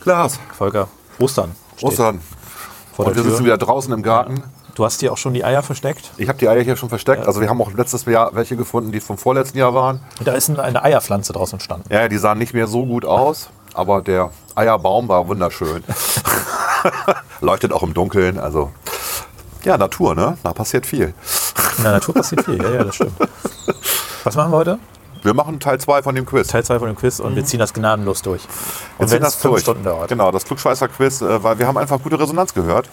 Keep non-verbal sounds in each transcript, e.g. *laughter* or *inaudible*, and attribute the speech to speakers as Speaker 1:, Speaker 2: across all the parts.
Speaker 1: Klaas,
Speaker 2: Volker, Ostern. steht
Speaker 1: Ostern.
Speaker 2: Vor
Speaker 1: Und
Speaker 2: der
Speaker 1: wir sitzen
Speaker 2: Tür.
Speaker 1: wieder draußen im Garten.
Speaker 2: Du hast dir auch schon die Eier versteckt.
Speaker 1: Ich habe die Eier hier schon versteckt. Also wir haben auch letztes Jahr welche gefunden, die vom vorletzten Jahr waren.
Speaker 2: Da ist eine Eierpflanze draus entstanden.
Speaker 1: Ja, die sahen nicht mehr so gut aus, aber der Eierbaum war
Speaker 2: *laughs*
Speaker 1: wunderschön. Leuchtet auch im Dunkeln. Also ja, Natur, ne? Da passiert viel.
Speaker 2: In der Natur passiert viel. Ja, ja, das stimmt. Was machen wir heute?
Speaker 1: Wir machen Teil 2 von dem Quiz.
Speaker 2: Teil 2 von dem Quiz und
Speaker 1: Mhm.
Speaker 2: wir ziehen das gnadenlos durch. Und wenn es fünf
Speaker 1: durch.
Speaker 2: Stunden dauert.
Speaker 1: Genau, das Klugscheißer Quiz, äh, weil wir haben einfach gute Resonanz gehört.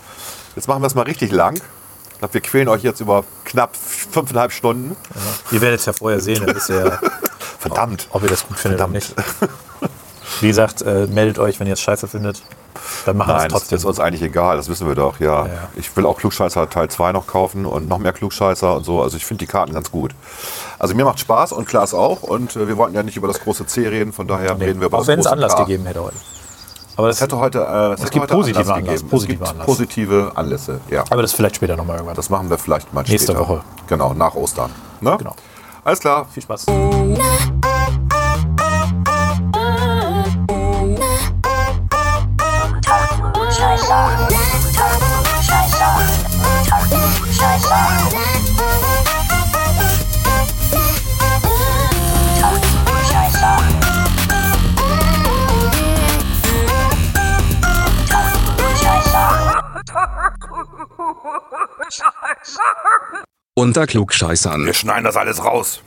Speaker 1: Jetzt machen wir es mal richtig lang. Ich glaube, wir quälen euch jetzt über knapp fünfeinhalb Stunden.
Speaker 2: ne? Ihr werdet es ja vorher sehen, das ist ja,
Speaker 1: Verdammt.
Speaker 2: ob ihr das gut findet
Speaker 1: Verdammt.
Speaker 2: oder nicht. Wie gesagt, äh, meldet euch, wenn ihr es scheiße findet. Dann machen wir es
Speaker 1: Nein, das
Speaker 2: trotzdem.
Speaker 1: ist uns eigentlich egal, das wissen wir doch, ja.
Speaker 2: Ja.
Speaker 1: Ich will auch Klugscheißer Teil 2 noch kaufen und noch mehr Klugscheißer und so. Also ich finde die Karten ganz gut. Also mir macht Spaß und Klaas auch. Und äh, wir wollten ja nicht über das große C reden, von daher reden wir über
Speaker 2: auch
Speaker 1: das
Speaker 2: wenn es
Speaker 1: große
Speaker 2: Anlass
Speaker 1: K.
Speaker 2: gegeben hätte heute. Aber das,
Speaker 1: Es hätte heute, äh, es hätte
Speaker 2: gibt
Speaker 1: heute
Speaker 2: positive
Speaker 1: Anlass
Speaker 2: Anlass,
Speaker 1: gegeben.
Speaker 2: positive
Speaker 1: es gibt
Speaker 2: Anlass.
Speaker 1: positive Anlässe, ja.
Speaker 2: aber das vielleicht später nochmal irgendwann.
Speaker 1: Das machen wir vielleicht mal
Speaker 2: Nächste
Speaker 1: später.
Speaker 2: Woche.
Speaker 1: Genau, nach Ostern. Ne?
Speaker 2: Genau.
Speaker 1: Alles klar.
Speaker 2: viel Spaß.
Speaker 3: Unter Klugscheißern.
Speaker 1: Wir schneiden das alles raus.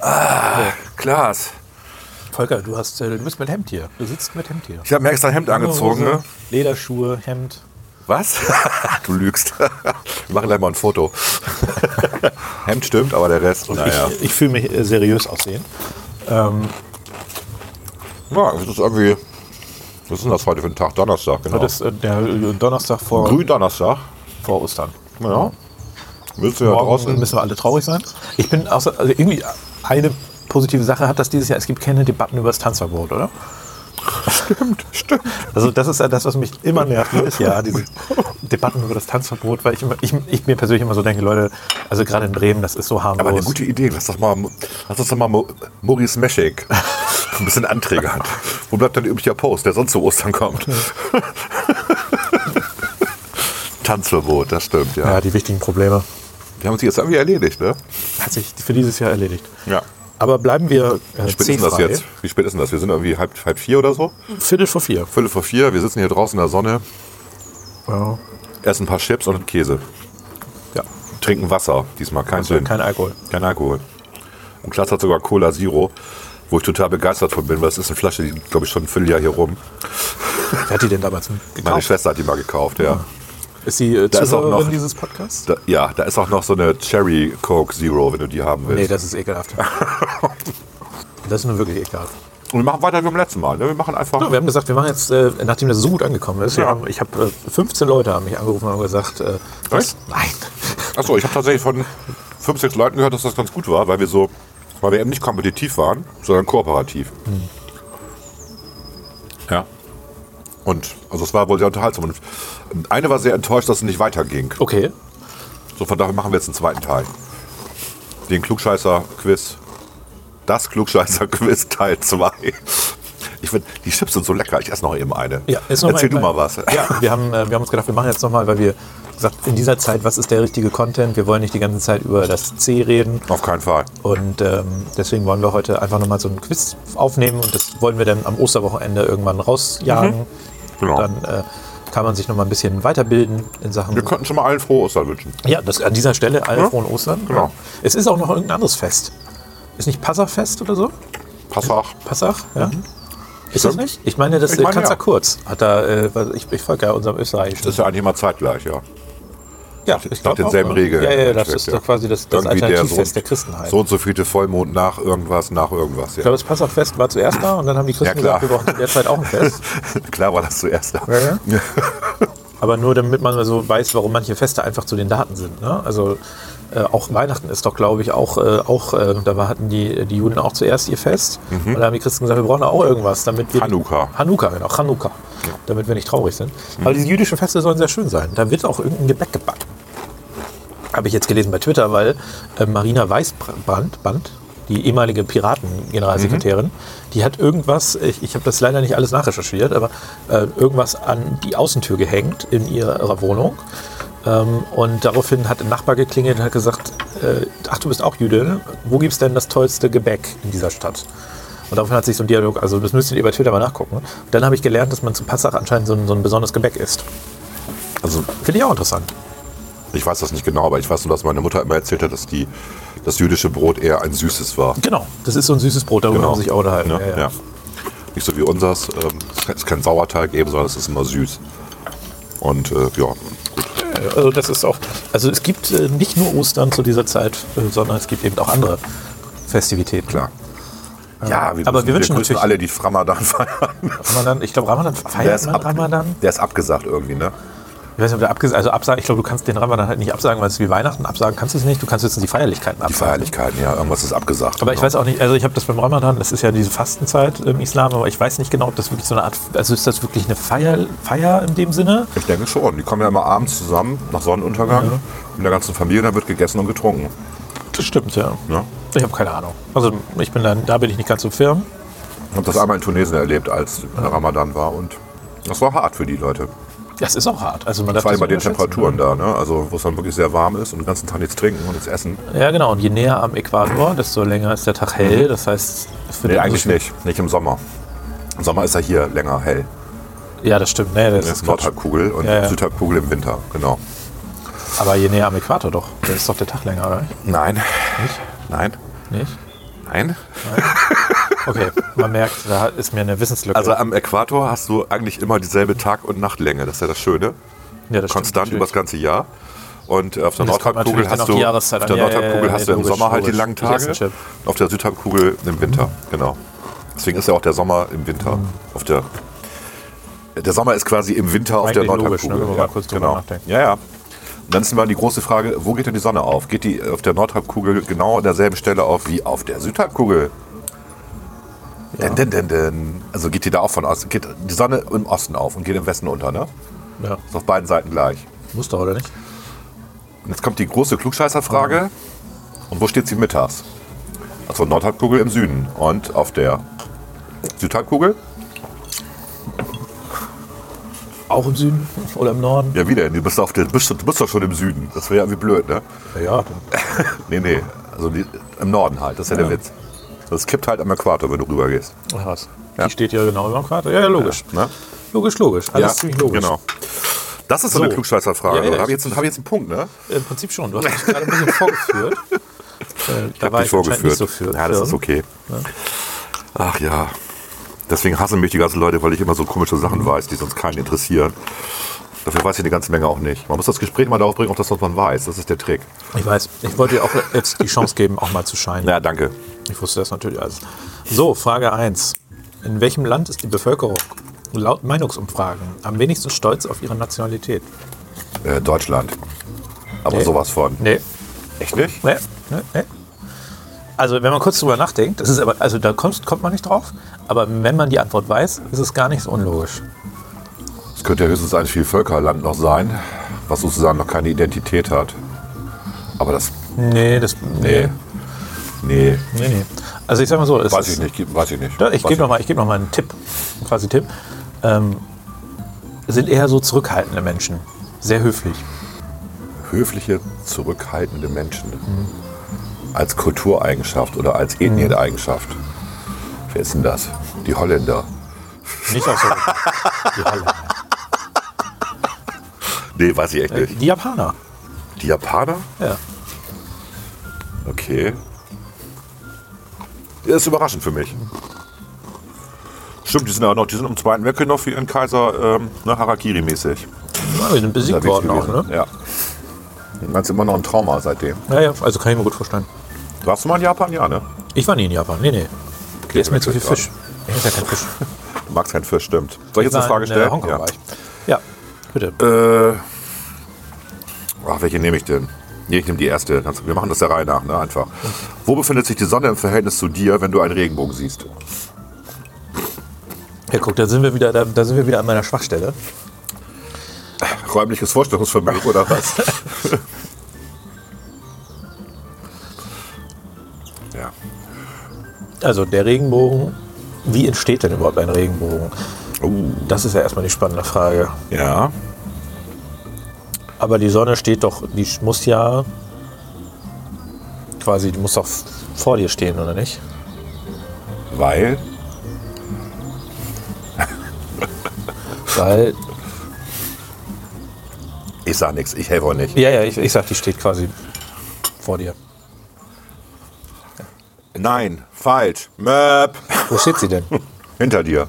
Speaker 1: ah, Klaas.
Speaker 2: Volker, du, hast, äh, du bist mit Hemd hier. Du sitzt mit Hemd hier.
Speaker 1: Ich habe mir extra ein Hemd angezogen,
Speaker 2: Hose,
Speaker 1: ne?
Speaker 2: Lederschuhe, Hemd.
Speaker 1: Was? *laughs* du lügst. Wir machen gleich mal ein Foto. *laughs* Hemd stimmt, aber der Rest. Naja.
Speaker 2: Ich, ich fühle mich äh, seriös aussehen. Ähm,
Speaker 1: Ja, es ist irgendwie. Was ist denn das heute für ein Tag? Donnerstag, genau.
Speaker 2: Das ist äh, der äh, Donnerstag vor,
Speaker 1: Gründonnerstag.
Speaker 2: vor Ostern.
Speaker 1: Ja. Müsst ihr ja
Speaker 2: Morgen
Speaker 1: draußen.
Speaker 2: müssen wir alle traurig sein. Ich bin außer, also irgendwie eine positive Sache hat das dieses Jahr. Es gibt keine Debatten über das Tanzverbot, oder?
Speaker 1: Stimmt, stimmt.
Speaker 2: Also das ist ja das, was mich immer nervt jedes Jahr, diese Debatten über das Tanzverbot, weil ich, immer, ich, ich mir persönlich immer so denke, Leute, also gerade in Bremen, das ist so harmlos.
Speaker 1: Aber eine gute Idee. Lass doch mal, lass uns doch mal Mo- Maurice
Speaker 2: *laughs*
Speaker 1: Meschek ein bisschen Anträge hat. Wo bleibt denn üblicher Post, der sonst zu Ostern kommt? *laughs* Tanzverbot, das stimmt, ja.
Speaker 2: ja, die wichtigen Probleme.
Speaker 1: Die haben sich jetzt irgendwie erledigt, ne?
Speaker 2: Hat sich für dieses Jahr erledigt.
Speaker 1: Ja.
Speaker 2: Aber bleiben wir äh,
Speaker 1: Wie spät ist denn das
Speaker 2: C-frei.
Speaker 1: jetzt? Wie spät ist denn das? Wir sind irgendwie halb, halb vier oder so?
Speaker 2: Viertel vor vier.
Speaker 1: Viertel vor vier, wir sitzen hier draußen in der Sonne,
Speaker 2: Ja.
Speaker 1: essen ein paar Chips und Käse.
Speaker 2: Ja.
Speaker 1: Trinken Wasser, diesmal kein Gin.
Speaker 2: Kein Alkohol.
Speaker 1: Kein Alkohol. Und Klaas hat sogar Cola Zero, wo ich total begeistert von bin, weil es ist eine Flasche, die glaube ich schon ein Vierteljahr hier rum.
Speaker 2: Wer hat die denn damals
Speaker 1: Meine
Speaker 2: gekauft?
Speaker 1: Schwester hat die mal gekauft, ja.
Speaker 2: Ist sie äh,
Speaker 1: Da ist auch noch-
Speaker 2: Zuhörerin dieses Podcasts?
Speaker 1: Da, ja, da ist auch noch so eine Cherry Coke Zero, wenn du die haben willst.
Speaker 2: Nee, das ist *laughs* ekelhaft. Das ist nun wirklich ekelhaft.
Speaker 1: Und wir machen weiter wie beim letzten Mal. Ne? Wir machen einfach.
Speaker 2: So, wir haben gesagt, wir machen jetzt, äh, nachdem das so gut angekommen ist, wir haben, ich habe äh, 15 Leute haben mich angerufen und haben gesagt, äh, was? Nein. *laughs*
Speaker 1: Achso, ich habe tatsächlich von fünf, sechs Leuten gehört, dass das ganz gut war, weil wir so, weil wir eben nicht kompetitiv waren, sondern kooperativ. Ja. Und also es war wohl sehr unterhaltsam. Und eine war sehr enttäuscht, dass es nicht weiterging.
Speaker 2: Okay.
Speaker 1: So, von daher machen wir jetzt einen zweiten Teil. Den Klugscheißer-Quiz. Das Klugscheißer-Quiz Teil 2. Ich finde, die Chips sind so lecker. Ich esse noch eben eine.
Speaker 2: Ja, ist noch
Speaker 1: Erzähl
Speaker 2: ein-
Speaker 1: du mal was.
Speaker 2: Ja, wir haben, äh, wir haben uns gedacht, wir machen jetzt nochmal, weil wir gesagt in dieser Zeit, was ist der richtige Content? Wir wollen nicht die ganze Zeit über das C reden.
Speaker 1: Auf keinen Fall.
Speaker 2: Und ähm, deswegen wollen wir heute einfach nochmal so einen Quiz aufnehmen und das wollen wir dann am Osterwochenende irgendwann rausjagen.
Speaker 1: Genau.
Speaker 2: Dann äh, kann man sich nochmal ein bisschen weiterbilden in Sachen.
Speaker 1: wir könnten schon mal allen frohe Ostern wünschen.
Speaker 2: Ja, das, an dieser Stelle alle frohen Ostern.
Speaker 1: Genau.
Speaker 2: Es ist auch noch irgendein anderes Fest. Ist nicht Passachfest oder so?
Speaker 1: Passach.
Speaker 2: Passach? Ja. Ist das
Speaker 1: Mhm. Stimmt.
Speaker 2: nicht? Ich meine, das
Speaker 1: Ich
Speaker 2: äh,
Speaker 1: meine,
Speaker 2: Kanzler
Speaker 1: ja.
Speaker 2: Kurz hat da, äh, was- ich, ich folge ja unserem österreichischen.
Speaker 1: Das ist ja eigentlich immer zeitgleich, ja.
Speaker 2: ja,
Speaker 1: Nach
Speaker 2: glaub
Speaker 1: denselben
Speaker 2: ne?
Speaker 1: Regeln.
Speaker 2: Ja, ja,
Speaker 1: im
Speaker 2: das
Speaker 1: Endeffekt,
Speaker 2: ist
Speaker 1: ja.
Speaker 2: doch quasi das, das
Speaker 1: Irgendwie
Speaker 2: Alternativfest der,
Speaker 1: so-
Speaker 2: Christenheit.
Speaker 1: So und so vielte Vollmond nach irgendwas, nach irgendwas.
Speaker 2: Ich glaube,
Speaker 1: Ja.
Speaker 2: das Passachfest war zuerst da und dann haben die Christen
Speaker 1: Ja, klar.
Speaker 2: gesagt, wir brauchen derzeit auch ein Fest.
Speaker 1: *laughs* Klar war das zuerst. da.
Speaker 2: Ja, Aber nur damit man so weiß, warum manche Feste einfach zu den Daten sind. Ne? Also äh, auch Weihnachten ist doch, glaube ich, auch, äh, auch äh, da war- hatten die, die Juden auch zuerst ihr Fest. Und da haben die Christen gesagt, wir brauchen auch irgendwas, damit wir.
Speaker 1: Chanukka.
Speaker 2: Hanukkah, genau, Chanukka. Damit wir nicht traurig sind. Aber diese jüdischen Feste sollen sehr schön sein. Da wird auch irgendein Gebäck gebacken. Habe ich jetzt gelesen bei Twitter, weil äh, Marina Weißbrand, Band, die ehemalige Piraten-Generalsekretärin, die hat irgendwas, ich, ich habe das leider nicht alles nachrecherchiert, aber äh, irgendwas an die Außentür gehängt in ihrer Wohnung. Ähm, und daraufhin hat ein Nachbar geklingelt und hat gesagt, äh, ach, du bist auch Jüdin, wo gibt's denn das tollste Gebäck in dieser Stadt? Und daraufhin hat sich so ein Dialog, also das müsst ihr über Twitter mal nachgucken. Und dann habe ich gelernt, dass man zu Passach anscheinend so ein, so ein besonderes Gebäck isst.
Speaker 1: Also
Speaker 2: Finde ich auch interessant.
Speaker 1: ich weiß das nicht genau, aber ich weiß nur, dass meine Mutter immer erzählt hat, dass die, das jüdische Brot eher ein süßes war.
Speaker 2: Genau, das ist so ein süßes Brot, darüber haben sich auch unterhalten.
Speaker 1: Ne?
Speaker 2: Ja, ja.
Speaker 1: Ja. Nicht so wie unseres. Ähm, es kann- es ist kein Sauerteig eben, sondern es ist immer süß. Und äh, ja,
Speaker 2: Also das ist auch, also es gibt äh, nicht nur Ostern zu dieser Zeit, äh, sondern es gibt eben auch andere Festivitäten.
Speaker 1: klar. Ja, wir,
Speaker 2: Aber
Speaker 1: grüßen-
Speaker 2: wir wünschen
Speaker 1: grüßen
Speaker 2: natürlich-
Speaker 1: alle, die Framadan feiern.
Speaker 2: Ramadan, ich glaube, Ramadan
Speaker 1: Der
Speaker 2: feiert
Speaker 1: ist,
Speaker 2: man
Speaker 1: ab,
Speaker 2: Ah Ramadan.
Speaker 1: der ist abgesagt irgendwie, ne?
Speaker 2: Ich weiß nicht, ob der abgesagt, also absagen, ich glaube, du kannst den Ramadan halt nicht absagen, weil es ist wie Weihnachten absagen kannst du es nicht, du kannst jetzt die Feierlichkeiten
Speaker 1: Die
Speaker 2: absagen.
Speaker 1: Feierlichkeiten, ja, irgendwas ist abgesagt. Genau.
Speaker 2: Aber ich weiß auch nicht, also ich habe das beim Ramadan, das ist ja diese Fastenzeit im Islam, aber ich weiß nicht genau, ob das wirklich so eine Art, also ist das wirklich eine Feier, Feier in dem Sinne?
Speaker 1: Ich denke schon. Die kommen ja immer abends zusammen nach Sonnenuntergang mit der ganzen Familie, da wird gegessen und getrunken.
Speaker 2: Das stimmt, ja.
Speaker 1: Ne?
Speaker 2: Ich habe keine Ahnung. Also ich bin dann, da bin ich nicht ganz so firm.
Speaker 1: Ich habe das einmal in Tunesien erlebt, als Ramadan war und das war hart für die Leute.
Speaker 2: Das ist auch hart. Also man darf
Speaker 1: Vor allem
Speaker 2: das
Speaker 1: bei den
Speaker 2: unterschätzen.
Speaker 1: Temperaturen da, ne? Also wo es dann wirklich sehr warm ist und den ganzen Tag nichts trinken und nichts essen.
Speaker 2: Ja, genau. Und je näher am Äquator, desto länger ist der Tag hell. Das heißt, es wird
Speaker 1: Nee,
Speaker 2: umso
Speaker 1: eigentlich
Speaker 2: schwieriger.
Speaker 1: nicht. Nicht im Sommer. Im Sommer ist er hier länger hell.
Speaker 2: Ja, das stimmt. Nee, das
Speaker 1: Das
Speaker 2: ist
Speaker 1: ist
Speaker 2: Quatsch.
Speaker 1: Nordhalbkugel und
Speaker 2: Ja, ja.
Speaker 1: Südhalbkugel im Winter, genau.
Speaker 2: Aber je näher am Äquator doch. Da ist doch der Tag länger, oder?
Speaker 1: Nein. Nein.
Speaker 2: Nicht?
Speaker 1: Nein.
Speaker 2: Okay, man merkt, da ist mir eine Wissenslücke.
Speaker 1: Also am Äquator hast du eigentlich immer dieselbe Tag- und Nachtlänge. Das ist ja das Schöne.
Speaker 2: ja, das
Speaker 1: konstant
Speaker 2: stimmt,
Speaker 1: über das ganze Jahr. Und äh, auf der
Speaker 2: Und das kommt natürlich
Speaker 1: Nordhalbkugel
Speaker 2: dann
Speaker 1: hast
Speaker 2: auf die
Speaker 1: du, auf
Speaker 2: Jahreszeit
Speaker 1: der
Speaker 2: an. Ja, ja,
Speaker 1: Nordhalbkugel
Speaker 2: ja,
Speaker 1: hast
Speaker 2: ja,
Speaker 1: du im
Speaker 2: logisch,
Speaker 1: Sommer halt die
Speaker 2: logisch.
Speaker 1: langen
Speaker 2: Die ersten
Speaker 1: Tage,
Speaker 2: Chip.
Speaker 1: auf der Südhalbkugel im Winter, genau. Deswegen ist ja auch der Sommer im Winter
Speaker 2: Mhm.
Speaker 1: auf der der Sommer ist quasi im Winter auf der
Speaker 2: Eigentlich logisch,
Speaker 1: Nordhalbkugel.
Speaker 2: ne, wenn man mal kurz drüber
Speaker 1: genau.
Speaker 2: nachdenkt.
Speaker 1: Ja, ja. Und dann ist immer die große Frage, wo geht denn die Sonne auf? Geht die auf der Nordhalbkugel genau an derselben Stelle auf wie auf der Südhalbkugel? Denn, denn, denn, denn. Also geht die da auch von aus? Geht die Sonne im Osten auf und geht im Westen unter, ne?
Speaker 2: natürlich. Ja,
Speaker 1: Ist auf beiden Seiten gleich.
Speaker 2: muss doch, oder nicht?
Speaker 1: Und Jetzt kommt die große Klugscheißerfrage. Und wo steht sie mittags? Also Nordhalbkugel im Süden und auf der Südhalbkugel?
Speaker 2: Auch im Süden oder im Norden?
Speaker 1: Ja, wieder. Du bist, auf der, bist, du bist doch schon im Süden. Das wäre ja irgendwie blöd, ne?
Speaker 2: Ja, ja.
Speaker 1: Nee, nee. Also die, im Norden halt. Das ist ja, der Witz. Das kippt halt am Äquator, wenn du rübergehst.
Speaker 2: Krass.
Speaker 1: Ja.
Speaker 2: Die steht ja genau über dem Quadrat. Ja, ja, logisch.
Speaker 1: Ne?
Speaker 2: Logisch, logisch. Alles ziemlich logisch.
Speaker 1: Genau. Das ist so, eine
Speaker 2: So.
Speaker 1: Klugscheißerfrage.
Speaker 2: Ja, ja,
Speaker 1: oder? Habe
Speaker 2: ich-
Speaker 1: ich jetzt, hab ich jetzt einen Punkt, ne?
Speaker 2: Im Prinzip schon. Du hast mich gerade ein
Speaker 1: *laughs*
Speaker 2: bisschen vorgeführt. Äh, da war
Speaker 1: Nicht
Speaker 2: ich anscheinend nicht so ne? für.
Speaker 1: ja, das ist
Speaker 2: firm.
Speaker 1: okay. Ach ja. Deswegen hassen mich die ganzen Leute, weil ich immer so komische
Speaker 2: Mhm.
Speaker 1: Sachen weiß, die sonst keinen interessieren. Dafür weiß ich eine ganze Menge auch nicht. Man muss das Gespräch mal darauf bringen, auf das, was man weiß. Das ist der Trick.
Speaker 2: Ich weiß. Ich wollte dir auch jetzt die Chance geben, auch mal zu scheinen.
Speaker 1: Ja, danke.
Speaker 2: Ich wusste das natürlich alles. So, Frage 1. In welchem Land ist die Bevölkerung laut Meinungsumfragen am wenigsten stolz auf ihre Nationalität?
Speaker 1: Äh, Deutschland. Aber
Speaker 2: Nee.
Speaker 1: sowas von.
Speaker 2: Nee.
Speaker 1: Echt nicht?
Speaker 2: Nee. nee, nee. Also, wenn man kurz drüber nachdenkt, das ist aber, also da kommt, kommt man nicht drauf, aber wenn man die Antwort weiß, ist es gar nicht so unlogisch.
Speaker 1: Es könnte ja höchstens ein Vielvölkerland noch sein, was sozusagen noch keine Identität hat. Aber das.
Speaker 2: Nee, das.
Speaker 1: Nee. Nee.
Speaker 2: nee. nee. Also, ich sag mal so, es
Speaker 1: Weiß
Speaker 2: ist-
Speaker 1: ich nicht. ge- Weiß ich nicht.
Speaker 2: Da, ich
Speaker 1: Weiß
Speaker 2: gebe nochmal geb noch mal einen Tipp, quasi Tipp. Ähm, sind eher so zurückhaltende Menschen. Sehr höflich.
Speaker 1: höfliche, zurückhaltende Menschen als Kultureigenschaft oder als Ethnieneigenschaft. Wer ist denn das? Die Holländer.
Speaker 2: Nicht auch so.
Speaker 1: *laughs*
Speaker 2: Die, Holländer.
Speaker 1: Nee, weiß ich echt nicht.
Speaker 2: die Japaner.
Speaker 1: Die Japaner?
Speaker 2: Ja.
Speaker 1: Okay. Das ist überraschend für mich. Stimmt, die sind aber noch, die sind im Zweiten Weltkrieg noch für ihren Kaiser ähm, ne, Harakiri-mäßig.
Speaker 2: Ja, wir sind besiegt
Speaker 1: unterwegs
Speaker 2: worden auch,
Speaker 1: gewesen.
Speaker 2: ne?
Speaker 1: Ja. Man hat immer noch ein Trauma seitdem.
Speaker 2: Ja, ja, also kann ich mir gut vorstellen.
Speaker 1: Warst du mal in Japan? Ja, ne?
Speaker 2: Ich war nie in Japan. Nee, nee. Okay, ist mir zu viel Fisch. Ich esse ja
Speaker 1: *laughs*
Speaker 2: keinen Fisch.
Speaker 1: Du magst keinen Fisch, stimmt. Soll ich jetzt
Speaker 2: war
Speaker 1: eine Frage
Speaker 2: in,
Speaker 1: stellen?
Speaker 2: Äh, Hongkong
Speaker 1: ja.
Speaker 2: war ich. Ja,
Speaker 1: Äh.
Speaker 2: bitte.
Speaker 1: Ach, welche nehme ich denn? Nee, ich nehme die erste. Ganz- Wir machen das der Reihe nach, ne? Einfach. Wo befindet sich die Sonne im Verhältnis zu dir, wenn du einen Regenbogen siehst? *laughs*
Speaker 2: Ja, guck, da sind wir wieder, da, da sind wir wieder an meiner Schwachstelle.
Speaker 1: Räumliches Vorstellungsvermögen oder was? *laughs* ja.
Speaker 2: Also der Regenbogen, wie entsteht denn überhaupt ein Regenbogen?
Speaker 1: Oh,
Speaker 2: Das ist ja erstmal die spannende Frage.
Speaker 1: ja.
Speaker 2: Aber die Sonne steht doch, die muss ja quasi, die muss doch vor dir stehen, oder nicht?
Speaker 1: Weil.
Speaker 2: Weil,
Speaker 1: Ich sag nichts, ich helfe euch nicht.
Speaker 2: ja, ja, ich, ich sag, die steht quasi vor dir.
Speaker 1: Nein, falsch. Möp.
Speaker 2: Wo steht
Speaker 1: *laughs*
Speaker 2: sie denn?
Speaker 1: Hinter dir.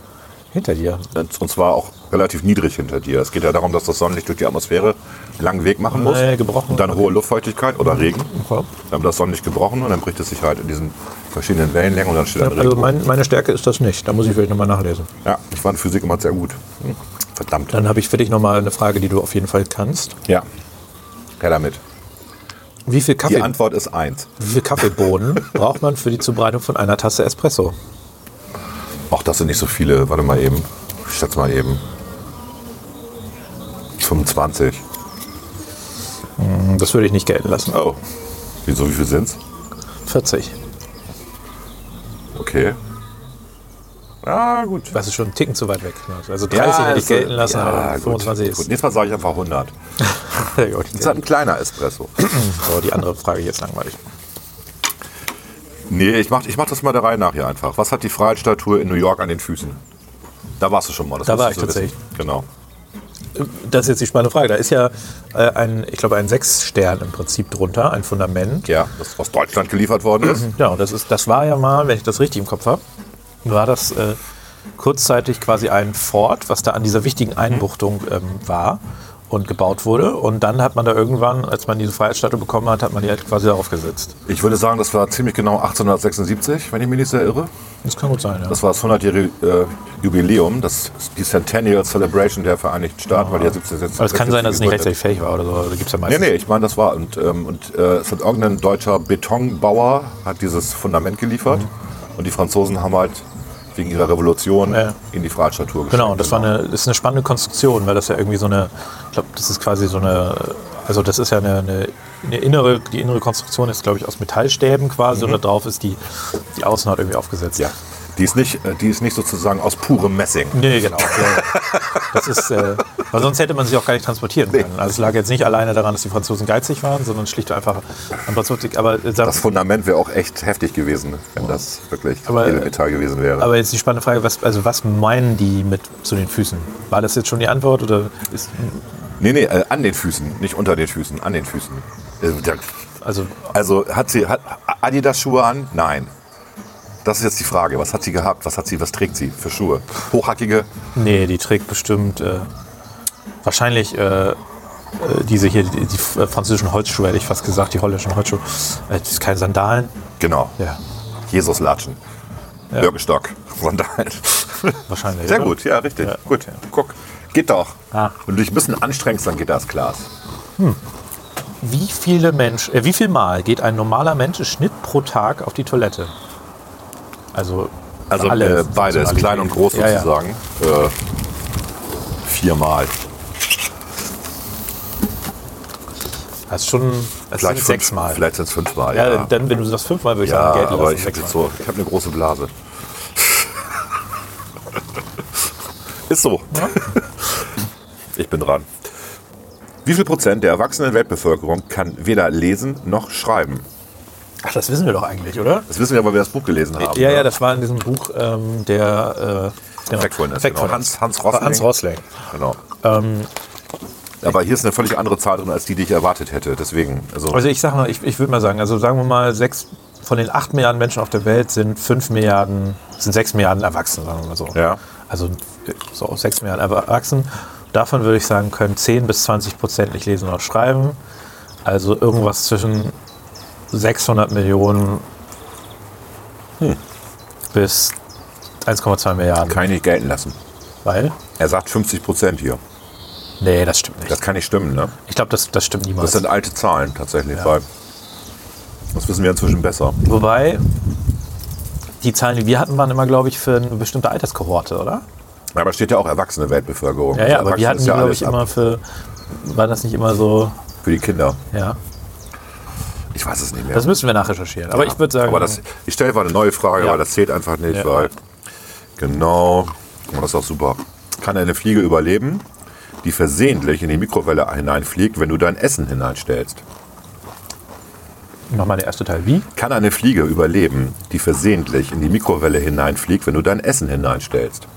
Speaker 2: Hinter dir.
Speaker 1: Und zwar auch relativ niedrig hinter dir. Es geht ja darum, dass das Sonnenlicht durch die Atmosphäre einen langen Weg machen muss.
Speaker 2: Nee, gebrochen.
Speaker 1: Und dann hohe Luftfeuchtigkeit oder Regen.
Speaker 2: Okay.
Speaker 1: Dann wird das Sonnenlicht gebrochen und dann bricht es sich halt in diesen verschiedenen Wellenlängen und dann steht ein
Speaker 2: Also
Speaker 1: Regen.
Speaker 2: mein, meine Stärke ist das nicht. Da muss ich vielleicht nochmal nachlesen.
Speaker 1: Ja, ich war in Physik immer sehr gut. Hm, Verdammt.
Speaker 2: Dann habe ich für dich nochmal eine Frage, die du auf jeden Fall kannst.
Speaker 1: Ja. Her damit.
Speaker 2: Wie viel,
Speaker 1: Die
Speaker 2: Kaffee,
Speaker 1: Antwort ist eins.
Speaker 2: wie
Speaker 1: *laughs*
Speaker 2: viel Kaffeebohnen braucht man für die Zubereitung von einer Tasse Espresso?
Speaker 1: Ach, das sind nicht so viele. Warte mal eben. Ich schätze mal eben. 25.
Speaker 2: Hm, Das würde ich nicht gelten lassen.
Speaker 1: Oh. Wieso, wie viel sind's?
Speaker 2: 40.
Speaker 1: Okay. Ah, gut.
Speaker 2: Das ist schon einen Ticken zu weit weg. Also 30
Speaker 1: Ja,
Speaker 2: hätte ich
Speaker 1: ist-
Speaker 2: gelten lassen,
Speaker 1: ja,
Speaker 2: aber
Speaker 1: gut.
Speaker 2: 25
Speaker 1: Gut,
Speaker 2: ist.
Speaker 1: nächstes Mal sage ich einfach 100.
Speaker 2: *laughs* Ja, gut.
Speaker 1: Das ist halt ein kleiner Espresso.
Speaker 2: So, die andere Frage hier ist langweilig.
Speaker 1: nee, ich mach, ich mach das mal der Reihe nach hier einfach. Was hat die Freiheitsstatue in New York an den Füßen? Da warst du schon mal. Das
Speaker 2: Da
Speaker 1: musst
Speaker 2: war
Speaker 1: du
Speaker 2: ich
Speaker 1: so wissen. Genau.
Speaker 2: Das ist jetzt die spannende Frage. Da ist ja äh, ein, ich glaube, ein Sechsstern im Prinzip drunter, ein Fundament.
Speaker 1: Ja, das aus Deutschland geliefert worden ist.
Speaker 2: Ja, und das, ist, das war ja mal, wenn ich das richtig im Kopf habe, war das äh, kurzzeitig quasi ein Fort, was da an dieser wichtigen Einbuchtung ähm, war und gebaut wurde. Und dann hat man da irgendwann, als man diese Freiheitsstatue bekommen hat, hat man die halt quasi darauf gesetzt.
Speaker 1: Ich würde sagen, das war ziemlich genau 1876, wenn ich mich nicht sehr irre.
Speaker 2: Das kann gut sein, ja.
Speaker 1: Das war das 100-jährige äh, Jubiläum, das, die Centennial Celebration der Vereinigten Staaten, weil die ja 1776.
Speaker 2: Aber Also es kann sein, dass es nicht
Speaker 1: gegründet
Speaker 2: rechtzeitig fähig war oder so. Da gibt es ja
Speaker 1: Nee,
Speaker 2: meistens.
Speaker 1: nee, ich meine, das war. Und, ähm, und äh, es hat irgendein deutscher Betonbauer hat dieses Fundament geliefert. Und die Franzosen haben halt wegen ihrer Revolution
Speaker 2: Mhm. Ja.
Speaker 1: in die Freiheitsstatue geschickt.
Speaker 2: Genau, und das war eine, das ist eine spannende Konstruktion, weil das ja irgendwie so eine, ich glaube, das ist quasi so eine, also das ist ja eine, eine, eine innere, die innere Konstruktion ist, glaube ich, aus Metallstäben quasi und da drauf ist die, die Außenhaut irgendwie aufgesetzt.
Speaker 1: Ja. Die ist, nicht, äh, die ist nicht sozusagen aus purem Messing. *laughs*
Speaker 2: Nee, genau. Ja, ja. Das ist, äh, weil sonst hätte man sich auch gar nicht transportieren können. Also es lag jetzt nicht alleine daran, dass die Franzosen geizig waren, sondern schlicht und einfach an Franzosen. Aber, äh, sag-
Speaker 1: Das Fundament wäre auch echt heftig gewesen, wenn das wirklich
Speaker 2: Aber,
Speaker 1: edle
Speaker 2: äh,
Speaker 1: Metall gewesen wäre.
Speaker 2: aber jetzt die spannende Frage, was, also was meinen die mit zu den Füßen? War das jetzt schon die Antwort oder ist,
Speaker 1: nee, nee, äh, an den Füßen, nicht unter den Füßen, an den Füßen. Äh, der-
Speaker 2: also
Speaker 1: Also hat sie hat Adidas Schuhe an? Nein. Das ist jetzt die Frage. Was hat sie gehabt? Was hat sie? Was trägt sie für Schuhe? Hochhackige?
Speaker 2: Nee, die trägt bestimmt äh, wahrscheinlich äh, äh, diese hier, die, die französischen Holzschuhe, hätte ich fast gesagt, die holländischen Holzschuhe. Äh, das ist keine Sandalen.
Speaker 1: Genau.
Speaker 2: Ja,
Speaker 1: Jesus Latschen. Ja. Birkenstock.
Speaker 2: *laughs*
Speaker 1: Sandalen.
Speaker 2: wahrscheinlich.
Speaker 1: Sehr
Speaker 2: oder?
Speaker 1: gut, ja, richtig.
Speaker 2: Ja,
Speaker 1: Gut,
Speaker 2: okay.
Speaker 1: guck. Geht doch.
Speaker 2: Ah.
Speaker 1: Wenn du dich ein bisschen anstrengst, dann geht das, Klaas.
Speaker 2: Wie viele Mensch, äh, wie viel Mal geht ein normaler Mensch im Schnitt pro Tag auf die Toilette? Also,
Speaker 1: Also
Speaker 2: alle
Speaker 1: äh, beides,
Speaker 2: Funktionalitäten.
Speaker 1: klein und groß
Speaker 2: Ja, ja.
Speaker 1: sozusagen. Äh, viermal.
Speaker 2: Das ist schon das sind
Speaker 1: fünf-
Speaker 2: sechsmal.
Speaker 1: Vielleicht sind es fünfmal.
Speaker 2: ja,
Speaker 1: Ja,
Speaker 2: Dann, wenn du das fünfmal würde ich
Speaker 1: Ja,
Speaker 2: sagen, Geld
Speaker 1: aber
Speaker 2: lassen,
Speaker 1: ich habe
Speaker 2: sechsmal.
Speaker 1: so, ich hab eine große Blase. *laughs* Ist so. *laughs* Ich bin dran. Wie viel Prozent der erwachsenen Weltbevölkerung kann weder lesen noch schreiben?
Speaker 2: Ach, das wissen wir doch eigentlich, oder?
Speaker 1: Das wissen wir, weil wir das Buch gelesen haben.
Speaker 2: Ja,
Speaker 1: ne?
Speaker 2: ja, das war in diesem Buch ähm, der äh, genau.
Speaker 1: Factfulness,
Speaker 2: Factfulness.
Speaker 1: genau. Hans- Hans Rosling.
Speaker 2: Hans Ähm, Rosling.
Speaker 1: Genau. Aber hier ist eine völlig andere Zahl drin, als die, die ich erwartet hätte. Deswegen, also,
Speaker 2: Also ich sag mal, ich, ich würde mal sagen, also sagen wir mal, sechs von den acht Milliarden Menschen auf der Welt sind fünf Milliarden, sind sechs Milliarden erwachsen, sagen wir mal so.
Speaker 1: Ja.
Speaker 2: Also so sechs Milliarden erwachsen. Davon würde ich sagen, können 10 bis 20 Prozent nicht lesen und schreiben. Also irgendwas zwischen 600 Millionen
Speaker 1: Hm.
Speaker 2: bis 1,2 Milliarden.
Speaker 1: kann ich nicht gelten lassen.
Speaker 2: Weil?
Speaker 1: Er sagt 50 Prozent hier.
Speaker 2: Nee, das stimmt nicht.
Speaker 1: Das kann nicht stimmen, ne?
Speaker 2: Ich glaube, das, das stimmt niemals.
Speaker 1: Das sind alte Zahlen tatsächlich. Weil das wissen wir inzwischen besser.
Speaker 2: Wobei, die Zahlen, die wir hatten, waren immer, glaube ich, für eine bestimmte Alterskohorte, oder?
Speaker 1: Ja, Aber steht ja auch erwachsene Weltbevölkerung.
Speaker 2: Ja, ja, aber wir
Speaker 1: Erwachsen
Speaker 2: hatten
Speaker 1: ist
Speaker 2: die, glaube
Speaker 1: alles
Speaker 2: ich,
Speaker 1: ab
Speaker 2: immer für. War das nicht immer so,
Speaker 1: Für die Kinder.
Speaker 2: ja?
Speaker 1: Ich weiß es nicht mehr.
Speaker 2: Das müssen wir nachrecherchieren. Aber ich würde sagen,
Speaker 1: Aber das, ich stelle mal eine neue Frage,
Speaker 2: Ja.
Speaker 1: weil das zählt einfach nicht,
Speaker 2: Ja.
Speaker 1: weil. Genau. Guck mal, das ist auch super. Kann eine Fliege überleben, die versehentlich in die Mikrowelle hineinfliegt, wenn du dein Essen hineinstellst?
Speaker 2: nochmal der erste Teil. Wie?
Speaker 1: Kann eine Fliege überleben, die versehentlich in die Mikrowelle hineinfliegt, wenn du dein Essen hineinstellst?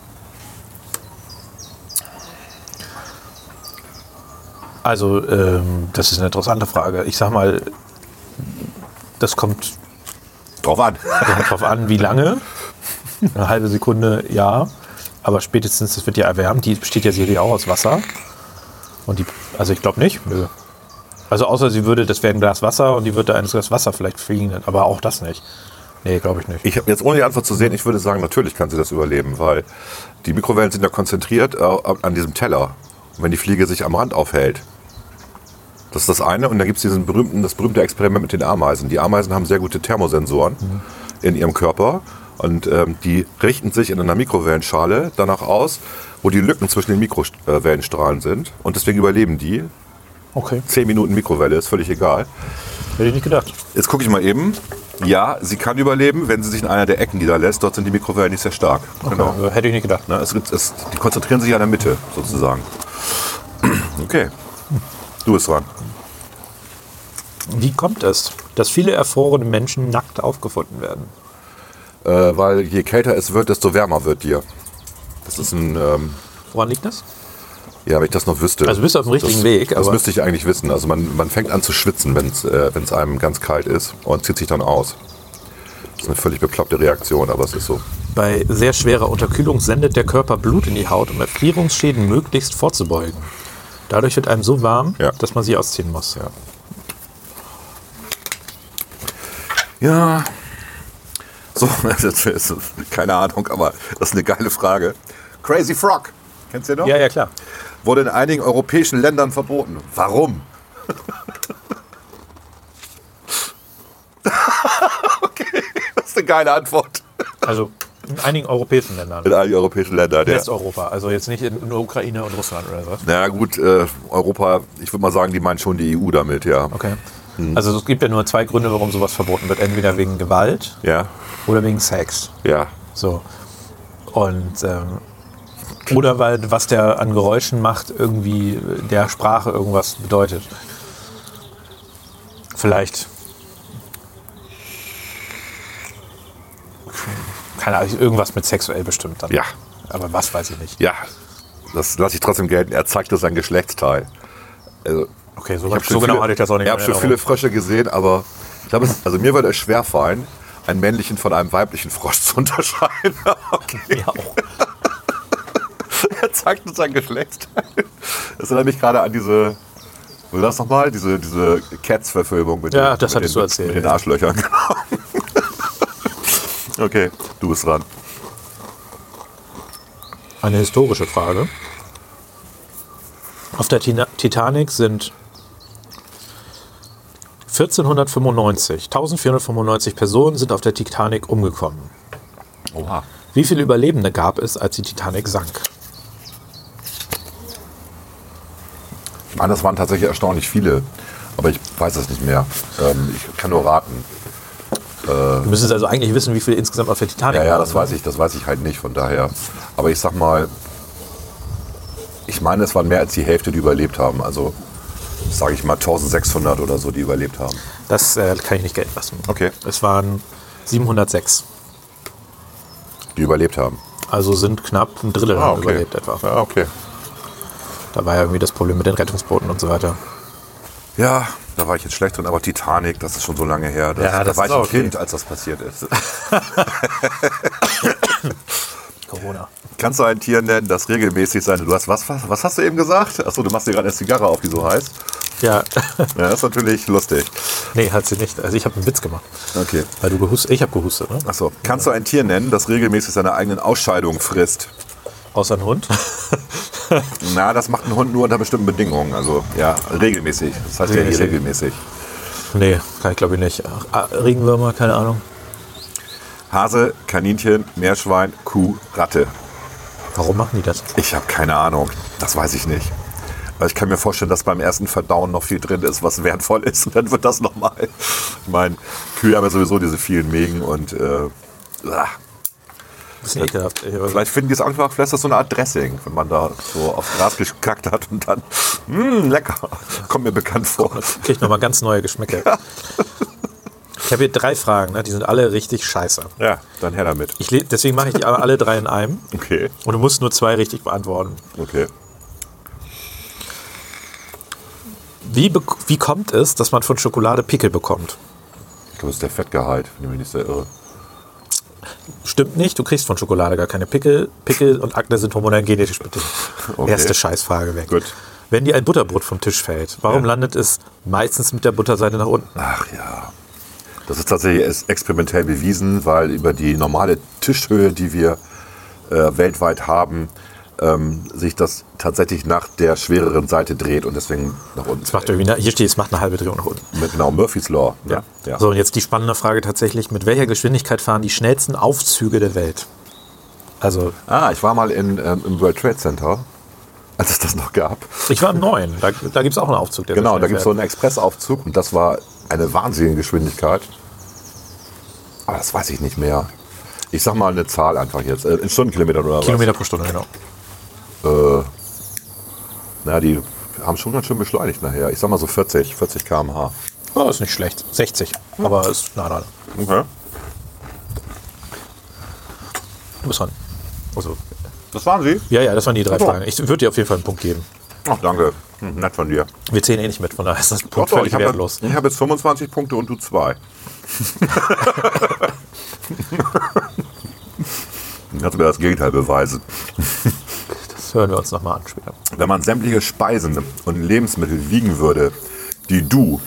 Speaker 2: Also, ähm, das ist eine interessante Frage. Ich sag mal, das kommt
Speaker 1: Drauf an.
Speaker 2: kommt drauf an, wie lange. Eine halbe Sekunde, ja. Aber spätestens, das wird ja erwärmt. Die besteht ja sicherlich auch aus Wasser. Und die, also ich glaube nicht. Nö. Also außer sie würde, das wäre ein Glas Wasser und die würde eines Glas Wasser vielleicht fliegen. Aber auch das nicht. Nee, glaube ich nicht.
Speaker 1: Ich habe jetzt ohne die Antwort zu sehen, ich würde sagen, natürlich kann sie das überleben, weil die Mikrowellen sind ja konzentriert äh, an diesem Teller. Und wenn die Fliege sich am Rand aufhält, das ist das eine. Und da gibt es diesen berühmten, das berühmte Experiment mit den Ameisen. Die Ameisen haben sehr gute Thermosensoren in ihrem Körper und ähm, die richten sich in einer Mikrowellenschale danach aus, wo die Lücken zwischen den Mikrowellenstrahlen sind. Und deswegen überleben die.
Speaker 2: Okay.
Speaker 1: Zehn Minuten Mikrowelle ist völlig egal.
Speaker 2: Hätte ich nicht gedacht.
Speaker 1: Jetzt gucke ich mal eben. Ja, sie kann überleben, wenn sie sich in einer der Ecken niederlässt. Dort sind die Mikrowellen nicht sehr stark. Genau.
Speaker 2: Also, hätte ich nicht gedacht.
Speaker 1: Ne, es gibt, es, die konzentrieren sich an der Mitte, sozusagen. *clears throat* Okay. Du bist dran.
Speaker 2: Wie kommt es, dass viele erfrorene Menschen nackt aufgefunden werden?
Speaker 1: Äh, weil je kälter es wird, desto wärmer wird dir. Das ist ein. Ähm,
Speaker 2: Woran liegt das?
Speaker 1: ja, wenn ich das noch wüsste.
Speaker 2: Also du bist auf dem richtigen
Speaker 1: das,
Speaker 2: Weg,
Speaker 1: Das
Speaker 2: aber-
Speaker 1: müsste ich eigentlich wissen. Also man, man fängt an zu schwitzen, wenn es äh, wenn's einem ganz kalt ist und zieht sich dann aus. Das ist eine völlig bekloppte Reaktion, aber es ist so.
Speaker 2: Bei sehr schwerer Unterkühlung sendet der Körper Blut in die Haut, um Erfrierungsschäden möglichst vorzubeugen. Dadurch wird einem so warm,
Speaker 1: Ja.
Speaker 2: dass man sie ausziehen muss.
Speaker 1: Ja. So, *laughs* das ist, keine Ahnung, aber das ist eine geile Frage. Crazy Frog. Kennst du den noch?
Speaker 2: Ja, ja, klar.
Speaker 1: Wurde in einigen europäischen Ländern verboten. Warum? *laughs* okay, das ist eine geile Antwort.
Speaker 2: Also in einigen europäischen Ländern.
Speaker 1: In einigen europäischen Ländern, ja.
Speaker 2: Westeuropa, also jetzt nicht in, in der Ukraine und Russland oder so.
Speaker 1: Na ja, gut, äh, Europa, ich würde mal sagen, die meinen schon die EU damit, ja.
Speaker 2: Okay. Also es gibt ja nur zwei Gründe, warum sowas verboten wird. Entweder wegen Gewalt
Speaker 1: Ja,
Speaker 2: oder wegen Sex.
Speaker 1: ja.
Speaker 2: So. Und ähm, oder weil was der an Geräuschen macht, irgendwie der Sprache irgendwas bedeutet. Vielleicht. Keine Ahnung, irgendwas mit sexuell bestimmt dann.
Speaker 1: Ja.
Speaker 2: Aber was weiß ich nicht.
Speaker 1: Ja, das lasse ich trotzdem gelten. Er zeigte sein Geschlechtsteil. Also,
Speaker 2: Okay, so,
Speaker 1: Ich hab schon
Speaker 2: so genau
Speaker 1: viele-
Speaker 2: hatte ich das auch nicht
Speaker 1: Ich
Speaker 2: mehr
Speaker 1: habe
Speaker 2: in
Speaker 1: schon
Speaker 2: Erinnerung.
Speaker 1: viele Frösche gesehen, aber ich glaube, es- also mir würde es schwer fallen, einen männlichen von einem weiblichen Frosch zu unterscheiden. *laughs* Okay.
Speaker 2: Ja, auch.
Speaker 1: Er zeigt uns sein Geschlechtsteil. Das erinnert mich gerade an diese, will das nochmal? Diese, diese Cats-Verfilmung mit,
Speaker 2: Ja,
Speaker 1: den-
Speaker 2: das
Speaker 1: mit,
Speaker 2: hattest
Speaker 1: den,
Speaker 2: du erzählt,
Speaker 1: mit den
Speaker 2: ja.
Speaker 1: Arschlöchern. *laughs* Genau. okay, du bist dran.
Speaker 2: Eine historische Frage. Auf der Tina- Titanic sind 1495, 1495 Personen sind auf der Titanic umgekommen.
Speaker 1: Oha.
Speaker 2: Wie viele Überlebende gab es, als die Titanic sank?
Speaker 1: Ich meine, das waren tatsächlich erstaunlich viele, aber ich weiß es nicht mehr. Ähm, ich kann nur raten.
Speaker 2: Du müsstest also eigentlich wissen, wie viele insgesamt auf der Titanic
Speaker 1: Ja, ja,
Speaker 2: waren,
Speaker 1: das
Speaker 2: ne?
Speaker 1: weiß ich, das weiß ich halt nicht, von daher. Aber ich sag mal, ich meine, es waren mehr als die Hälfte, die überlebt haben. Also, sage ich mal, 1600 oder so, die überlebt haben.
Speaker 2: Das äh, kann ich nicht gelten lassen.
Speaker 1: Okay.
Speaker 2: Es waren 706.
Speaker 1: Die überlebt haben.
Speaker 2: Also sind knapp ein Drittel haben überlebt etwa.
Speaker 1: Ah, Ja, okay.
Speaker 2: Da war ja irgendwie das Problem mit den Rettungsbooten und so weiter.
Speaker 1: Ja, da war ich jetzt schlecht drin, aber Titanic, das ist schon so lange her. Das,
Speaker 2: Ja,
Speaker 1: da
Speaker 2: das
Speaker 1: war
Speaker 2: ist
Speaker 1: ich ein
Speaker 2: auch okay.
Speaker 1: Kind, als das passiert ist. *laughs*
Speaker 2: Corona.
Speaker 1: Kannst du ein Tier nennen, das regelmäßig seine. Du hast was, was, was hast du eben gesagt? Achso, du machst dir gerade eine Zigarre auf, die so heißt.
Speaker 2: Ja, *laughs*
Speaker 1: Ja, das ist natürlich lustig.
Speaker 2: nee, hat sie nicht. Also ich habe einen Witz gemacht.
Speaker 1: Okay.
Speaker 2: Weil du gehustet, ich habe gehustet, ne?
Speaker 1: Achso, kannst du ein Tier nennen, das regelmäßig seine eigenen Ausscheidungen frisst?
Speaker 2: Außer ein Hund.
Speaker 1: Na, das macht ein Hund nur unter bestimmten Bedingungen. Also ja, regelmäßig. Das heißt ja hier regelmäßig.
Speaker 2: *laughs* nee, kann ich glaube ich nicht. Ach, ah, Regenwürmer, keine Ahnung.
Speaker 1: Hase, Kaninchen, Meerschwein, Kuh, Ratte.
Speaker 2: Warum machen die das? *laughs*
Speaker 1: Ich habe keine Ahnung. Das weiß ich nicht. Ich kann mir vorstellen, dass beim ersten Verdauen noch viel drin ist, was wertvoll ist. *laughs* Und dann wird das nochmal. Ich meine, Kühe haben ja sowieso diese vielen Mägen und äh, ah.
Speaker 2: Bisschen ekelhaft. ey, aber-
Speaker 1: vielleicht finden die es einfach, vielleicht ist das so eine Art Dressing, wenn man da so aufs Gras gekackt hat und dann, mh, lecker. Kommt mir bekannt vor.
Speaker 2: krieg ich nochmal ganz neue Geschmäcker. Ich habe hier drei Fragen, ne? die sind alle richtig scheiße.
Speaker 1: Ja, dann her damit.
Speaker 2: Ich, le- deswegen mache ich die alle, alle drei in einem.
Speaker 1: Okay,
Speaker 2: Und du musst nur zwei richtig beantworten.
Speaker 1: okay.
Speaker 2: Wie, bek- wie kommt es, dass man von Schokolade Pickel bekommt?
Speaker 1: Ich glaube, das ist der Fettgehalt, wenn ich mich nicht sehr irre.
Speaker 2: Stimmt nicht, du kriegst von Schokolade gar keine Pickel. Pickel und Akne sind hormonell genetisch bedingt.
Speaker 1: Okay.
Speaker 2: Erste Scheißfrage weg.
Speaker 1: Gut.
Speaker 2: Wenn dir ein Butterbrot vom Tisch fällt, warum landet es meistens mit der Butterseite nach unten?
Speaker 1: Ach ja. Das ist tatsächlich erst experimentell bewiesen, weil über die normale Tischhöhe, die wir äh, weltweit haben, ähm, sich das tatsächlich nach der schwereren Seite dreht und deswegen nach unten.
Speaker 2: Es macht irgendwie eine, hier steht, es macht eine halbe Drehung nach unten.
Speaker 1: Mit genau Murphy's Law. Ne? ja.
Speaker 2: So, und jetzt die spannende Frage tatsächlich: Mit welcher Geschwindigkeit fahren die schnellsten Aufzüge der Welt? Also,
Speaker 1: Ah, ich war mal in, ähm, im World Trade Center, als es das noch gab.
Speaker 2: ich war im neuen, da, da gibt es auch einen Aufzug, der
Speaker 1: Genau, da gibt
Speaker 2: sehr schnell
Speaker 1: es so einen Expressaufzug und das war eine wahnsinnige Geschwindigkeit. Aber das weiß ich nicht mehr. Ich sag mal eine Zahl einfach jetzt. Äh, in Stundenkilometern oder was?
Speaker 2: fährt. Kilometer pro Stunde, genau.
Speaker 1: Äh, na, die haben schon ganz schön beschleunigt nachher. Ich sag mal so 40, 40 km/h.
Speaker 2: Oh, ist nicht schlecht. 60. Aber ist, na, na,
Speaker 1: Okay.
Speaker 2: du bist dran. Also,
Speaker 1: Das waren sie.
Speaker 2: ja, ja, das waren die drei
Speaker 1: Ach so.
Speaker 2: Fragen. Ich würde dir auf jeden Fall einen Punkt geben.
Speaker 1: Ach, danke. Hm, nett von dir.
Speaker 2: Wir zählen eh nicht mit, von daher ist das ein Punkt
Speaker 1: Doch, doch,
Speaker 2: völlig
Speaker 1: ich habe
Speaker 2: wertlos.
Speaker 1: hab jetzt 25 Punkte und du *laughs* zwei. Kannst du mir das Gegenteil beweisen.
Speaker 2: Das hören wir uns nochmal an später.
Speaker 1: Wenn man sämtliche Speisen und Lebensmittel wiegen würde, die du,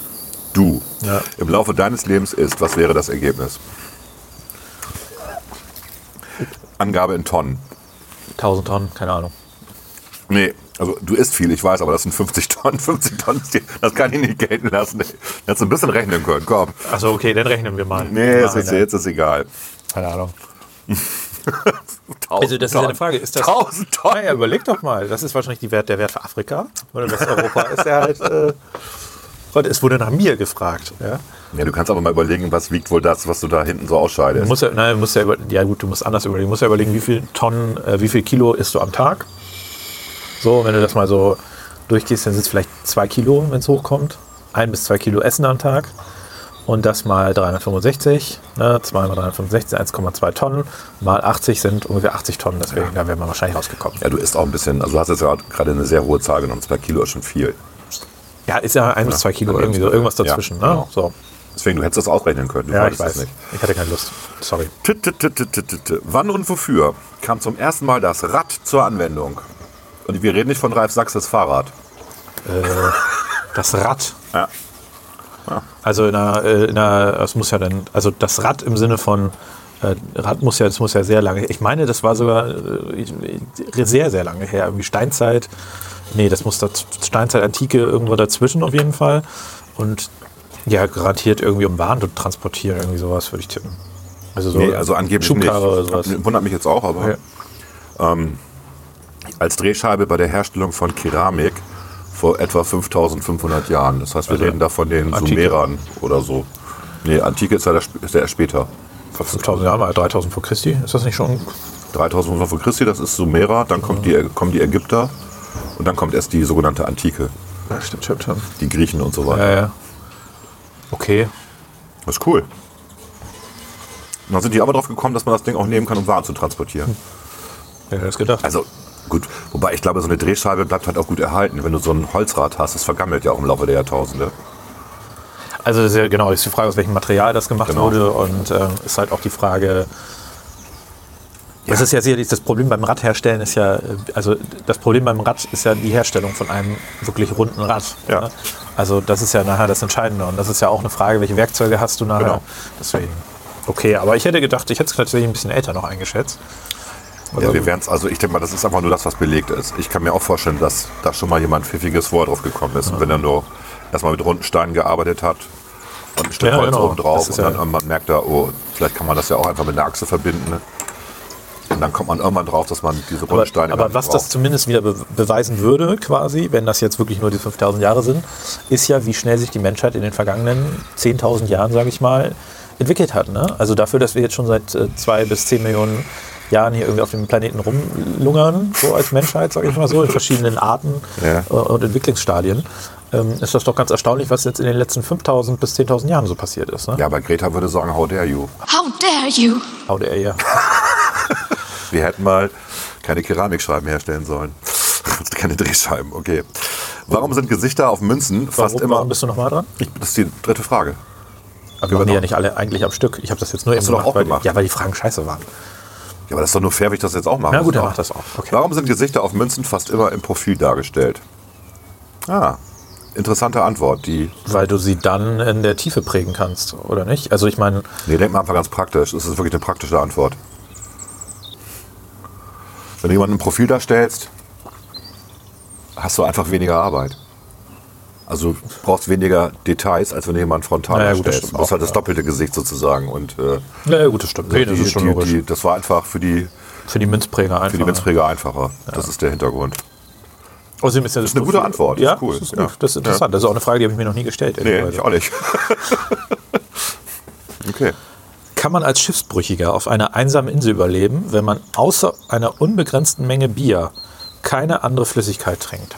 Speaker 1: du,
Speaker 2: Ja.
Speaker 1: im Laufe deines Lebens isst, was wäre das Ergebnis? Angabe in Tonnen.
Speaker 2: 1000 Tonnen, keine Ahnung.
Speaker 1: Nee, also du isst viel, ich weiß, aber das sind 50 Tonnen. *laughs* 50 Tonnen, ist die- das kann ich nicht gelten lassen. ey. Hättest du ein bisschen rechnen können, komm.
Speaker 2: Also okay, dann rechnen wir mal.
Speaker 1: Nee, es
Speaker 2: Nein,
Speaker 1: ist,
Speaker 2: nein,
Speaker 1: jetzt ist egal.
Speaker 2: Keine Ahnung.
Speaker 1: *laughs* Tausend
Speaker 2: Also das ist ja eine
Speaker 1: Tonnen.
Speaker 2: Frage. Ist das,
Speaker 1: 1000 Tonnen.
Speaker 2: Naja, überleg doch mal. Das ist wahrscheinlich die Wert, der Wert für Afrika. Weil in Westeuropa ist ja halt. Äh, Gott, es wurde nach mir gefragt. Ja?
Speaker 1: Ja, du kannst aber mal überlegen, was wiegt wohl das, was du da hinten so
Speaker 2: Du
Speaker 1: ausscheidest.
Speaker 2: musst ja, nein, du musst ja, über, ja gut, du musst anders überlegen. Du musst ja überlegen, wie viel Tonnen, äh, wie viel Kilo isst du am Tag. So, wenn du das mal so durchgehst, dann sind es vielleicht zwei Kilo, wenn es hochkommt. Ein bis zwei Kilo Essen am Tag. Und das mal 365, ne, 2 mal 365, 1,2 Tonnen, mal 80 sind ungefähr 80 Tonnen. Deswegen, da wären wir wahrscheinlich rausgekommen.
Speaker 1: Ja, du isst auch ein bisschen, also du hast jetzt ja gerade eine sehr hohe Zahl genommen, zwei Kilo ist schon viel.
Speaker 2: Ja, ist ja ein bis zwei Kilo,
Speaker 1: oder
Speaker 2: irgendwie so,
Speaker 1: zwei.
Speaker 2: irgendwas
Speaker 1: Ja,
Speaker 2: dazwischen. ne?
Speaker 1: genau.
Speaker 2: so.
Speaker 1: Deswegen, du hättest das ausrechnen können, du
Speaker 2: ja
Speaker 1: wolltest
Speaker 2: ich weiß.
Speaker 1: das nicht.
Speaker 2: Ich hatte keine Lust. Sorry.
Speaker 1: Tit, tit, tit, tit, tit, tit, tit. Wann und wofür kam zum ersten Mal das Rad zur Anwendung? Und wir reden nicht von Ralf Sachses Fahrrad.
Speaker 2: Das Rad.
Speaker 1: Ja.
Speaker 2: Also in einer, äh, in einer, es muss ja dann, also das Rad im Sinne von äh, Rad muss ja, das muss ja sehr lange. Ich meine, das war sogar äh, ich- ich- sehr, sehr lange her. Irgendwie Steinzeit. Nee, das muss das Steinzeit, Antike irgendwo dazwischen auf jeden Fall. Und ja, garantiert irgendwie um Waren zu transportieren, irgendwie sowas würde ich tippen. Also so
Speaker 1: Nee, also angeblich
Speaker 2: Schubkarre
Speaker 1: nicht.
Speaker 2: oder sowas.
Speaker 1: Wundert mich jetzt auch, aber ähm,
Speaker 2: Ja.
Speaker 1: als Drehscheibe bei der Herstellung von Keramik vor etwa 5500 Jahren. Das heißt, wir
Speaker 2: Also
Speaker 1: reden da von den
Speaker 2: Antike.
Speaker 1: Sumerern oder so. Nee, Antike ist ja, der, ist ja erst später.
Speaker 2: 5000 Jahre alt, 3000 vor Christi. Ist das nicht schon
Speaker 1: 3500 vor Christi, das ist Sumerer, dann kommt die, kommen die Ägypter und dann kommt erst die sogenannte Antike,
Speaker 2: Ja, stimmt, stimmt. stimmt.
Speaker 1: die Griechen und so weiter.
Speaker 2: Ja, ja. Okay.
Speaker 1: Das ist cool. Und dann sind die aber drauf gekommen, dass man das Ding auch nehmen kann, um Waren zu transportieren.
Speaker 2: Wer hätte das gedacht?
Speaker 1: Also gut, wobei ich glaube, so eine Drehscheibe bleibt halt auch gut erhalten. Wenn du so ein Holzrad hast, das vergammelt ja auch im Laufe der Jahrtausende.
Speaker 2: Also das ist ja, genau, ist die Frage, aus welchem Material das gemacht
Speaker 1: Genau.
Speaker 2: wurde und ähm, ist halt auch die Frage. Das ist ja sicherlich das Problem beim Radherstellen ist ja, äh, also das Problem beim Rad ist ja die Herstellung von einem wirklich runden Rad.
Speaker 1: Ja.
Speaker 2: ne? Also das ist ja nachher das Entscheidende und das ist ja auch eine Frage, welche Werkzeuge hast du nachher.
Speaker 1: Genau.
Speaker 2: Deswegen. Okay, aber ich hätte gedacht, ich hätte es tatsächlich ein bisschen älter noch eingeschätzt.
Speaker 1: Ja, wir werden's, also ich denke mal, das ist einfach nur das, was belegt ist. Ich kann mir auch vorstellen, dass da schon mal jemand pfiffiges vor drauf gekommen ist. Und wenn er nur erstmal mit runden Steinen gearbeitet hat und ein Stück
Speaker 2: Ja,
Speaker 1: Holz
Speaker 2: genau.
Speaker 1: oben drauf
Speaker 2: Das ist
Speaker 1: und
Speaker 2: ja-
Speaker 1: dann man merkt da, oh, vielleicht kann man das ja auch einfach mit einer Achse verbinden. Und Und dann kommt man irgendwann drauf, dass man diese
Speaker 2: Aber,
Speaker 1: Rundensteine
Speaker 2: aber was das zumindest wieder be beweisen würde, quasi, wenn das jetzt wirklich nur die 5000 Jahre sind, ist ja, wie schnell sich die Menschheit in den vergangenen 10.000 Jahren, sage ich mal, entwickelt hat. Ne? Also dafür, dass wir jetzt schon seit äh, zwei bis zehn Millionen Jahren hier irgendwie auf dem Planeten rumlungern, so als Menschheit, sage ich mal so, in verschiedenen Arten
Speaker 1: Ja.
Speaker 2: äh, und Entwicklungsstadien, ähm, ist das doch ganz erstaunlich, was jetzt in den letzten 5.000 bis 10.000 Jahren so passiert ist. Ne?
Speaker 1: Ja, aber Greta würde sagen, how dare you.
Speaker 4: How dare you?
Speaker 2: How
Speaker 1: *laughs*
Speaker 2: dare you.
Speaker 1: Wir hätten mal keine Keramikscheiben herstellen sollen. *laughs* keine Drehscheiben, okay. Warum sind Gesichter auf Münzen fast
Speaker 2: Warum,
Speaker 1: immer...
Speaker 2: warum bist du nochmal dran?
Speaker 1: Ich- das ist die dritte Frage.
Speaker 2: Aber machen die ja nicht alle eigentlich am Stück. Ich habe das jetzt nur
Speaker 1: Hast du doch auch
Speaker 2: weil,
Speaker 1: gemacht.
Speaker 2: Ja, weil die Fragen scheiße waren.
Speaker 1: Ja, aber das ist doch nur fair, wenn ich das jetzt auch mache.
Speaker 2: Na gut, dann mach das auch. Okay.
Speaker 1: Warum sind Gesichter auf Münzen fast immer im Profil dargestellt? Ah, interessante Antwort. Die,
Speaker 2: Weil du sie dann in der Tiefe prägen kannst, oder nicht? Also ich meine,
Speaker 1: nee, denkt man einfach ganz praktisch. Das ist wirklich eine praktische Antwort. Wenn du jemanden im Profil darstellst, hast du einfach weniger Arbeit. Also du brauchst weniger Details, als wenn du jemanden frontal
Speaker 2: Na ja, gut, das
Speaker 1: darstellst.
Speaker 2: stimmt
Speaker 1: das ist halt
Speaker 2: auch,
Speaker 1: das doppelte Gesicht sozusagen. Und äh,
Speaker 2: naja gut, das stimmt. Nee, das
Speaker 1: die,
Speaker 2: ist schon
Speaker 1: die,
Speaker 2: logisch.
Speaker 1: die, das war einfach für die,
Speaker 2: für die Münzpräger einfach. ne?
Speaker 1: für die Münzpräger einfacher. Das ist der Hintergrund.
Speaker 2: Außerdem ist Oh, ja das
Speaker 1: ist eine gute Antwort,
Speaker 2: Ja,
Speaker 1: ist cool,
Speaker 2: das ist,
Speaker 1: ja.
Speaker 2: gut. Das ist interessant. Das ist auch eine Frage, die habe ich mir noch nie gestellt.
Speaker 1: Nee,
Speaker 2: ehrlicherweise.
Speaker 1: ich auch nicht. *laughs* okay.
Speaker 2: Kann man als Schiffsbrüchiger auf einer einsamen Insel überleben, wenn man außer einer unbegrenzten Menge Bier keine andere Flüssigkeit trinkt?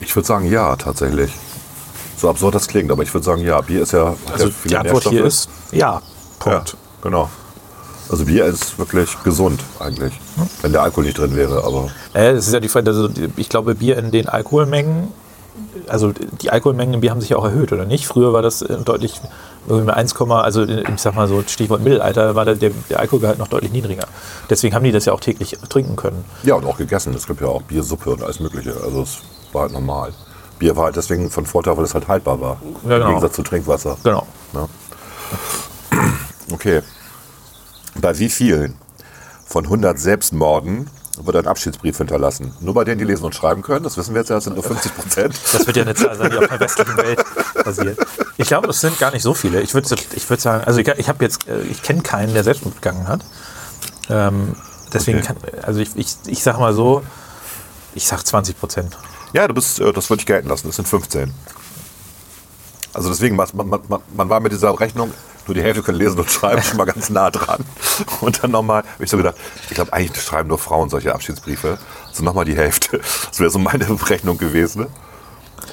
Speaker 1: Ich würde sagen, ja, tatsächlich. So absurd das klingt, aber ich würde sagen, ja. Bier ist ja. hat
Speaker 2: Also
Speaker 1: ja viele
Speaker 2: die Antwort hier
Speaker 1: Nährstoffe.
Speaker 2: ist ja. Punkt.
Speaker 1: Ja, genau. Also Bier ist wirklich gesund, eigentlich. Wenn der Alkohol nicht drin wäre, aber.
Speaker 2: Äh, das ist ja die Frage, also die- ich glaube, Bier in den Alkoholmengen, also die Alkoholmengen im Bier haben sich ja auch erhöht, oder nicht? Früher war das äh, deutlich, irgendwie mit 1, Komma, also in- ich sag mal so, Stichwort Mittelalter, war da der, der Alkoholgehalt noch deutlich niedriger. Deswegen haben die das ja auch täglich trinken können.
Speaker 1: Ja, und auch gegessen. Es gibt ja auch Biersuppe und alles Mögliche. Also es war halt normal. Bier war halt deswegen von Vorteil, weil es halt haltbar war.
Speaker 2: Ja,
Speaker 1: Im
Speaker 2: genau.
Speaker 1: Gegensatz zu Trinkwasser.
Speaker 2: Genau.
Speaker 1: Ja. ne? Okay. Bei wie vielen von 100 Selbstmorden wird ein Abschiedsbrief hinterlassen? Nur bei denen, die lesen und schreiben können, das wissen wir jetzt ja, das sind nur 50 Prozent.
Speaker 2: Das wird ja eine Zahl sein, die auf der westlichen Welt basiert. Ich glaube, es sind gar nicht so viele. Ich würde ich würd sagen, also ich, ich habe jetzt, äh, ich kenne keinen, der Selbstmord begangen hat. Ähm, deswegen
Speaker 1: Okay.
Speaker 2: kann, also ich, ich, ich sag mal so, ich sag 20 Prozent.
Speaker 1: Ja, du bist, äh, das würde ich gelten lassen, das sind 15. Also deswegen, man, man, man, man war mit dieser Rechnung, nur die Hälfte können lesen und *laughs* schreiben, schon mal ganz nah dran. Und dann nochmal, habe ich so gedacht, ich glaube, eigentlich schreiben nur Frauen solche Abschiedsbriefe. Also nochmal die Hälfte. Das wäre so meine *laughs* Rechnung gewesen. Ne?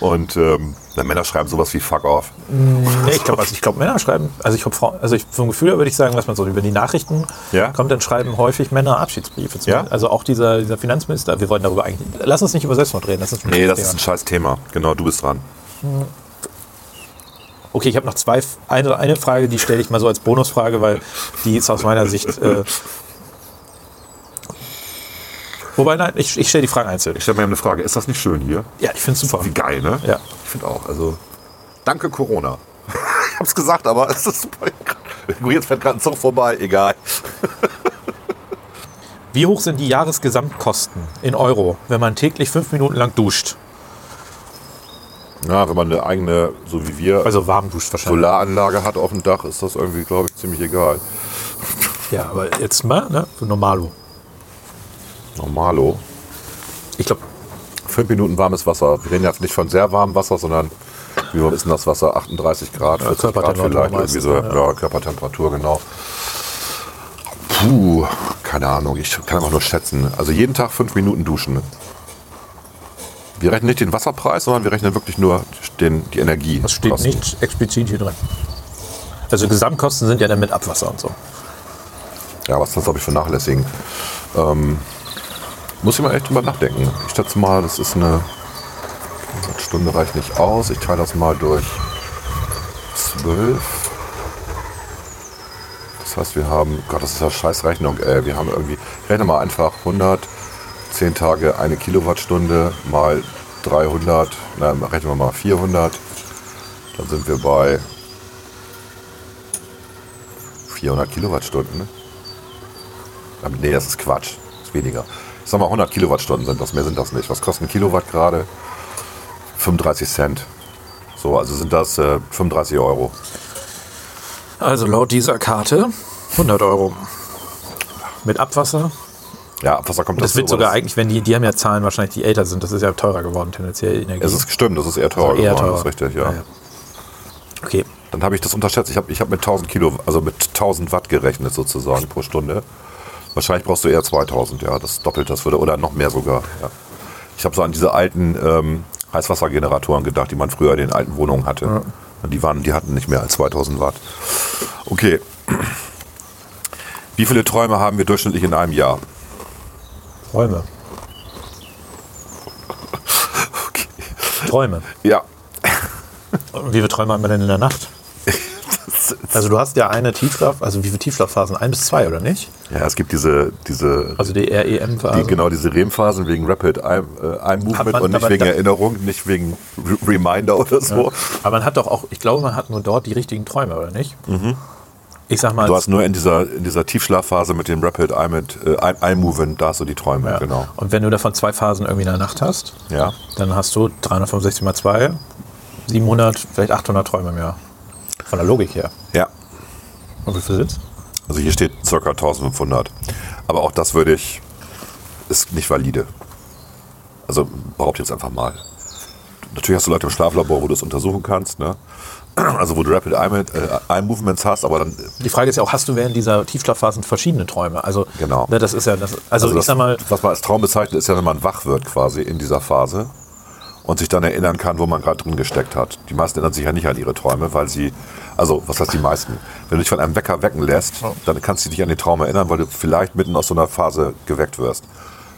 Speaker 1: Und ähm, na, Männer schreiben sowas wie Fuck off.
Speaker 2: Nee, ich glaube, also ich glaub, Männer schreiben, also ich glaub, Frauen, also ich, vom Gefühl her würde ich sagen, dass man so über die Nachrichten
Speaker 1: Ja.
Speaker 2: kommt, dann schreiben häufig Männer Abschiedsbriefe. Zum-
Speaker 1: Ja.
Speaker 2: Also auch dieser, dieser Finanzminister, wir wollen darüber eigentlich, lass uns nicht über Selbstmord reden. Das ist ein
Speaker 1: Nee, das
Speaker 2: Thema.
Speaker 1: ist ein scheiß Thema. Genau, du bist dran.
Speaker 2: Okay, ich habe noch zwei, eine, eine Frage, die stelle ich mal so als Bonusfrage, weil die ist aus meiner Sicht. Äh, wobei, nein, ich, ich stelle die Fragen einzeln.
Speaker 1: Ich stelle mir eben eine Frage, ist das nicht schön hier?
Speaker 2: Ja, ich finde es super.
Speaker 1: Wie geil, ne?
Speaker 2: Ja.
Speaker 1: Ich finde auch. Also, danke Corona. *laughs* ich hab's gesagt, aber *laughs* es ist super. Gut, Jetzt fährt gerade ein Zug vorbei, egal.
Speaker 2: Wie hoch sind die Jahresgesamtkosten in Euro, wenn man täglich fünf Minuten lang duscht?
Speaker 1: Na, wenn man eine eigene, so wie wir,
Speaker 2: Also warm duscht wahrscheinlich.
Speaker 1: Solaranlage hat auf dem Dach, ist das irgendwie, glaube ich, ziemlich egal.
Speaker 2: Ja, aber jetzt mal, ne? So normalo.
Speaker 1: Normalo.
Speaker 2: Ich glaube,
Speaker 1: Fünf Minuten warmes Wasser. Wir reden jetzt nicht von sehr warmem Wasser, sondern wie warm ist denn das Wasser? 38 Grad, 40 Grad
Speaker 2: Körpertemperatur
Speaker 1: vielleicht. Irgendwie
Speaker 2: meistens,
Speaker 1: so, ja. Körpertemperatur, genau. Puh, keine Ahnung, ich kann einfach nur schätzen. Also jeden Tag fünf Minuten duschen. Wir rechnen nicht den Wasserpreis, sondern wir rechnen wirklich nur den, die Energie.
Speaker 2: das steht nicht explizit hier drin. Also Gesamtkosten sind ja dann mit Abwasser und so.
Speaker 1: Ja, was das, glaube ich, vernachlässigen. Ähm, muss ich mal echt drüber nachdenken. Ich schätze mal, das ist eine Stunde reicht nicht aus. Ich teile das mal durch 12. Das heißt, wir haben, Gott, das ist ja scheiß Rechnung, ey. Wir haben irgendwie, ich rechne mal einfach 100, 10 Tage eine Kilowattstunde mal 300, na, rechnen wir mal 400. Dann sind wir bei 400 Kilowattstunden. ne? Aber Nee, das ist Quatsch. Das ist weniger. Ich sag mal, 100 Kilowattstunden sind das, mehr sind das nicht. Was kostet ein Kilowatt gerade? 35 Cent. So, also sind das äh, 35 Euro.
Speaker 2: Also laut dieser Karte 100 Euro. Mit Abwasser.
Speaker 1: Ja, Abwasser kommt
Speaker 2: Das
Speaker 1: dazu,
Speaker 2: wird sogar
Speaker 1: aber
Speaker 2: eigentlich, wenn die, die haben ja Zahlen wahrscheinlich, die älter sind. Das ist ja teurer geworden, tendenziell Energie.
Speaker 1: das- Es ist stimmt, das ist eher teurer
Speaker 2: Also eher
Speaker 1: geworden,
Speaker 2: teurer.
Speaker 1: das ist richtig, ja.
Speaker 2: Ah, Okay.
Speaker 1: Dann habe ich das unterschätzt. Ich habe ich hab mit 1000 Kilo, also mit 1000 Watt gerechnet sozusagen pro Stunde. Wahrscheinlich brauchst du eher 2000, ja, das doppelt das würde, oder noch mehr sogar. Ja. Ich habe so an diese alten ähm, Heißwassergeneratoren gedacht, die man früher in den alten Wohnungen hatte. Und Die, waren, die hatten nicht mehr als 2000 Watt. Okay. Wie viele Träume haben wir durchschnittlich in einem Jahr? *laughs*
Speaker 2: Träume.
Speaker 1: Okay.
Speaker 2: Träume.
Speaker 1: Ja.
Speaker 2: Und wie viele Träume hat man denn in der Nacht? Also du hast ja eine Tiefschlaf, also wie viele Tiefschlafphasen? Ein bis zwei, oder nicht?
Speaker 1: Ja, es gibt diese, diese
Speaker 2: Also die REM-Phase.
Speaker 1: Die, genau diese REM-Phasen wegen Rapid Eye, äh, Eye Movement
Speaker 2: man-
Speaker 1: und nicht
Speaker 2: aber
Speaker 1: wegen
Speaker 2: da-
Speaker 1: Erinnerung, nicht wegen Re Reminder oder so.
Speaker 2: Aber man hat doch auch, ich glaube, man hat nur dort die richtigen Träume, oder nicht? Ich sag mal,
Speaker 1: Mhm. Du hast nur in dieser, in dieser Tiefschlafphase mit dem Rapid Eye, mit, äh, Eye, Eye Movement, da hast du die Träume,
Speaker 2: ja.
Speaker 1: genau.
Speaker 2: und wenn du davon zwei Phasen irgendwie in der Nacht hast,
Speaker 1: Ja.
Speaker 2: dann hast du 365 mal 2, 700, vielleicht 800 Träume im Jahr. Von der Logik her.
Speaker 1: Ja.
Speaker 2: Und wie viel sind's?
Speaker 1: Also hier steht ca. 1500. Aber auch das würde ich, ist nicht valide. Also behaupte ich jetzt einfach mal. Natürlich hast du Leute im Schlaflabor, wo du es untersuchen kannst, ne? Also wo du Rapid Eye, äh, Eye Movements hast, aber dann
Speaker 2: Die Frage ist ja auch, hast du während dieser Tiefschlafphasen verschiedene Träume? Also,
Speaker 1: Genau.
Speaker 2: ne, das ist ja, das, also, ich
Speaker 1: das,
Speaker 2: sag mal,
Speaker 1: was man als Traum bezeichnet, ist ja, wenn man wach wird quasi in dieser Phase und sich dann erinnern kann, wo man gerade drin gesteckt hat. Die meisten erinnern sich ja nicht an ihre Träume, weil sie, also was heißt die meisten? Wenn du dich von einem Wecker wecken lässt, dann kannst du dich an den Traum erinnern, weil du vielleicht mitten aus so einer Phase geweckt wirst.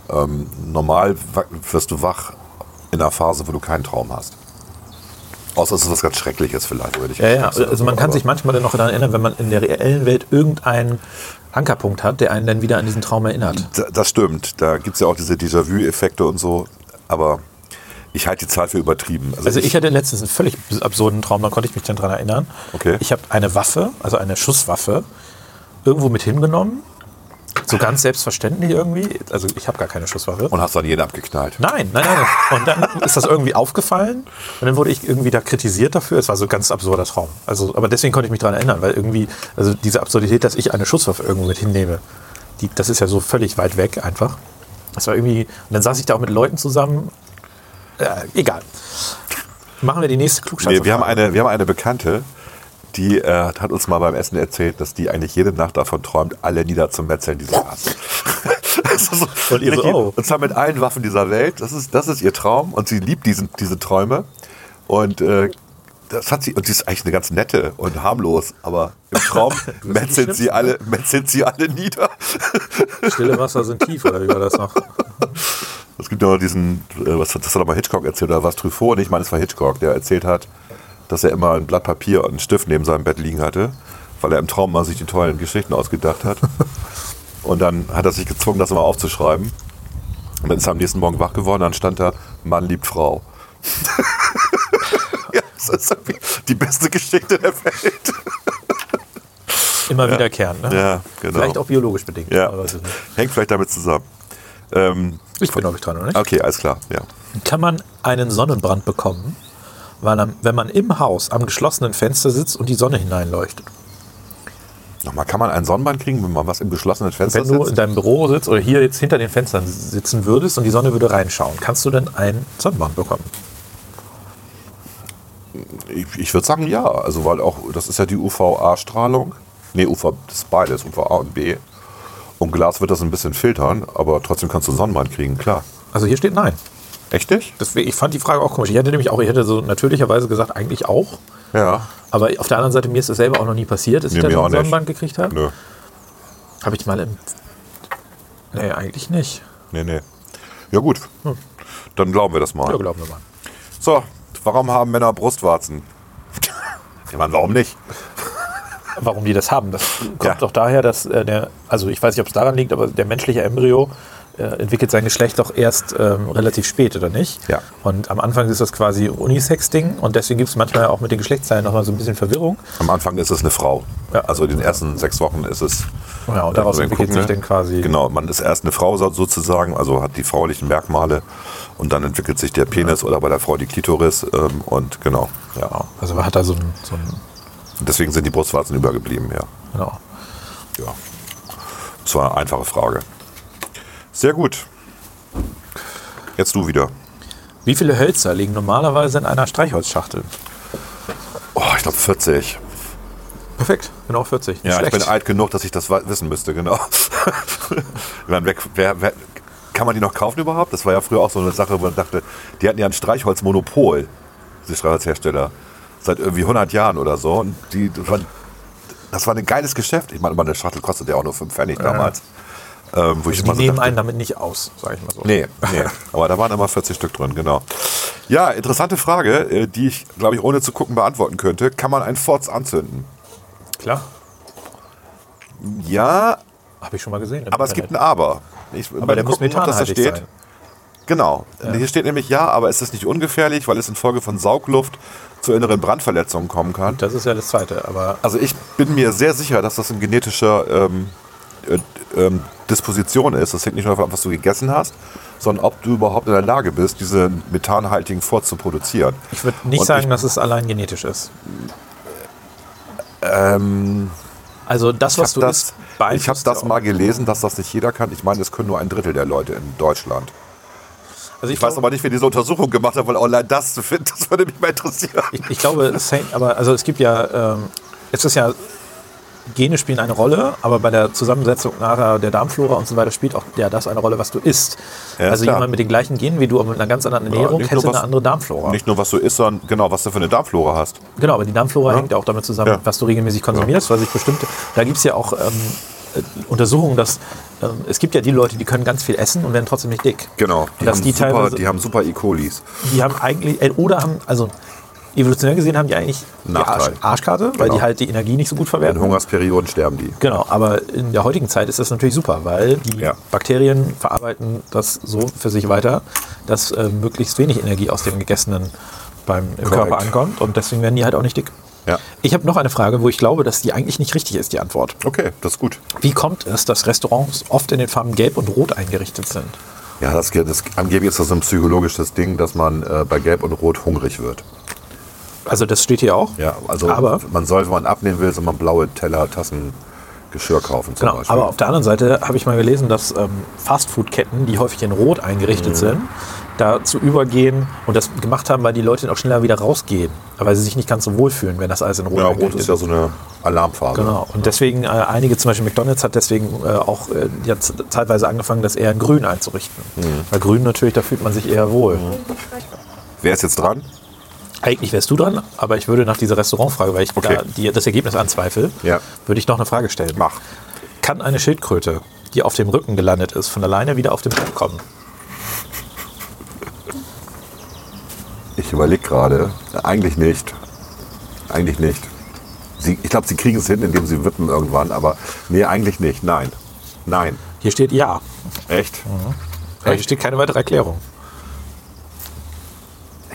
Speaker 1: Ähm, normal wa- wirst du wach in einer Phase, wo du keinen Traum hast. Außer es ist was ganz Schreckliches vielleicht. Oder dich
Speaker 2: ja, ja,
Speaker 1: erschreckst oder
Speaker 2: also man
Speaker 1: so,
Speaker 2: kann
Speaker 1: aber-
Speaker 2: sich manchmal dann noch daran erinnern, wenn man in der reellen Welt irgendeinen Ankerpunkt hat, der einen dann wieder an diesen Traum erinnert.
Speaker 1: Da- Das stimmt. Da gibt es ja auch diese Déjà-vu-Effekte und so. Aber ich halte die Zahl für übertrieben.
Speaker 2: Also ich hatte letztens einen völlig absurden Traum, da konnte ich mich dann dran erinnern.
Speaker 1: Okay.
Speaker 2: Ich habe eine Waffe, also eine Schusswaffe, irgendwo mit hingenommen. So ganz selbstverständlich irgendwie. Also ich habe gar keine Schusswaffe.
Speaker 1: und hast dann jeden abgeknallt.
Speaker 2: Nein, nein, nein. nein. Und dann ist das irgendwie aufgefallen. Und dann wurde ich irgendwie da kritisiert dafür. Es war so ein ganz absurder Traum. Also, aber deswegen konnte ich mich dran erinnern, weil irgendwie, also diese Absurdität, dass ich eine Schusswaffe irgendwo mit hinnehme, die, das ist ja so völlig weit weg einfach. Das war irgendwie, und dann saß ich da auch mit Leuten zusammen. Äh, egal. Machen wir die nächste Klugscheiße.
Speaker 1: Nee, wir, haben eine, wir haben eine Bekannte, die äh, hat uns mal beim Essen erzählt, dass die eigentlich jede Nacht davon träumt, alle niederzumetzeln, die sie hasst. *laughs* Das ist so-
Speaker 2: Und ihr so,
Speaker 1: Richtig.
Speaker 2: oh.
Speaker 1: Und zwar mit allen Waffen dieser Welt. Das ist, das ist ihr Traum und sie liebt diesen, diese Träume. Und äh, das hat sie, und sie ist eigentlich eine ganz nette und harmlos, aber
Speaker 2: *laughs*
Speaker 1: im Traum metzelt sie, alle, metzelt sie alle nieder.
Speaker 2: Stille Wasser sind tief, oder wie war das noch?
Speaker 1: Es gibt ja noch diesen, äh, was hat das hat doch mal Hitchcock erzählt, oder was Truffaut, ich meine, es war Hitchcock, der erzählt hat, dass er immer ein Blatt Papier und einen Stift neben seinem Bett liegen hatte, weil er im Traum mal sich die tollen Geschichten ausgedacht *laughs* hat. Und dann hat er sich gezwungen, das immer aufzuschreiben. Und dann ist er am nächsten Morgen wach geworden, dann stand da, Mann liebt *laughs* Frau. ja, das ist irgendwie die beste Geschichte der Welt.
Speaker 2: Immer wiederkehrend, ne?
Speaker 1: Ja, genau.
Speaker 2: Vielleicht auch biologisch bedingt.
Speaker 1: ja.
Speaker 2: aber weiß ich nicht.
Speaker 1: Hängt vielleicht damit zusammen. Ähm,
Speaker 2: Ich bin, glaube ich, dran, oder nicht?
Speaker 1: okay, alles klar, ja.
Speaker 2: Kann man einen Sonnenbrand bekommen, weil am- wenn man im Haus am geschlossenen Fenster sitzt und die Sonne hineinleuchtet?
Speaker 1: Nochmal, kann man einen Sonnenbrand kriegen, wenn man was im geschlossenen Fenster
Speaker 2: Wenn du
Speaker 1: sitzt?
Speaker 2: in deinem Büro sitzt oder hier jetzt hinter den Fenstern sitzen würdest und die Sonne würde reinschauen, kannst du dann einen Sonnenbrand bekommen?
Speaker 1: Ich, ich würde sagen, ja. Also, weil auch, das ist ja die UVA-Strahlung. Nee, UV, das ist beides, UVA und B. Und Glas wird das ein bisschen filtern, aber trotzdem kannst du einen Sonnenbrand kriegen, klar.
Speaker 2: Also hier steht nein.
Speaker 1: Echt nicht?
Speaker 2: Deswegen, ich fand die Frage auch komisch. Ich hätte nämlich auch, ich hätte so natürlicherweise gesagt, eigentlich auch.
Speaker 1: Ja.
Speaker 2: Aber auf der anderen Seite, mir ist das selber auch noch nie passiert, dass
Speaker 1: Nee,
Speaker 2: ich dann
Speaker 1: mir
Speaker 2: so
Speaker 1: auch
Speaker 2: einen
Speaker 1: nicht.
Speaker 2: Sonnenbrand gekriegt habe.
Speaker 1: Nö.
Speaker 2: Habe ich mal im. Nee, eigentlich nicht.
Speaker 1: Nee, nee. Ja, gut. Dann glauben wir das mal.
Speaker 2: Ja, glauben wir mal.
Speaker 1: so, warum haben Männer Brustwarzen? *laughs* ja, Mann, warum nicht?
Speaker 2: warum die das haben. Das kommt
Speaker 1: Ja.
Speaker 2: doch daher, dass äh, der, also ich weiß nicht, ob es daran liegt, aber der menschliche Embryo äh, entwickelt sein Geschlecht doch erst ähm, relativ spät, oder nicht?
Speaker 1: Ja.
Speaker 2: Und am Anfang ist das quasi Unisex-Ding und deswegen gibt es manchmal auch mit den Geschlechtsteilen nochmal so ein bisschen Verwirrung.
Speaker 1: Am Anfang ist es eine Frau.
Speaker 2: Ja.
Speaker 1: Also in den ersten sechs Wochen ist es.
Speaker 2: Ja, und daraus
Speaker 1: Wenn wir
Speaker 2: entwickelt sich dann quasi-
Speaker 1: Genau, man ist erst eine Frau so- sozusagen, also hat die fraulichen Merkmale und dann entwickelt sich der Penis oder bei der Frau die Klitoris ähm, und genau. Ja.
Speaker 2: Also man hat da so ein, so ein
Speaker 1: Deswegen sind die Brustwarzen übergeblieben, ja.
Speaker 2: genau.
Speaker 1: Ja. Das war eine einfache Frage. Sehr gut. Jetzt du wieder.
Speaker 2: Wie viele Hölzer liegen normalerweise in einer Streichholzschachtel?
Speaker 1: Oh, ich glaube 40.
Speaker 2: Perfekt, genau 40.
Speaker 1: Ja, ich
Speaker 2: Schlecht.
Speaker 1: bin alt genug, dass ich das wa- wissen müsste, genau. *laughs* ich meine, wer, wer, wer, kann man die noch kaufen überhaupt? Das war ja früher auch so eine Sache, wo man dachte, die hatten ja ein Streichholzmonopol, die Streichholzhersteller. Seit irgendwie 100 Jahren oder so. Und die, das, war, das war ein geiles Geschäft. Ich meine, immer eine Schachtel kostet ja auch nur 5 Pfennig damals. Ähm, wo ich
Speaker 2: Also Die
Speaker 1: immer so
Speaker 2: nehmen
Speaker 1: dachte,
Speaker 2: einen damit nicht aus, sage ich mal so.
Speaker 1: Nee, nee. aber da waren immer 40 Stück drin, genau. Ja, interessante Frage, äh, die ich, glaube ich, ohne zu gucken beantworten könnte. Kann man einen Forts anzünden?
Speaker 2: Klar,
Speaker 1: Ja,
Speaker 2: habe ich schon mal gesehen. im
Speaker 1: aber es gibt ein
Speaker 2: Internet.
Speaker 1: Aber. Ich
Speaker 2: aber der muss
Speaker 1: ob das da
Speaker 2: methanhaltig
Speaker 1: steht.
Speaker 2: sein.
Speaker 1: Genau. Hier steht nämlich ja, aber es ist nicht ungefährlich, weil es infolge von Saugluft zu inneren Brandverletzungen kommen kann.
Speaker 2: Das ist ja das Zweite, aber
Speaker 1: Also ich bin mir sehr sicher, dass das in genetischer ähm, äh, ähm, Disposition ist. Das hängt nicht nur davon ab, was du gegessen hast, sondern ob du überhaupt in der Lage bist, diese methanhaltigen Forts zu produzieren.
Speaker 2: ich würde nicht
Speaker 1: Und
Speaker 2: sagen,
Speaker 1: ich-
Speaker 2: dass es allein genetisch ist. also das,
Speaker 1: Ähm, Ich
Speaker 2: was du
Speaker 1: hab
Speaker 2: isst,
Speaker 1: das, ich habe
Speaker 2: beeinflusst
Speaker 1: das
Speaker 2: ja auch.
Speaker 1: mal gelesen, dass das nicht jeder kann. Ich meine, es können nur ein Drittel der Leute in Deutschland.
Speaker 2: Also
Speaker 1: Ich weiß aber nicht, wer diese Untersuchung gemacht hat, weil online das zu finden, das würde mich mal interessieren.
Speaker 2: Ich, ich glaube, es hängt, aber also es gibt ja, ähm, es ist ja, Gene spielen eine Rolle, aber bei der Zusammensetzung nachher der Darmflora und so weiter spielt auch ja das eine Rolle, was du isst.
Speaker 1: Ja,
Speaker 2: also
Speaker 1: klar.
Speaker 2: jemand mit den gleichen Genen wie du, aber mit einer ganz anderen Ernährung,
Speaker 1: nicht nur
Speaker 2: hätte
Speaker 1: was-
Speaker 2: eine andere Darmflora.
Speaker 1: Nicht nur, was du isst, sondern genau, was du für eine Darmflora hast.
Speaker 2: Genau, aber die Darmflora hängt ja auch damit zusammen,
Speaker 1: Ja.
Speaker 2: was du regelmäßig konsumierst, weil sich bestimmte. Da gibt es ja auch ähm, äh, Untersuchungen, dass ähm, es gibt ja die Leute, die können ganz viel essen und werden trotzdem nicht dick.
Speaker 1: Genau. Die,
Speaker 2: Und dass
Speaker 1: haben,
Speaker 2: die
Speaker 1: super,
Speaker 2: teilweise,
Speaker 1: die haben super E. colis.
Speaker 2: die haben eigentlich, äh, oder haben, also evolutionär gesehen haben die eigentlich die
Speaker 1: Nachteil.
Speaker 2: Arschkarte, weil
Speaker 1: Genau.
Speaker 2: die halt die Energie nicht so gut
Speaker 1: In
Speaker 2: verwerten.
Speaker 1: Hungersperioden sterben die.
Speaker 2: Genau, aber in der heutigen Zeit ist das natürlich super, weil die
Speaker 1: Ja.
Speaker 2: Bakterien verarbeiten das so für sich weiter, dass äh, möglichst wenig Energie aus dem Gegessenen beim, im Körper ankommt und deswegen werden die halt auch nicht dick.
Speaker 1: Ja.
Speaker 2: Ich habe noch eine Frage, wo ich glaube, dass die eigentlich nicht richtig ist, die Antwort.
Speaker 1: Okay, das ist gut.
Speaker 2: Wie kommt es, dass Restaurants oft in den Farben gelb und rot eingerichtet sind?
Speaker 1: Ja, das, geht- das angeblich ist das so ein psychologisches Ding, dass man äh, bei Gelb und Rot hungrig wird.
Speaker 2: Also das steht hier auch.
Speaker 1: Ja, also
Speaker 2: aber,
Speaker 1: man soll, wenn man abnehmen will, soll man blaue Teller, Tassen, Geschirr kaufen zum
Speaker 2: genau,
Speaker 1: Beispiel.
Speaker 2: aber auf der anderen Seite habe ich mal gelesen, dass ähm, Fastfood-Ketten, die häufig in rot eingerichtet
Speaker 1: Mhm.
Speaker 2: sind, dazu übergehen und das gemacht haben, weil die Leute dann auch schneller wieder rausgehen, weil sie sich nicht ganz so wohlfühlen, wenn das alles in rot
Speaker 1: ja, Rot
Speaker 2: eingerichtet
Speaker 1: ist ja so eine Alarmphase.
Speaker 2: Genau, und deswegen, äh, einige, zum Beispiel McDonalds hat deswegen äh, auch äh, jetzt teilweise angefangen, das eher in grün einzurichten.
Speaker 1: Mhm.
Speaker 2: Weil grün natürlich, da fühlt man sich eher wohl.
Speaker 1: Wer ist jetzt dran?
Speaker 2: Eigentlich wärst du dran, aber ich würde nach dieser Restaurantfrage, weil ich
Speaker 1: Okay.
Speaker 2: da die, das Ergebnis anzweifle,
Speaker 1: Ja.
Speaker 2: würde ich noch eine Frage stellen.
Speaker 1: Mach.
Speaker 2: Kann eine Schildkröte, die auf dem Rücken gelandet ist, von alleine wieder auf den Kopf kommen?
Speaker 1: Ich überlege gerade. Eigentlich nicht. Eigentlich nicht. Sie, ich glaube, sie kriegen es hin, indem sie wippen irgendwann, aber nee, eigentlich nicht. Nein. Nein.
Speaker 2: Hier steht ja.
Speaker 1: Echt?
Speaker 2: Aber Hier steht keine weitere Erklärung.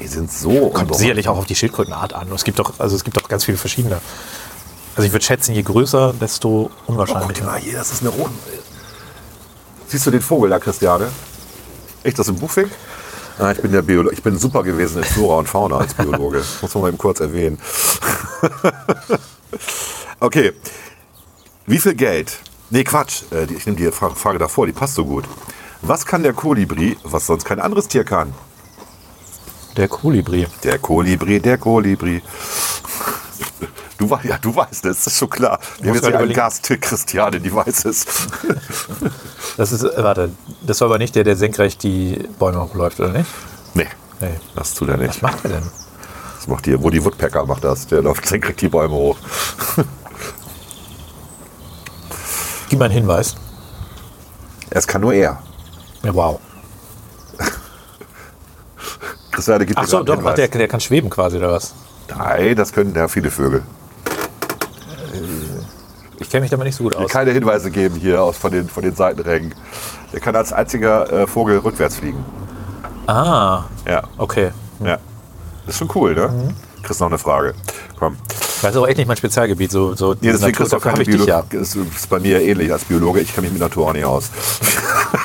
Speaker 1: Die sind so
Speaker 2: Kommt
Speaker 1: unbeholfen.
Speaker 2: sicherlich auch auf die Schildkrötenart an. Es gibt doch, also es gibt doch ganz viele verschiedene. Also ich würde schätzen, je größer, desto
Speaker 1: Oh, guck dir
Speaker 2: unwahrscheinlicher.
Speaker 1: mal hier, das ist eine rote. Siehst du den Vogel da, Christiane? Echt das im Buchfink? Ah, ich bin ja Biolo ich bin super gewesen in Flora und Fauna als
Speaker 2: *laughs*
Speaker 1: Biologe. Muss man mal eben kurz erwähnen. *laughs* okay. Wie viel Geld? Nee, Quatsch. Äh, die- Ich nehme die Fra- Frage davor, die passt so gut. Was kann der Kolibri, was sonst kein anderes Tier kann?
Speaker 2: Der Kolibri.
Speaker 1: Der Kolibri, der Kolibri. *laughs* Du, wei- ja, du weißt es, ist schon klar. Wir haben
Speaker 2: Muss
Speaker 1: jetzt hier
Speaker 2: gerade
Speaker 1: einen
Speaker 2: überlegen.
Speaker 1: Gast, Christiane, die weiß es. *laughs*
Speaker 2: Das ist, äh, warte, das war aber nicht der, der senkrecht die Bäume hochläuft, oder nicht?
Speaker 1: Nee,
Speaker 2: Nee.
Speaker 1: das tut er nicht.
Speaker 2: Was macht er denn?
Speaker 1: Das macht hier, wo die Woodpecker macht das. Der läuft senkrecht die Bäume hoch.
Speaker 2: Gib mal einen Hinweis.
Speaker 1: Es kann nur er.
Speaker 2: Ja, wow.
Speaker 1: Christiane gibt
Speaker 2: Ach
Speaker 1: mir
Speaker 2: so,
Speaker 1: gerade
Speaker 2: doch,
Speaker 1: einen
Speaker 2: ach, der,
Speaker 1: Hinweis.
Speaker 2: der kann schweben quasi, oder was?
Speaker 1: Nein, das können ja viele Vögel.
Speaker 2: Ich kenne mich damit nicht so gut aus.
Speaker 1: Keine Hinweise geben hier aus, von, den, von den Seitenrängen. Der kann als einziger äh, Vogel rückwärts fliegen.
Speaker 2: Ah,
Speaker 1: Ja,
Speaker 2: okay.
Speaker 1: ja. Das ist schon cool, ne?
Speaker 2: Mhm.
Speaker 1: Chris, noch eine Frage. Komm.
Speaker 2: Das ist auch echt nicht mein Spezialgebiet. So, so
Speaker 1: Nee, deswegen
Speaker 2: Natur-
Speaker 1: kriegst du auch
Speaker 2: dafür hab
Speaker 1: keine
Speaker 2: ich dich
Speaker 1: Biologie.
Speaker 2: ja.
Speaker 1: Das ist bei mir ähnlich als Biologe. Ich kenne mich mit Natur auch nicht aus.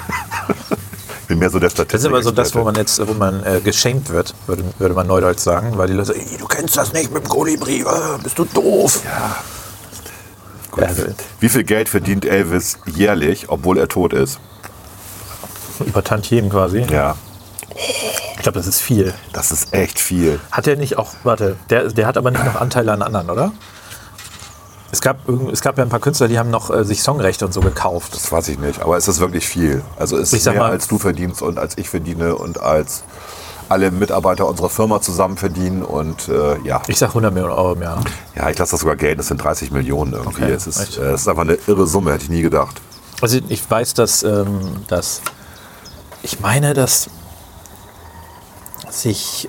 Speaker 1: *laughs* ich bin mehr so der Statistik.
Speaker 2: Das ist aber so das, wo man jetzt, wo man äh, geschenkt wird, würde, würde man neudeutsch sagen, weil die Leute sagen, "Ey, du kennst das nicht mit dem Kolibri, äh, bist du doof. Also,
Speaker 1: Wie viel Geld verdient Elvis jährlich, obwohl er tot ist?
Speaker 2: über Tantiemen quasi.
Speaker 1: Ja,
Speaker 2: Ich glaube, das ist viel.
Speaker 1: das ist echt viel.
Speaker 2: Hat er nicht auch, warte, der, der hat aber nicht noch Anteile an anderen, oder? Es gab, irgend- es gab ja ein paar Künstler, die haben noch äh, sich Songrechte und so gekauft.
Speaker 1: Das weiß ich nicht, aber es ist wirklich viel. Also es
Speaker 2: Ich
Speaker 1: ist
Speaker 2: sag
Speaker 1: mehr
Speaker 2: mal-
Speaker 1: als du verdienst und als ich verdiene und als alle Mitarbeiter unserer Firma zusammen verdienen und äh, ja.
Speaker 2: Ich sag 100 Millionen Euro im Jahr.
Speaker 1: Ja, ich lasse das sogar gelten, das sind 30 Millionen irgendwie.
Speaker 2: Okay,
Speaker 1: es, ist,
Speaker 2: echt?
Speaker 1: äh, es ist einfach eine irre Summe, hätte ich nie gedacht.
Speaker 2: Also ich weiß, dass, ähm, dass ich meine, dass sich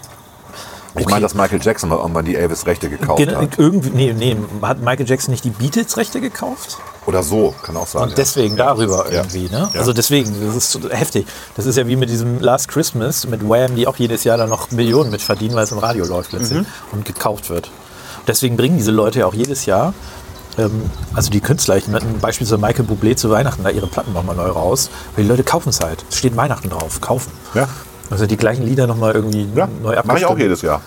Speaker 1: Ich
Speaker 2: Okay.
Speaker 1: meine, dass Michael Jackson mal irgendwann die Elvis-Rechte gekauft
Speaker 2: Gen-
Speaker 1: hat.
Speaker 2: irgendwie, nee, nee, hat Michael Jackson nicht die Beatles-Rechte gekauft?
Speaker 1: Oder so, kann auch sein.
Speaker 2: Und deswegen darüber
Speaker 1: Ja.
Speaker 2: irgendwie, ne?
Speaker 1: Ja.
Speaker 2: Also deswegen, das ist so heftig. Das ist ja wie mit diesem Last Christmas mit Wham, die auch jedes Jahr dann noch Millionen mit verdienen, weil es im Radio läuft
Speaker 1: Mhm.
Speaker 2: plötzlich und gekauft wird. Deswegen bringen diese Leute ja auch jedes Jahr, ähm, also die Künstler, ich meine, beispielsweise Michael Bublé zu Weihnachten da ihre Platten nochmal neu raus, weil die Leute kaufen es halt. Es steht Weihnachten drauf, kaufen.
Speaker 1: Ja.
Speaker 2: Also die gleichen Lieder nochmal irgendwie
Speaker 1: ja.
Speaker 2: neu abgestimmt.
Speaker 1: Mache ich auch jedes Jahr.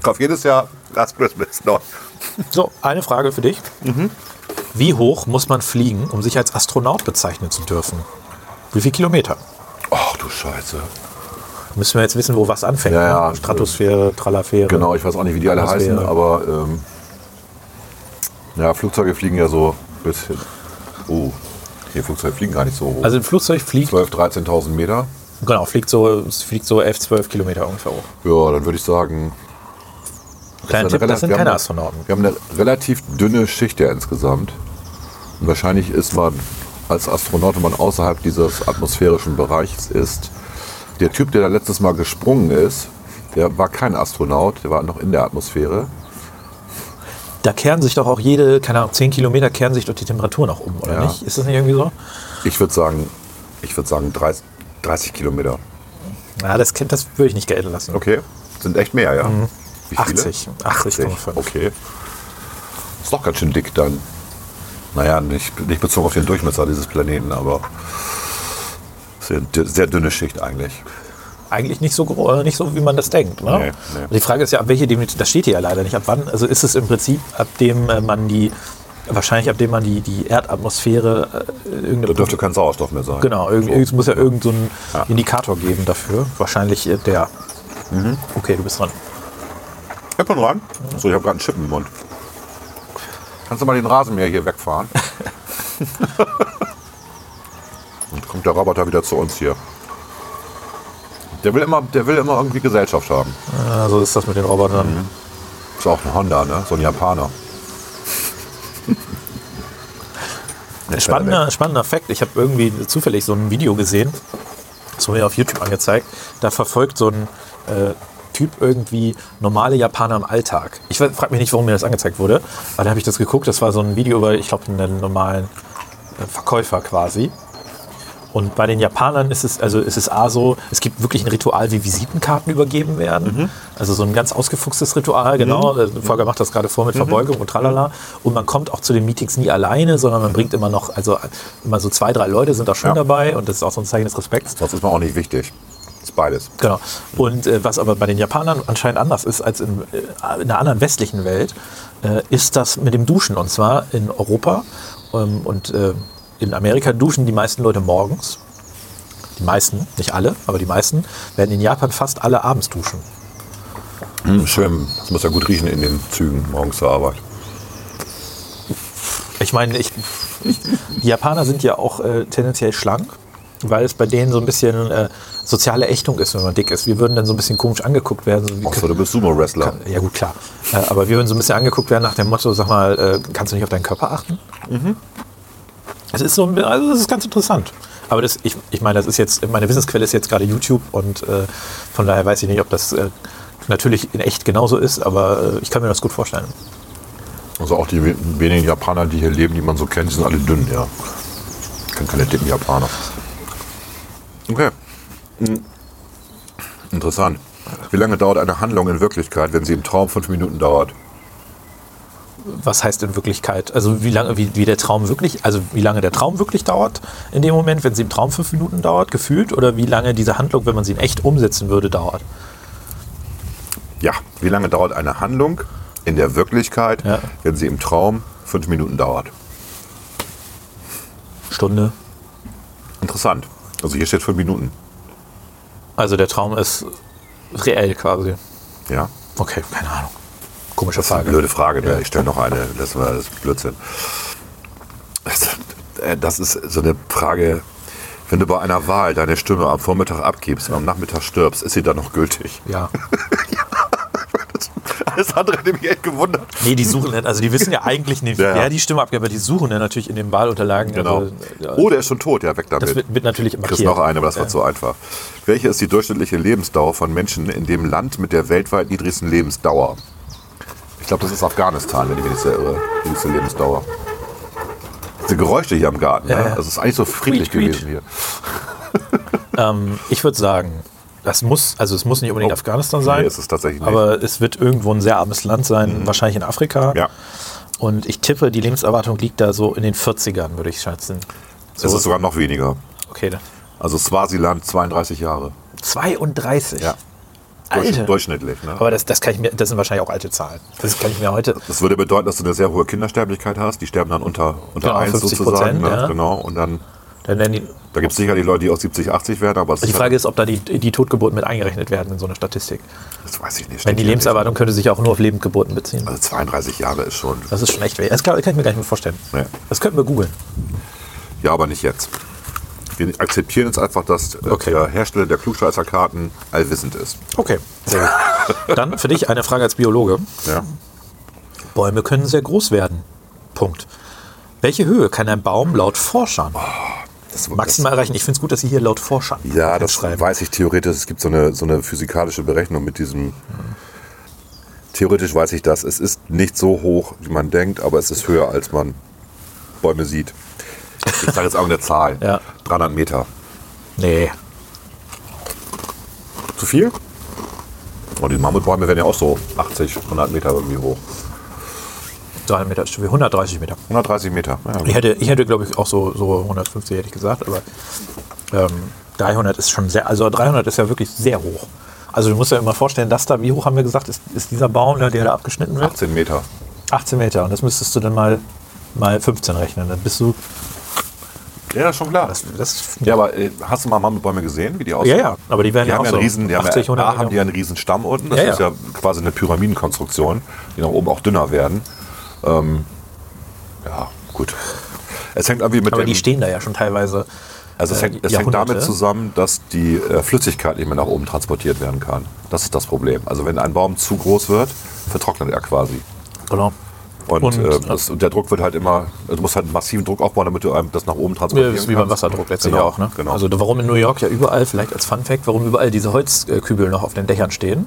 Speaker 1: *laughs* ich kaufe jedes Jahr Last Christmas. No.
Speaker 2: So, eine Frage für dich.
Speaker 1: Mhm.
Speaker 2: Wie hoch muss man fliegen, um sich als Astronaut bezeichnen zu dürfen? Wie viel Kilometer?
Speaker 1: Ach du Scheiße.
Speaker 2: Müssen wir jetzt wissen, wo was anfängt.
Speaker 1: Ja, ja. also
Speaker 2: ne? Stratosphäre, Tralafäre.
Speaker 1: Genau, ich weiß auch nicht, wie die alle
Speaker 2: Das
Speaker 1: heißen,
Speaker 2: wäre-
Speaker 1: aber ähm, ja, Flugzeuge fliegen ja so ein bisschen. Oh, hier Flugzeuge fliegen gar nicht so hoch.
Speaker 2: Also ein Flugzeug fliegt,
Speaker 1: 12.000, 13.000 Meter.
Speaker 2: genau, fliegt so, es fliegt so 11, 12 Kilometer ungefähr hoch.
Speaker 1: Ja, dann würde ich sagen. das
Speaker 2: Kleiner
Speaker 1: ist ja
Speaker 2: Tipp,
Speaker 1: eine
Speaker 2: das sind
Speaker 1: wir
Speaker 2: keine
Speaker 1: haben-
Speaker 2: Astronauten.
Speaker 1: Wir haben eine relativ dünne Schicht ja insgesamt. Und wahrscheinlich ist man als Astronaut, wenn man außerhalb dieses atmosphärischen Bereichs ist, der Typ, der da letztes Mal gesprungen ist, der war kein Astronaut, der war noch in der Atmosphäre.
Speaker 2: Da kehren sich doch auch jede, keine Ahnung, 10 Kilometer kehren sich doch die Temperaturen auch um, oder
Speaker 1: Ja.
Speaker 2: nicht? Ist das nicht irgendwie so?
Speaker 1: Ich würde sagen, ich würde sagen 30, 30 Kilometer.
Speaker 2: Na, das, kennt- das würde ich nicht gelten lassen.
Speaker 1: Okay. Sind echt mehr, ja. Wie
Speaker 2: 80, 80,5.
Speaker 1: 80, Okay. Ist doch ganz schön dick dann. Naja, nicht, nicht bezogen auf den Durchmesser dieses Planeten, aber sehr, sehr dünne Schicht eigentlich.
Speaker 2: Eigentlich nicht so, gro- äh, nicht so, wie man das denkt. Ne?
Speaker 1: Nee, nee.
Speaker 2: Die Frage ist ja, ab welche Definition, das steht hier ja leider nicht, ab wann, also ist es im Prinzip, ab dem äh, man die, wahrscheinlich ab dem man die, die Erdatmosphäre äh, irgendeine
Speaker 1: Da dürfte kein Sauerstoff mehr sein.
Speaker 2: Genau, irgend- es muss ja irgendeinen so einen Indikator geben dafür. Wahrscheinlich äh, der. Okay, du bist dran.
Speaker 1: Ich hab schon ran. So, ich habe gerade einen Chip im Mund. Kannst du mal den Rasenmäher hier *laughs* wegfahren? Und kommt der Roboter wieder zu uns hier. Der will immer, der will immer irgendwie Gesellschaft haben.
Speaker 2: Äh, so ist das mit den Robotern.
Speaker 1: Ist auch ein Honda, ne? So ein Japaner. Der
Speaker 2: Spannender, spannender Fakt. Ich habe irgendwie zufällig so ein Video gesehen, das wurde mir auf YouTube angezeigt. Da verfolgt so ein äh, Typ irgendwie normale Japaner im Alltag. Ich frage mich nicht, warum mir das angezeigt wurde, aber da habe ich das geguckt. Das war so ein Video über, ich glaube, einen normalen äh, Verkäufer quasi. Und bei den Japanern ist es, also ist es A so, es gibt wirklich ein Ritual, wie Visitenkarten übergeben werden. Also so ein ganz ausgefuchstes Ritual, genau. Mhm. Volker macht das gerade vor mit Verbeugung und tralala. Und man kommt auch zu den Meetings nie alleine, sondern man bringt immer noch, also immer so zwei, drei Leute sind da schon
Speaker 1: Ja.
Speaker 2: dabei und das ist auch so ein Zeichen des Respekts.
Speaker 1: Sonst ist man auch nicht wichtig. Ist beides.
Speaker 2: Genau. Und äh, was aber bei den Japanern anscheinend anders ist als in, äh, in einer anderen westlichen Welt, äh, ist das mit dem Duschen. Und zwar in Europa ähm, und äh, in Amerika duschen die meisten Leute morgens. Die meisten, nicht alle, aber die meisten, werden in Japan fast alle abends duschen.
Speaker 1: Hm, schön. Das muss ja gut riechen in den Zügen morgens zur Arbeit.
Speaker 2: Ich meine, ich, ich, die Japaner sind ja auch äh, tendenziell schlank, weil es bei denen so ein bisschen äh, soziale Ächtung ist, wenn man dick ist. Wir würden dann so ein bisschen komisch angeguckt werden. So wie,
Speaker 1: Außer du bist Sumo-Wrestler.
Speaker 2: Ja, gut, klar. Äh, aber wir würden so ein bisschen angeguckt werden nach dem Motto, sag mal, äh, kannst du nicht auf deinen Körper achten? Es ist so, ein- also das ist ganz interessant. Aber das, ich, ich meine, das ist jetzt, meine Wissensquelle ist jetzt gerade YouTube und äh, von daher weiß ich nicht, ob das äh, natürlich in echt genauso ist, aber äh, ich kann mir das gut vorstellen.
Speaker 1: Also auch die we- wenigen Japaner, die hier leben, die man so kennt, die sind alle dünn, ja. Ich kenn keine dicken Japaner. Okay. Hm. Interessant. Wie lange dauert eine Handlung in Wirklichkeit, wenn sie im Traum fünf Minuten dauert?
Speaker 2: Was heißt in Wirklichkeit? Also wie lange, wie, wie der Traum wirklich, also wie lange der Traum wirklich dauert in dem Moment, wenn sie im Traum fünf Minuten dauert, gefühlt, oder wie lange diese Handlung, wenn man sie in echt umsetzen würde, dauert?
Speaker 1: Ja, wie lange dauert eine Handlung in der Wirklichkeit,
Speaker 2: Ja.
Speaker 1: wenn sie im Traum fünf Minuten dauert.
Speaker 2: Stunde.
Speaker 1: Interessant. Also hier steht fünf Minuten.
Speaker 2: Also der Traum ist reell quasi.
Speaker 1: Ja.
Speaker 2: Okay, keine Ahnung. Komische
Speaker 1: Das ist eine
Speaker 2: Frage.
Speaker 1: blöde Frage. Ne? Ich stelle noch eine. Das war das ist Blödsinn. Das, äh, das ist so eine Frage. Wenn du bei einer Wahl deine Stimme am Vormittag abgibst und am Nachmittag stirbst, ist sie dann noch gültig? *laughs*
Speaker 2: Ja.
Speaker 1: Das, alles andere hätte mich echt gewundert.
Speaker 2: Nee, die suchen dann, also die wissen ja eigentlich
Speaker 1: *laughs*
Speaker 2: nicht,
Speaker 1: Ja, ja.
Speaker 2: wer die Stimme abgab, aber die suchen dann natürlich in den Wahlunterlagen.
Speaker 1: Genau.
Speaker 2: Also, ja,
Speaker 1: Oh, der ist schon tot. Ja, weg damit.
Speaker 2: das wird, wird natürlich
Speaker 1: Chris
Speaker 2: markiert.
Speaker 1: noch eine, aber das war zu einfach. Welche ist die durchschnittliche Lebensdauer von Menschen in dem Land mit der weltweit niedrigsten Lebensdauer? Ich glaube, das ist Afghanistan, ne, wenn ich mich nicht sehr irre. äh, Niedrigste Lebensdauer. Diese Geräusche hier am Garten,
Speaker 2: Ja,
Speaker 1: ne?
Speaker 2: ja.
Speaker 1: Das ist eigentlich so friedlich
Speaker 2: Quiet,
Speaker 1: gewesen hier.
Speaker 2: Ähm, ich würde sagen, das muss, also es muss nicht unbedingt
Speaker 1: Oh.
Speaker 2: Afghanistan sein.
Speaker 1: Nee, ist es tatsächlich nicht. Mhm.
Speaker 2: Aber es wird irgendwo ein sehr armes Land sein, wahrscheinlich in Afrika.
Speaker 1: Ja.
Speaker 2: Und ich tippe, die Lebenserwartung liegt da so in den 40ern, würde ich schätzen.
Speaker 1: Es ist sogar noch weniger.
Speaker 2: Okay, dann.
Speaker 1: Also Swasiland 32 Jahre.
Speaker 2: 32.
Speaker 1: Ja. Durch-
Speaker 2: Alter.
Speaker 1: Durchschnittlich. Ne?
Speaker 2: Aber das, das kann ich mir, das sind wahrscheinlich auch alte Zahlen. Das kann ich mir heute.
Speaker 1: Das würde bedeuten, dass du eine sehr hohe Kindersterblichkeit hast. Die sterben dann unter, unter
Speaker 2: Genau,
Speaker 1: 1
Speaker 2: 50
Speaker 1: sozusagen. Ne?
Speaker 2: ja.
Speaker 1: Genau. Und dann,
Speaker 2: Dann werden die,
Speaker 1: da gibt es sicherlich Leute, die auch 70, 80 werden, aber es
Speaker 2: Also die
Speaker 1: ist
Speaker 2: Frage ist, ob da die, die Totgeburten mit eingerechnet werden in so einer Statistik.
Speaker 1: halt, das weiß ich nicht.
Speaker 2: Wenn die
Speaker 1: Steht hier nicht.
Speaker 2: Lebenserwartung könnte sich auch nur auf Lebendgeburten beziehen.
Speaker 1: Also 32 Jahre ist schon.
Speaker 2: Das ist schon echt weh. Das kann, kann ich mir gar nicht mehr vorstellen.
Speaker 1: Nee.
Speaker 2: Das könnten wir googeln.
Speaker 1: Ja, aber nicht jetzt. Wir akzeptieren jetzt einfach, dass äh,
Speaker 2: Okay.
Speaker 1: der Hersteller der Klugscheißerkarten allwissend ist.
Speaker 2: Okay. Sehr gut. Dann für dich eine Frage als Biologe.
Speaker 1: Ja.
Speaker 2: Bäume können sehr groß werden. Punkt. Welche Höhe kann ein Baum laut Forschern
Speaker 1: Oh, Das,
Speaker 2: maximal erreichen? Ich finde es gut, dass Sie hier laut Forschern
Speaker 1: das, ja, das
Speaker 2: schreiben.
Speaker 1: weiß ich theoretisch. Es gibt so eine, so eine physikalische Berechnung mit diesem. Theoretisch weiß ich das. Es ist nicht so hoch, wie man denkt, aber es ist höher, als man Bäume sieht. Ich sage jetzt auch eine Zahl.
Speaker 2: Ja.
Speaker 1: 300 Meter.
Speaker 2: Nee.
Speaker 1: Zu viel? Und die Mammutbäume werden ja auch so 80, 100 Meter irgendwie hoch.
Speaker 2: 300 Meter, ist schon wieder 130 Meter.
Speaker 1: 130 Meter. Ja, gut.
Speaker 2: Ich hätte, ich hätte glaube ich, auch so, so 150 hätte ich gesagt, aber ähm, 300 ist schon sehr, also 300 ist ja wirklich sehr hoch. Also du musst ja immer vorstellen, das da, wie hoch haben wir gesagt, ist, ist dieser Baum, ne, der da abgeschnitten wird?
Speaker 1: 18 Meter.
Speaker 2: 18 Meter und das müsstest du dann mal, mal 15 rechnen, dann bist du,
Speaker 1: Ja, schon klar.
Speaker 2: das, das
Speaker 1: Ja, aber äh, hast du mal Mammutbäume gesehen, wie die aussehen?
Speaker 2: Ja, ja, aber die werden
Speaker 1: die
Speaker 2: ja
Speaker 1: haben
Speaker 2: auch
Speaker 1: ja
Speaker 2: so
Speaker 1: einen riesen, die haben,
Speaker 2: 80,
Speaker 1: ja,
Speaker 2: 100
Speaker 1: A haben die ja einen riesen Stamm unten. Das
Speaker 2: Ja,
Speaker 1: ist
Speaker 2: ja.
Speaker 1: ja quasi eine Pyramidenkonstruktion, die nach oben auch dünner werden. Ähm, ja, gut. Es hängt irgendwie mit
Speaker 2: aber
Speaker 1: dem,
Speaker 2: die stehen da ja schon teilweise.
Speaker 1: also es
Speaker 2: äh,
Speaker 1: hängt, es hängt
Speaker 2: Jahrhunderte.
Speaker 1: damit zusammen, dass die äh, Flüssigkeit nicht mehr nach oben transportiert werden kann. Das ist das Problem. Also wenn ein Baum zu groß wird, vertrocknet er quasi.
Speaker 2: Genau.
Speaker 1: Und,
Speaker 2: Und,
Speaker 1: äh,
Speaker 2: äh,
Speaker 1: das, und der Druck wird halt immer, du musst halt einen massiven Druck aufbauen, damit du ähm, das nach oben
Speaker 2: Ja,
Speaker 1: transportieren
Speaker 2: das
Speaker 1: kannst.
Speaker 2: ist wie beim Wasserdruck letztlich
Speaker 1: genau,
Speaker 2: auch. Ne?
Speaker 1: Genau.
Speaker 2: Also warum in New York ja überall, vielleicht als Fun Fact, warum überall diese Holzkübel noch auf den Dächern stehen.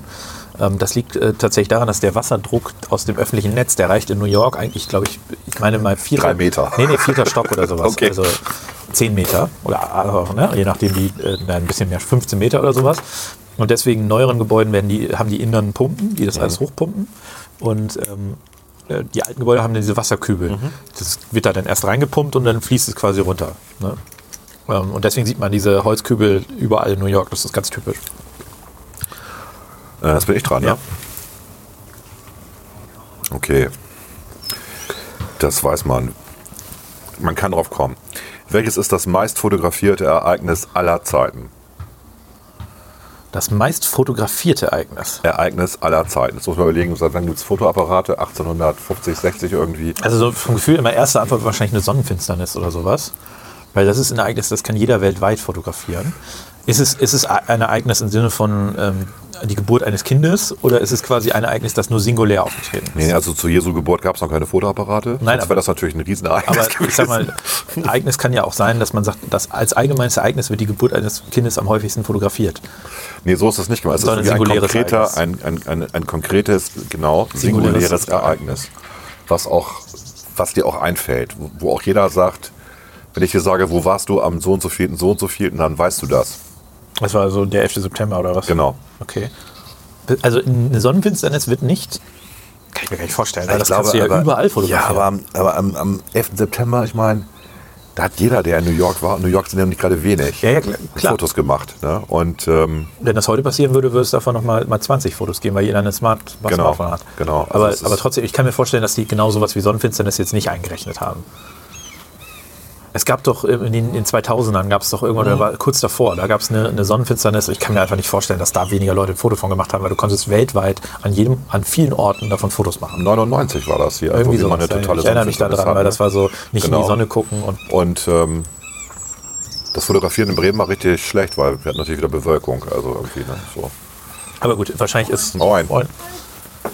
Speaker 2: Ähm, das liegt äh, tatsächlich daran, dass der Wasserdruck aus dem öffentlichen Netz, der reicht in New York eigentlich, glaube ich, ich meine mal vierter,
Speaker 1: Drei Meter.
Speaker 2: Nee, nee, vierter Stock oder sowas.
Speaker 1: Okay.
Speaker 2: Also zehn Meter oder äh, ne? je nachdem, wie, äh, na, ein bisschen mehr, 15 Meter oder sowas. Und deswegen in neueren Gebäuden werden die, haben die inneren Pumpen, die das alles hochpumpen. Und ähm, äh, die alten Gebäude haben dann diese Wasserkübel. Das wird da dann erst reingepumpt und dann fließt es quasi runter. Ne? Ähm, und deswegen sieht man diese Holzkübel überall in New York. Das ist ganz typisch.
Speaker 1: Äh, das bin ich dran, ja.
Speaker 2: Ja.
Speaker 1: Okay. Das weiß man. Man kann drauf kommen. Welches ist das meist fotografierte Ereignis aller Zeiten?
Speaker 2: Das meist fotografierte Ereignis.
Speaker 1: Ereignis aller Zeiten. Jetzt muss man überlegen, seit wann gibt es Fotoapparate? 1850, 60 irgendwie.
Speaker 2: Also so vom Gefühl immer erste Antwort wahrscheinlich eine Sonnenfinsternis oder sowas. Weil das ist ein Ereignis, das kann jeder weltweit fotografieren. Ist es, ist es ein Ereignis im Sinne von ähm, die Geburt eines Kindes oder ist es quasi ein Ereignis, das nur singulär aufgetreten ist?
Speaker 1: Nee, also zu Jesu Geburt gab es noch keine Fotoapparate. Nein, Sonst
Speaker 2: aber-
Speaker 1: wäre das natürlich ein Riesenereignis
Speaker 2: Aber ich sag mal, ein Ereignis kann ja auch sein, dass man sagt, dass als allgemeines Ereignis wird die Geburt eines Kindes am häufigsten fotografiert.
Speaker 1: Nee, so ist das nicht gemeint. Es ist
Speaker 2: Sondern
Speaker 1: irgendwie ein,
Speaker 2: singuläres
Speaker 1: konkreter, ein, ein, ein, ein konkretes, genau, singuläres,
Speaker 2: Singuläres
Speaker 1: Ereignis. Was auch, was dir auch einfällt, wo, wo auch jeder sagt, wenn ich dir sage, wo warst du am so und so vielten, so und so vielten, dann weißt du das.
Speaker 2: Das war so der 11. September oder was?
Speaker 1: Genau.
Speaker 2: Okay. Also eine Sonnenfinsternis wird nicht. Kann ich mir gar nicht vorstellen, weil das kannst du ja
Speaker 1: aber-
Speaker 2: überall fotografieren.
Speaker 1: Ja, aber, am- aber am, am 11. September, ich meine, Da hat jeder, der in New York war, New York sind nämlich gerade wenig,
Speaker 2: Ja, ja, klar. klar.
Speaker 1: Fotos gemacht. Ne? Und ähm,
Speaker 2: Wenn das heute passieren würde, würde es davon nochmal mal 20 Fotos geben, weil jeder eine Smart was
Speaker 1: Genau,
Speaker 2: Smartphone hat.
Speaker 1: genau. Also
Speaker 2: Aber,
Speaker 1: es ist-
Speaker 2: aber trotzdem, ich kann mir vorstellen, dass die genau sowas wie Sonnenfinsternis jetzt nicht eingerechnet haben. Es gab doch ähm, in den in 2000ern gab es doch irgendwann,
Speaker 1: Mhm.
Speaker 2: oder war kurz davor, da gab es eine, eine Sonnenfinsternis. Ich kann mir einfach nicht vorstellen, dass da weniger Leute ein Foto von gemacht haben, weil du konntest weltweit an jedem, an vielen Orten davon Fotos machen.
Speaker 1: 99 war das hier,
Speaker 2: Irgendwie
Speaker 1: wir
Speaker 2: so.
Speaker 1: mal eine totale
Speaker 2: Ich erinnere mich
Speaker 1: Sonnenfinsternis
Speaker 2: daran,
Speaker 1: hatten,
Speaker 2: weil das
Speaker 1: ne?
Speaker 2: war so nicht in
Speaker 1: Genau.
Speaker 2: die Sonne gucken und
Speaker 1: Und ähm, das Fotografieren in Bremen war richtig schlecht, weil wir hatten natürlich wieder Bewölkung. Also irgendwie, ne? so.
Speaker 2: Aber gut, wahrscheinlich ist,
Speaker 1: Moin.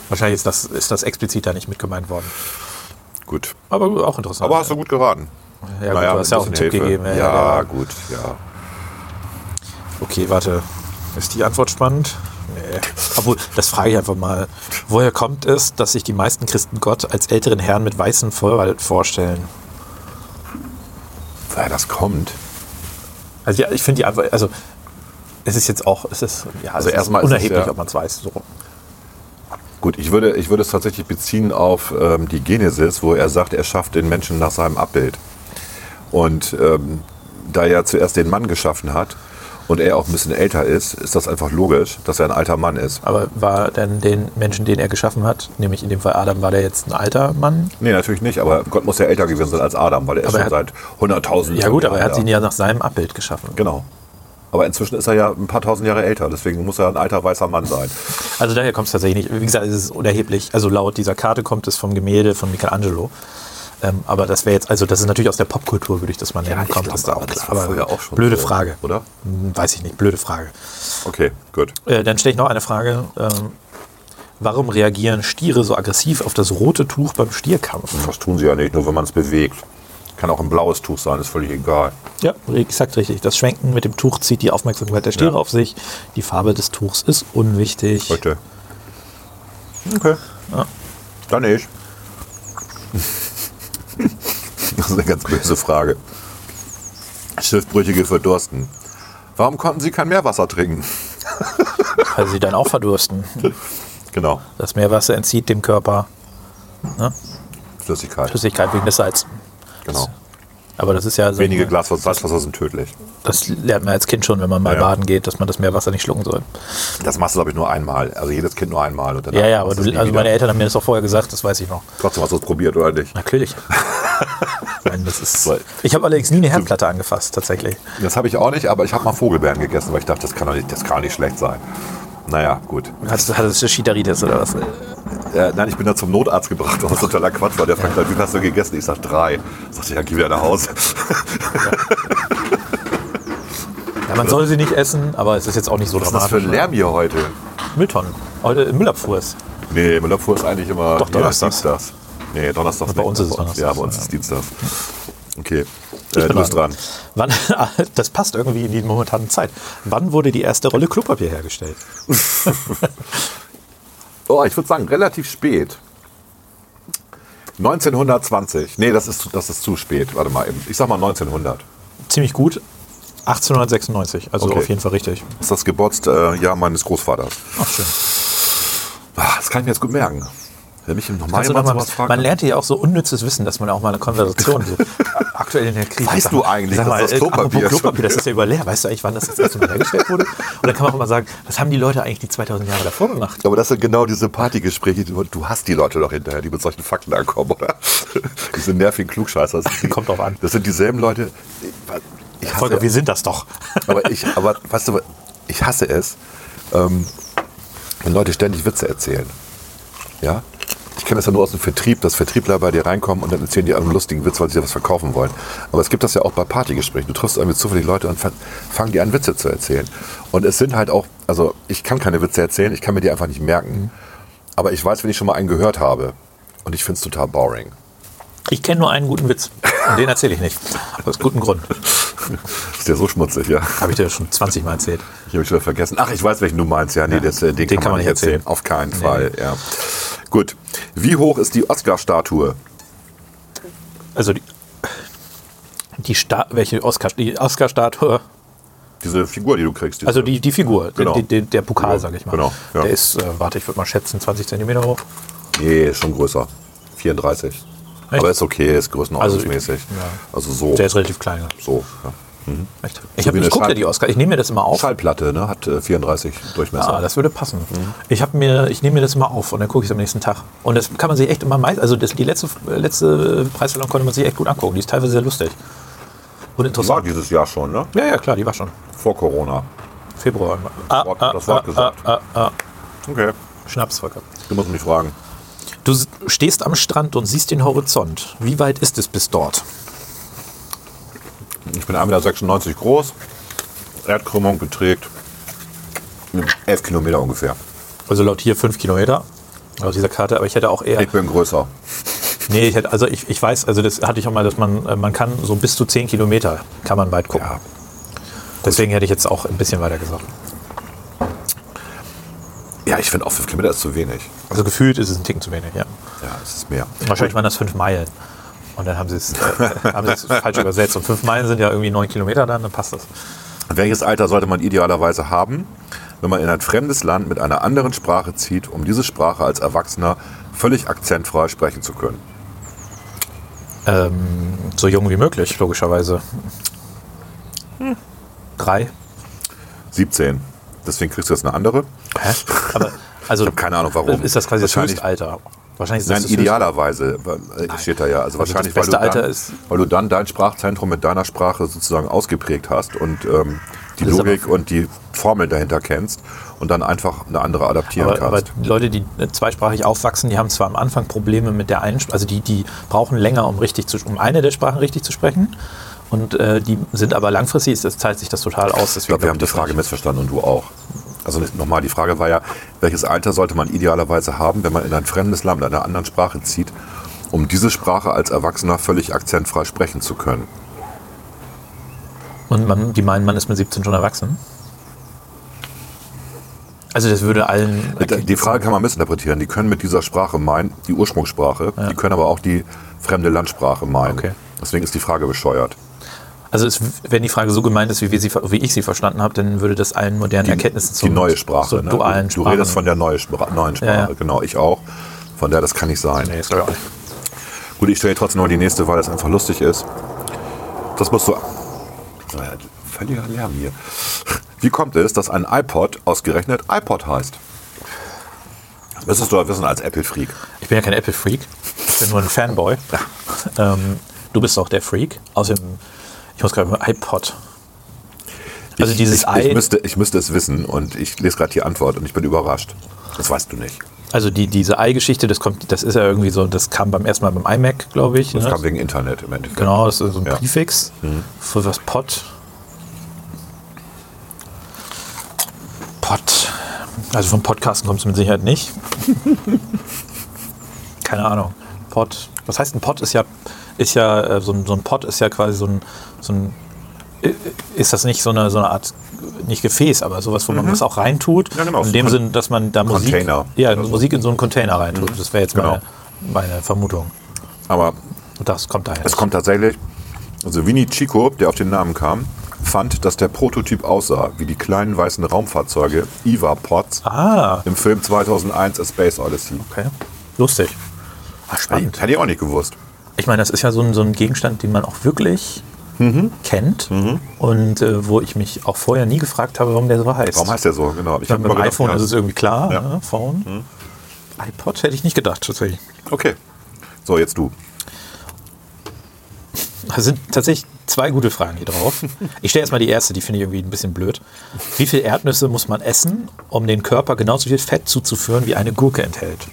Speaker 2: Wahrscheinlich ist das, ist das explizit da nicht mit gemeint worden.
Speaker 1: Gut.
Speaker 2: Aber auch interessant.
Speaker 1: Aber hast du gut geraten.
Speaker 2: ja, gut, du hast ja auch einen Tipp gegeben.
Speaker 1: Ja,
Speaker 2: ja, ja.
Speaker 1: gut, ja.
Speaker 2: Okay, warte. Ist die Antwort spannend? Nee. Obwohl, das frage ich einfach mal. Woher kommt es, dass sich die meisten Christen Gott als älteren Herrn mit weißem Vollwald vorstellen?
Speaker 1: Woher das kommt.
Speaker 2: Also ja, ich finde die Antwort, also es ist jetzt auch, es ist, ja, also
Speaker 1: erstmal ist es,
Speaker 2: unerheblich,
Speaker 1: ja.
Speaker 2: ob man es weiß. So.
Speaker 1: Gut, ich würde, ich würde es tatsächlich beziehen auf ähm, die Genesis, wo er sagt, er schafft den Menschen nach seinem Abbild. Und ähm, da er zuerst den Mann geschaffen hat und er auch ein bisschen älter ist, ist das einfach logisch, dass er ein alter Mann ist.
Speaker 2: Aber war dann den Menschen, den er geschaffen hat, nämlich in dem Fall Adam, war der jetzt ein alter Mann?
Speaker 1: Nee, natürlich nicht, aber Gott muss ja älter gewesen sein als Adam, weil er ist
Speaker 2: Aber
Speaker 1: schon
Speaker 2: er
Speaker 1: seit 100.000
Speaker 2: Ja gut, aber er hat
Speaker 1: Jahren
Speaker 2: ihn ja nach seinem Abbild geschaffen.
Speaker 1: da. Genau. Aber inzwischen ist er ja ein paar tausend Jahre älter, deswegen muss er ein alter weißer Mann sein.
Speaker 2: Also daher kommt es tatsächlich nicht. Wie gesagt, es ist unerheblich. Also laut dieser Karte kommt es vom Gemälde von Michelangelo. Ähm, aber das wäre jetzt, also das ist natürlich aus der Popkultur, würde ich das mal nennen.
Speaker 1: ich
Speaker 2: kommt
Speaker 1: glaube
Speaker 2: das da
Speaker 1: auch,
Speaker 2: alles.
Speaker 1: das war früher auch schon
Speaker 2: blöde
Speaker 1: so,
Speaker 2: Frage.
Speaker 1: oder?
Speaker 2: Hm, Weiß ich nicht, blöde Frage.
Speaker 1: Okay, gut.
Speaker 2: Äh, dann stelle ich noch eine Frage. Ähm, warum reagieren Stiere so aggressiv auf das rote Tuch beim Stierkampf?
Speaker 1: Das tun sie ja nicht, nur wenn man es bewegt. Kann auch ein blaues Tuch sein, ist völlig egal.
Speaker 2: Ja, exakt richtig. Das Schwenken mit dem Tuch zieht die Aufmerksamkeit der Stiere auf sich. Die Farbe des Tuchs ist unwichtig.
Speaker 1: Heute. Okay. Dann ich. Das ist eine ganz böse Frage. Schildbrüchige verdursten. Warum konnten sie kein Meerwasser trinken?
Speaker 2: Weil sie dann auch
Speaker 1: *laughs*
Speaker 2: verdursten.
Speaker 1: Genau,
Speaker 2: Das Meerwasser entzieht dem Körper
Speaker 1: Flüssigkeit.
Speaker 2: Flüssigkeit wegen des Salz.
Speaker 1: Genau.
Speaker 2: Aber das ist ja so
Speaker 1: Wenige Glaswasser, Salzwasser sind tödlich.
Speaker 2: Das lernt man als Kind schon, wenn man mal
Speaker 1: Ja, ja.
Speaker 2: baden geht, dass man das Meerwasser nicht schlucken soll.
Speaker 1: Das machst du, glaube ich, nur einmal. Also jedes Kind nur einmal. Und danach
Speaker 2: Ja, ja, aber
Speaker 1: machst du's
Speaker 2: du,
Speaker 1: nie
Speaker 2: also
Speaker 1: wieder.
Speaker 2: meine Eltern haben mir das auch vorher gesagt, das weiß ich noch.
Speaker 1: Trotzdem hast du es probiert, oder nicht? *laughs*
Speaker 2: Natürlich. Nein, das ist,
Speaker 1: Weil-
Speaker 2: ich habe allerdings nie eine Herdplatte angefasst, tatsächlich.
Speaker 1: Das habe ich auch nicht, aber ich habe mal Vogelbeeren gegessen, weil ich dachte, das kann doch nicht, das kann doch nicht schlecht sein. Naja, gut.
Speaker 2: Hattest du hattest du Schiederitis oder was?
Speaker 1: Äh, nein, ich bin da zum Notarzt gebracht worden, was totaler Quatsch war. Der fragt halt, wie viel hast du gegessen? Ich sag drei. Sagt er, ja, geh wieder nach Hause.
Speaker 2: Ja, man soll sie nicht essen, aber es ist jetzt auch nicht so
Speaker 1: Was ist das für
Speaker 2: dramatisch.
Speaker 1: ein Lärm hier heute?
Speaker 2: Mülltonnen. Heute äh, Müllabfuhr ist.
Speaker 1: Nee, Müllabfuhr ist eigentlich immer
Speaker 2: Doch, Donnerstags.
Speaker 1: Ja, Dienstags. Nee, Donnerstag.
Speaker 2: Bei uns ist es
Speaker 1: Ja,
Speaker 2: Donnerstags,
Speaker 1: bei uns ist Dienstag. Okay,
Speaker 2: Ich
Speaker 1: äh, du
Speaker 2: bin
Speaker 1: bist dran.
Speaker 2: Wann, *laughs* das passt irgendwie in die momentane Zeit. Wann wurde die erste Rolle Klopapier hergestellt?
Speaker 1: Oh, ich würde sagen, relativ spät. 1920. Nee, das ist, zu- das ist zu spät. Warte mal eben. Ich sag mal 1900.
Speaker 2: Ziemlich gut. 1896, also
Speaker 1: Okay.
Speaker 2: auf jeden Fall richtig.
Speaker 1: Das ist das Geburtsjahr meines Großvaters.
Speaker 2: Ach, schön.
Speaker 1: Ah, Das kann ich mir jetzt gut merken. Wenn mich im
Speaker 2: Kannst du
Speaker 1: normalen
Speaker 2: noch mal,
Speaker 1: sowas fragt,
Speaker 2: man lernt ja auch so unnützes Wissen, dass man auch mal
Speaker 1: *laughs*
Speaker 2: eine Konversation so aktuell in der Krise.
Speaker 1: Weißt
Speaker 2: Sag
Speaker 1: du
Speaker 2: mal-
Speaker 1: eigentlich,
Speaker 2: sag
Speaker 1: dass
Speaker 2: mal,
Speaker 1: das
Speaker 2: äh,
Speaker 1: Klopapier
Speaker 2: apropos
Speaker 1: ist?
Speaker 2: Klopapier, das ist ja überleer. Weißt du eigentlich, wann das das erste Mal hergestellt wurde? Und dann kann man auch mal sagen, was haben die Leute eigentlich die 2000 Jahre davor gemacht?
Speaker 1: Aber das sind genau diese Partygespräche. die- Du hast die Leute doch hinterher, die mit solchen Fakten ankommen, oder? *laughs* Diese nervigen Klugscheißer. Das sind die-
Speaker 2: *laughs* Kommt drauf an.
Speaker 1: Das sind dieselben Leute. Ich
Speaker 2: Volker,
Speaker 1: hasse,
Speaker 2: wir sind das doch.
Speaker 1: aber, ich, aber weißt du, ich hasse es, ähm, wenn Leute ständig Witze erzählen. Ja? Ich kenne das ja nur aus dem Vertrieb, dass Vertriebler bei dir reinkommen und dann erzählen die einen lustigen Witz, weil sie dir was verkaufen wollen. Aber es gibt das ja auch bei Partygesprächen. Du triffst irgendwie zufällig Leute und fa- fangen die an, Witze zu erzählen. Und es sind halt auch, also ich kann keine Witze erzählen, ich kann mir die einfach nicht merken. Aber ich weiß, wenn ich schon mal einen gehört habe. Und ich finde es total boring.
Speaker 2: *laughs*
Speaker 1: *laughs*
Speaker 2: Ich kenne nur einen guten Witz. Und den erzähle ich nicht. Aus gutem Grund.
Speaker 1: Ist ja so schmutzig, ja.
Speaker 2: Habe ich dir schon 20 Mal erzählt.
Speaker 1: Ich habe schon wieder vergessen. Ach, ich weiß, welchen du meinst. Ja, nee, das, äh, den, kann, man nicht erzählen. Auf keinen Fall, ja. Gut. Wie hoch ist die Oscar-Statue?
Speaker 2: Also die, die Sta welche Oscar, die Oscar-Statue,
Speaker 1: Diese Figur, die du kriegst. diese-
Speaker 2: also die, die Figur,
Speaker 1: Genau.
Speaker 2: die, die, der Pokal,
Speaker 1: Genau.
Speaker 2: sage ich mal.
Speaker 1: Genau, ja.
Speaker 2: Der ist, äh, warte, ich würde mal schätzen, 20 Zentimeter hoch.
Speaker 1: Nee, ist schon größer. 34. Aber ist okay, ist größenordnungsmäßig.
Speaker 2: Also, ja.
Speaker 1: Also, so.
Speaker 2: Der ist relativ klein. ja.
Speaker 1: so ja.
Speaker 2: Echt? Ich,
Speaker 1: So
Speaker 2: hab-
Speaker 1: wie
Speaker 2: ich
Speaker 1: eine
Speaker 2: gucke ja
Speaker 1: Schall-
Speaker 2: die Oscar. Ich nehme mir das immer auf.
Speaker 1: Schallplatte, ne? Hat äh, 34 Durchmesser.
Speaker 2: Ah, das würde passen. Ich habe mir, ich nehme mir das immer auf und dann gucke ich es am nächsten Tag. Und das kann man sich echt immer meist, also das, die letzte, letzte Preisverleihung konnte man sich echt gut angucken. Die ist teilweise sehr lustig
Speaker 1: war
Speaker 2: und interessant.
Speaker 1: dieses Jahr schon, ne?
Speaker 2: Ja, ja, klar, die war schon
Speaker 1: Vor Corona.
Speaker 2: Februar. Ah,
Speaker 1: Wort- das Wort gesagt.
Speaker 2: Ah, ah, ah.
Speaker 1: Okay.
Speaker 2: Schnaps, Volker.
Speaker 1: Du musst mich fragen.
Speaker 2: Du s- stehst am Strand und siehst den Horizont. Wie weit ist es bis dort?
Speaker 1: Ich bin 1,96 Meter groß. Erdkrümmung beträgt 11 Kilometer ungefähr.
Speaker 2: Also laut hier fünf Kilometer laut dieser Karte, aber ich hätte auch eher.
Speaker 1: Ich bin größer.
Speaker 2: Nee, ich hätte, also ich, ich weiß, also das hatte ich auch mal, dass man, äh, man kann so bis zu 10 Kilometer kann man weit gucken.
Speaker 1: Ja.
Speaker 2: Deswegen hätte ich jetzt auch ein bisschen weiter gesagt.
Speaker 1: Ja, ich finde auch 5 Kilometer ist zu wenig.
Speaker 2: Also gefühlt ist es ein Ticken zu wenig, ja.
Speaker 1: Ja, es ist mehr.
Speaker 2: Wahrscheinlich waren das fünf Meilen. Und dann haben sie es, äh, haben
Speaker 1: *laughs*
Speaker 2: sie es falsch übersetzt. Und fünf Meilen sind ja irgendwie neun Kilometer dann, dann passt das.
Speaker 1: Welches Alter sollte man idealerweise haben, wenn man in ein fremdes Land mit einer anderen Sprache zieht, um diese Sprache als Erwachsener völlig akzentfrei sprechen zu können?
Speaker 2: Ähm, so jung wie möglich, logischerweise.
Speaker 1: Hm.
Speaker 2: Drei.
Speaker 1: 17. Deswegen kriegst du jetzt eine andere.
Speaker 2: Hä? Aber, also,
Speaker 1: Ich hab keine Ahnung, warum.
Speaker 2: Ist das quasi das
Speaker 1: Wahrscheinlich-
Speaker 2: Höchstalter? Wahrscheinlich ist das
Speaker 1: Nein,
Speaker 2: das
Speaker 1: idealerweise weil, äh, steht da ja. Also wahrscheinlich,
Speaker 2: das
Speaker 1: weil, du
Speaker 2: beste Alter
Speaker 1: dann,
Speaker 2: ist-
Speaker 1: weil du dann dein Sprachzentrum mit deiner Sprache sozusagen ausgeprägt hast und ähm, die
Speaker 2: Das ist aber-
Speaker 1: Logik und die Formel dahinter kennst und dann einfach eine andere adaptieren
Speaker 2: Aber, aber
Speaker 1: kannst.
Speaker 2: Leute, die äh, zweisprachig aufwachsen, die haben zwar am Anfang Probleme mit der einen, Sp- also die, die brauchen länger, um richtig zu, um eine der Sprachen richtig zu sprechen. Und äh, die sind aber langfristig, ist- das zahlt sich das total aus.
Speaker 1: Ich glaube, wir haben die Frage missverstanden und du auch. Also nochmal, die Frage war ja, welches Alter sollte man idealerweise haben, wenn man in ein fremdes Land mit einer anderen Sprache zieht, um diese Sprache als Erwachsener völlig akzentfrei sprechen zu können?
Speaker 2: Und man, die meinen, man ist mit 17 schon erwachsen. Also das würde allen.
Speaker 1: Die Frage kann man missinterpretieren. Die können mit dieser Sprache meinen, die Ursprungssprache, die können aber auch die fremde Landsprache meinen.
Speaker 2: Okay.
Speaker 1: Deswegen ist die Frage bescheuert.
Speaker 2: Also es, wenn die Frage so gemeint ist, wie, wir sie, ver- wie ich sie verstanden habe, dann würde das allen modernen Erkenntnissen
Speaker 1: die neue Sprache.
Speaker 2: zur
Speaker 1: ne?
Speaker 2: dualen
Speaker 1: du,
Speaker 2: Sprache.
Speaker 1: du redest von der neue Spra neuen Sprache,
Speaker 2: Ja, ja.
Speaker 1: genau, ich auch. Von der, das kann nicht sein.
Speaker 2: Nee, ist doch egal.
Speaker 1: Gut, ich stelle trotzdem noch die nächste, weil das einfach lustig ist. Das musst du. Naja, Völliger Lärm hier. Wie kommt es, dass ein iPod ausgerechnet iPod heißt? Das müsstest du ja wissen als Apple-Freak.
Speaker 2: Ich bin ja kein Apple-Freak. Ich bin nur ein Fanboy. Ähm, du bist auch der Freak. Außerdem, ich muss gerade mal iPod. Also
Speaker 1: ich,
Speaker 2: dieses
Speaker 1: ich,
Speaker 2: Ei-
Speaker 1: ich, müsste, ich müsste es wissen und ich lese gerade die Antwort und ich bin überrascht. Das weißt du nicht.
Speaker 2: Also die, diese Ei-Geschichte, das kommt, das ist ja irgendwie so, das kam beim ersten Mal beim iMac, glaube ich.
Speaker 1: Das
Speaker 2: ne?
Speaker 1: kam wegen Internet im Endeffekt.
Speaker 2: Genau, das ist so ein
Speaker 1: Ja. Mhm.
Speaker 2: Präfix für was Pot. Pot. Also vom Podcasten kommst du mit
Speaker 1: *laughs*
Speaker 2: Sicherheit nicht. Keine Ahnung. Pot. Was heißt ein Pot ist ja, ist ja, äh, so ein, so ein Pot ist ja quasi so ein, so ein äh, ist das nicht so eine, so eine Art, nicht Gefäß, aber sowas, wo man was auch reintut.
Speaker 1: Mhm. Ja, genau.
Speaker 2: In dem Sinn, dass man da Musik,
Speaker 1: Container. Also
Speaker 2: ja, Musik in so einen Container reintut. Das wäre jetzt
Speaker 1: Genau.
Speaker 2: meine, meine Vermutung.
Speaker 1: Aber
Speaker 2: Und das kommt daher.
Speaker 1: Es kommt tatsächlich, also Vinny Chico, der auf den Namen kam, fand, dass der Prototyp aussah wie die kleinen weißen Raumfahrzeuge IVA-Pods
Speaker 2: Ah,
Speaker 1: im Film 2001 A Space Odyssey.
Speaker 2: Okay. Lustig. Ach, spannend.
Speaker 1: Hätte ich auch nicht gewusst.
Speaker 2: Ich meine, das ist ja so ein, so ein Gegenstand, den man auch wirklich
Speaker 1: Mhm.
Speaker 2: kennt und äh, wo ich mich auch vorher nie gefragt habe, warum der so heißt.
Speaker 1: Warum heißt der so? Genau. Ich
Speaker 2: ich
Speaker 1: hab
Speaker 2: meine, beim
Speaker 1: immer gedacht,
Speaker 2: iPhone also
Speaker 1: ja,
Speaker 2: ist es irgendwie klar,
Speaker 1: Ja. Mhm.
Speaker 2: ne? Phone. iPod hätte ich nicht gedacht, tatsächlich.
Speaker 1: Okay. So, jetzt du.
Speaker 2: Da sind tatsächlich zwei gute Fragen
Speaker 1: *laughs*
Speaker 2: hier drauf. Ich stelle erstmal die erste, die finde ich irgendwie ein bisschen blöd. Wie viel Erdnüsse muss man essen, um den Körper genauso viel Fett zuzuführen, wie eine Gurke enthält?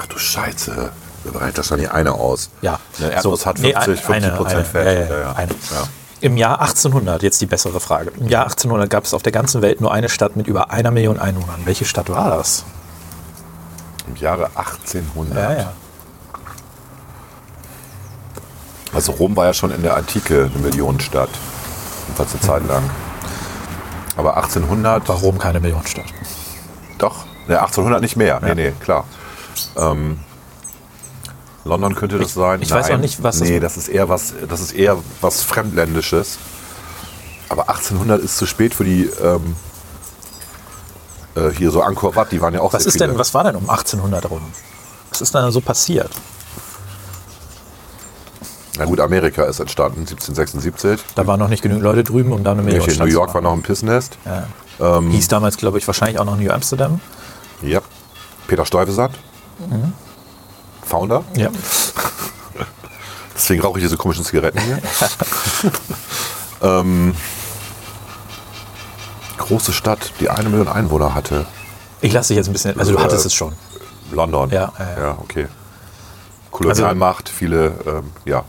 Speaker 1: Ach du Scheiße. Wir bereiten das schon die eine aus.
Speaker 2: Ja.
Speaker 1: Eine Ne, Erdnuss hat
Speaker 2: Nee,
Speaker 1: 50, 50
Speaker 2: eine- eine,
Speaker 1: Prozent Fett.
Speaker 2: Ja, ja, Eine.
Speaker 1: Ja.
Speaker 2: Im Jahr 1800, jetzt die bessere Frage. Im Jahr 1800 gab es auf der ganzen Welt nur eine Stadt mit über einer Million Einwohnern. Welche Stadt war das?
Speaker 1: Im Jahre 1800.
Speaker 2: ja.
Speaker 1: Also Rom war ja schon in der Antike eine Millionenstadt. Jedenfalls eine Zeit lang. Aber 1800...
Speaker 2: Warum keine Millionenstadt?
Speaker 1: Doch, ne, 1800 nicht mehr. Nee, nee, klar. Ähm, London könnte das sein.
Speaker 2: ich weiß auch nicht, was das-
Speaker 1: Nee, das ist eher was, das ist eher was Fremdländisches. Aber 1800 ist zu spät für die ähm, äh, hier so Angkor Wat, die waren ja auch
Speaker 2: Was
Speaker 1: sehr
Speaker 2: ist
Speaker 1: viele.
Speaker 2: denn, was war denn um 1800 rum? Was ist denn da so passiert?
Speaker 1: Na gut, Amerika ist entstanden, 1776.
Speaker 2: Da waren noch nicht genügend Leute drüben, um da eine Million
Speaker 1: Richtig, New
Speaker 2: Stadt zu
Speaker 1: York war
Speaker 2: machen.
Speaker 1: noch ein Pissnest.
Speaker 2: Hieß damals, glaube ich, wahrscheinlich auch noch New Amsterdam.
Speaker 1: Ja. Peter Stuyvesant.
Speaker 2: Mhm.
Speaker 1: Founder.
Speaker 2: Ja.
Speaker 1: Deswegen rauche ich diese komischen Zigaretten
Speaker 2: *laughs*
Speaker 1: hier. ähm, große Stadt, die eine Million Einwohner hatte.
Speaker 2: Ich lasse dich jetzt ein bisschen. Also, du
Speaker 1: Äh,
Speaker 2: hattest es schon.
Speaker 1: London.
Speaker 2: Ja, ja, ja.
Speaker 1: ja okay. Kolonialmacht, viele, ähm, ja.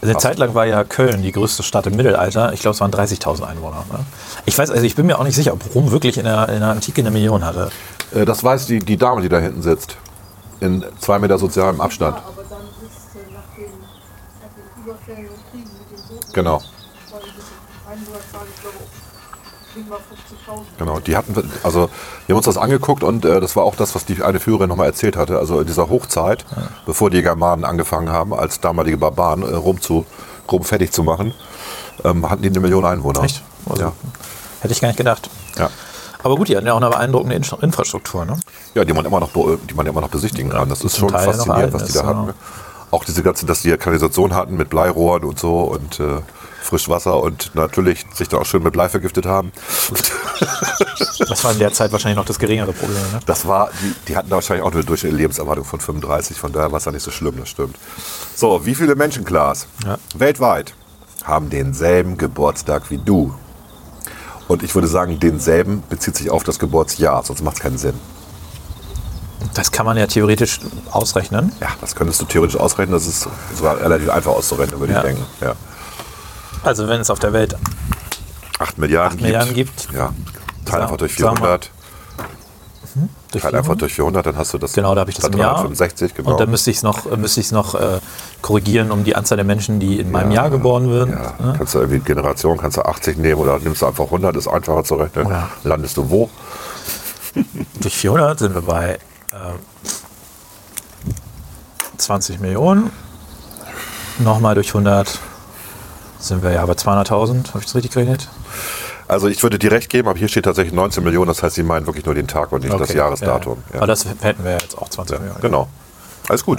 Speaker 2: Also eine
Speaker 1: Passt.
Speaker 2: Zeit lang war ja Köln die größte Stadt im Mittelalter. Ich glaube, es waren 30.000 Einwohner. Ne? Ich weiß, also ich bin mir auch nicht sicher, ob Rom wirklich in der, in der Antike eine Million hatte.
Speaker 1: Äh, das weiß die, die Dame, die da hinten sitzt. In zwei Meter sozialem Abstand.
Speaker 4: Ja, aber dann ist äh, nach den, nach den Überfällen und Kriegen mit den Boten,
Speaker 1: Genau.
Speaker 4: weil die Einwohnerzahl, ich glaube, kriegen wir 50.000.
Speaker 1: Genau, die hatten, also wir haben uns das angeguckt und äh, das war auch das, was die eine Führerin nochmal erzählt hatte. Also in dieser Hochzeit, bevor die Germanen angefangen haben, als damalige Barbaren äh, Rom, zu, Rom fertig zu machen, ähm, hatten die eine Million Einwohner.
Speaker 2: Echt? Also,
Speaker 1: Ja.
Speaker 2: Hätte ich gar nicht gedacht.
Speaker 1: Ja.
Speaker 2: Aber gut, die hatten ja auch eine beeindruckende In Infrastruktur. Ne?
Speaker 1: ja, die man immer noch, be- die man immer noch besichtigen kann. Das ist schon
Speaker 2: zum Teil noch
Speaker 1: faszinierend, was die da
Speaker 2: erhalten ist, genau.
Speaker 1: hatten. Auch diese ganze, dass die ja Kanalisation hatten mit Bleirohren und so und äh, Frischwasser und natürlich sich da auch schön mit Blei vergiftet haben. *laughs*
Speaker 2: Das war in der Zeit wahrscheinlich noch das geringere Problem. Ne?
Speaker 1: Das war, die, die hatten da wahrscheinlich auch eine durchschnittliche Lebenserwartung von 35, von daher war es da nicht so schlimm, das stimmt. So, wie viele Menschen, Klaas,
Speaker 2: Ja.
Speaker 1: weltweit haben denselben Geburtstag wie du? Und ich würde sagen, denselben bezieht sich auf das Geburtsjahr, sonst macht es keinen Sinn.
Speaker 2: Das kann man ja theoretisch ausrechnen.
Speaker 1: Ja, das könntest du theoretisch ausrechnen, das ist sogar relativ einfach auszurechnen, würde
Speaker 2: Ja.
Speaker 1: ich denken. Ja.
Speaker 2: Also wenn es auf der Welt
Speaker 1: 8 Milliarden, gibt.
Speaker 2: Milliarden gibt.
Speaker 1: Ja, teil
Speaker 2: Sa-
Speaker 1: einfach durch
Speaker 2: sagen wir-
Speaker 1: 400,
Speaker 2: durch
Speaker 1: teil einfach durch 400, dann hast du das
Speaker 2: Mhm. Genau, da habe ich das
Speaker 1: statt
Speaker 2: im Jahr.
Speaker 1: 365, genau.
Speaker 2: Und dann müsste ich es noch, müsste ich's noch äh, korrigieren um die Anzahl der Menschen, die in meinem Jahr geboren würden.
Speaker 1: Ja,
Speaker 2: Ne?
Speaker 1: kannst du irgendwie Generation, kannst du 80 nehmen oder nimmst du einfach 100, ist einfacher zu rechnen.
Speaker 2: Ja.
Speaker 1: Landest du wo?
Speaker 2: Durch 400 sind wir bei ähm, 20 Millionen. Nochmal durch 100 sind wir ja bei 200.000. Habe ich das richtig gerechnet?
Speaker 1: Also ich würde dir recht geben, aber hier steht tatsächlich 19 Millionen, das heißt, sie meinen wirklich nur den Tag und nicht das
Speaker 2: Okay,
Speaker 1: Jahresdatum.
Speaker 2: Ja.
Speaker 1: Ja.
Speaker 2: Aber das hätten wir jetzt auch 20 Millionen.
Speaker 1: Genau. Alles gut.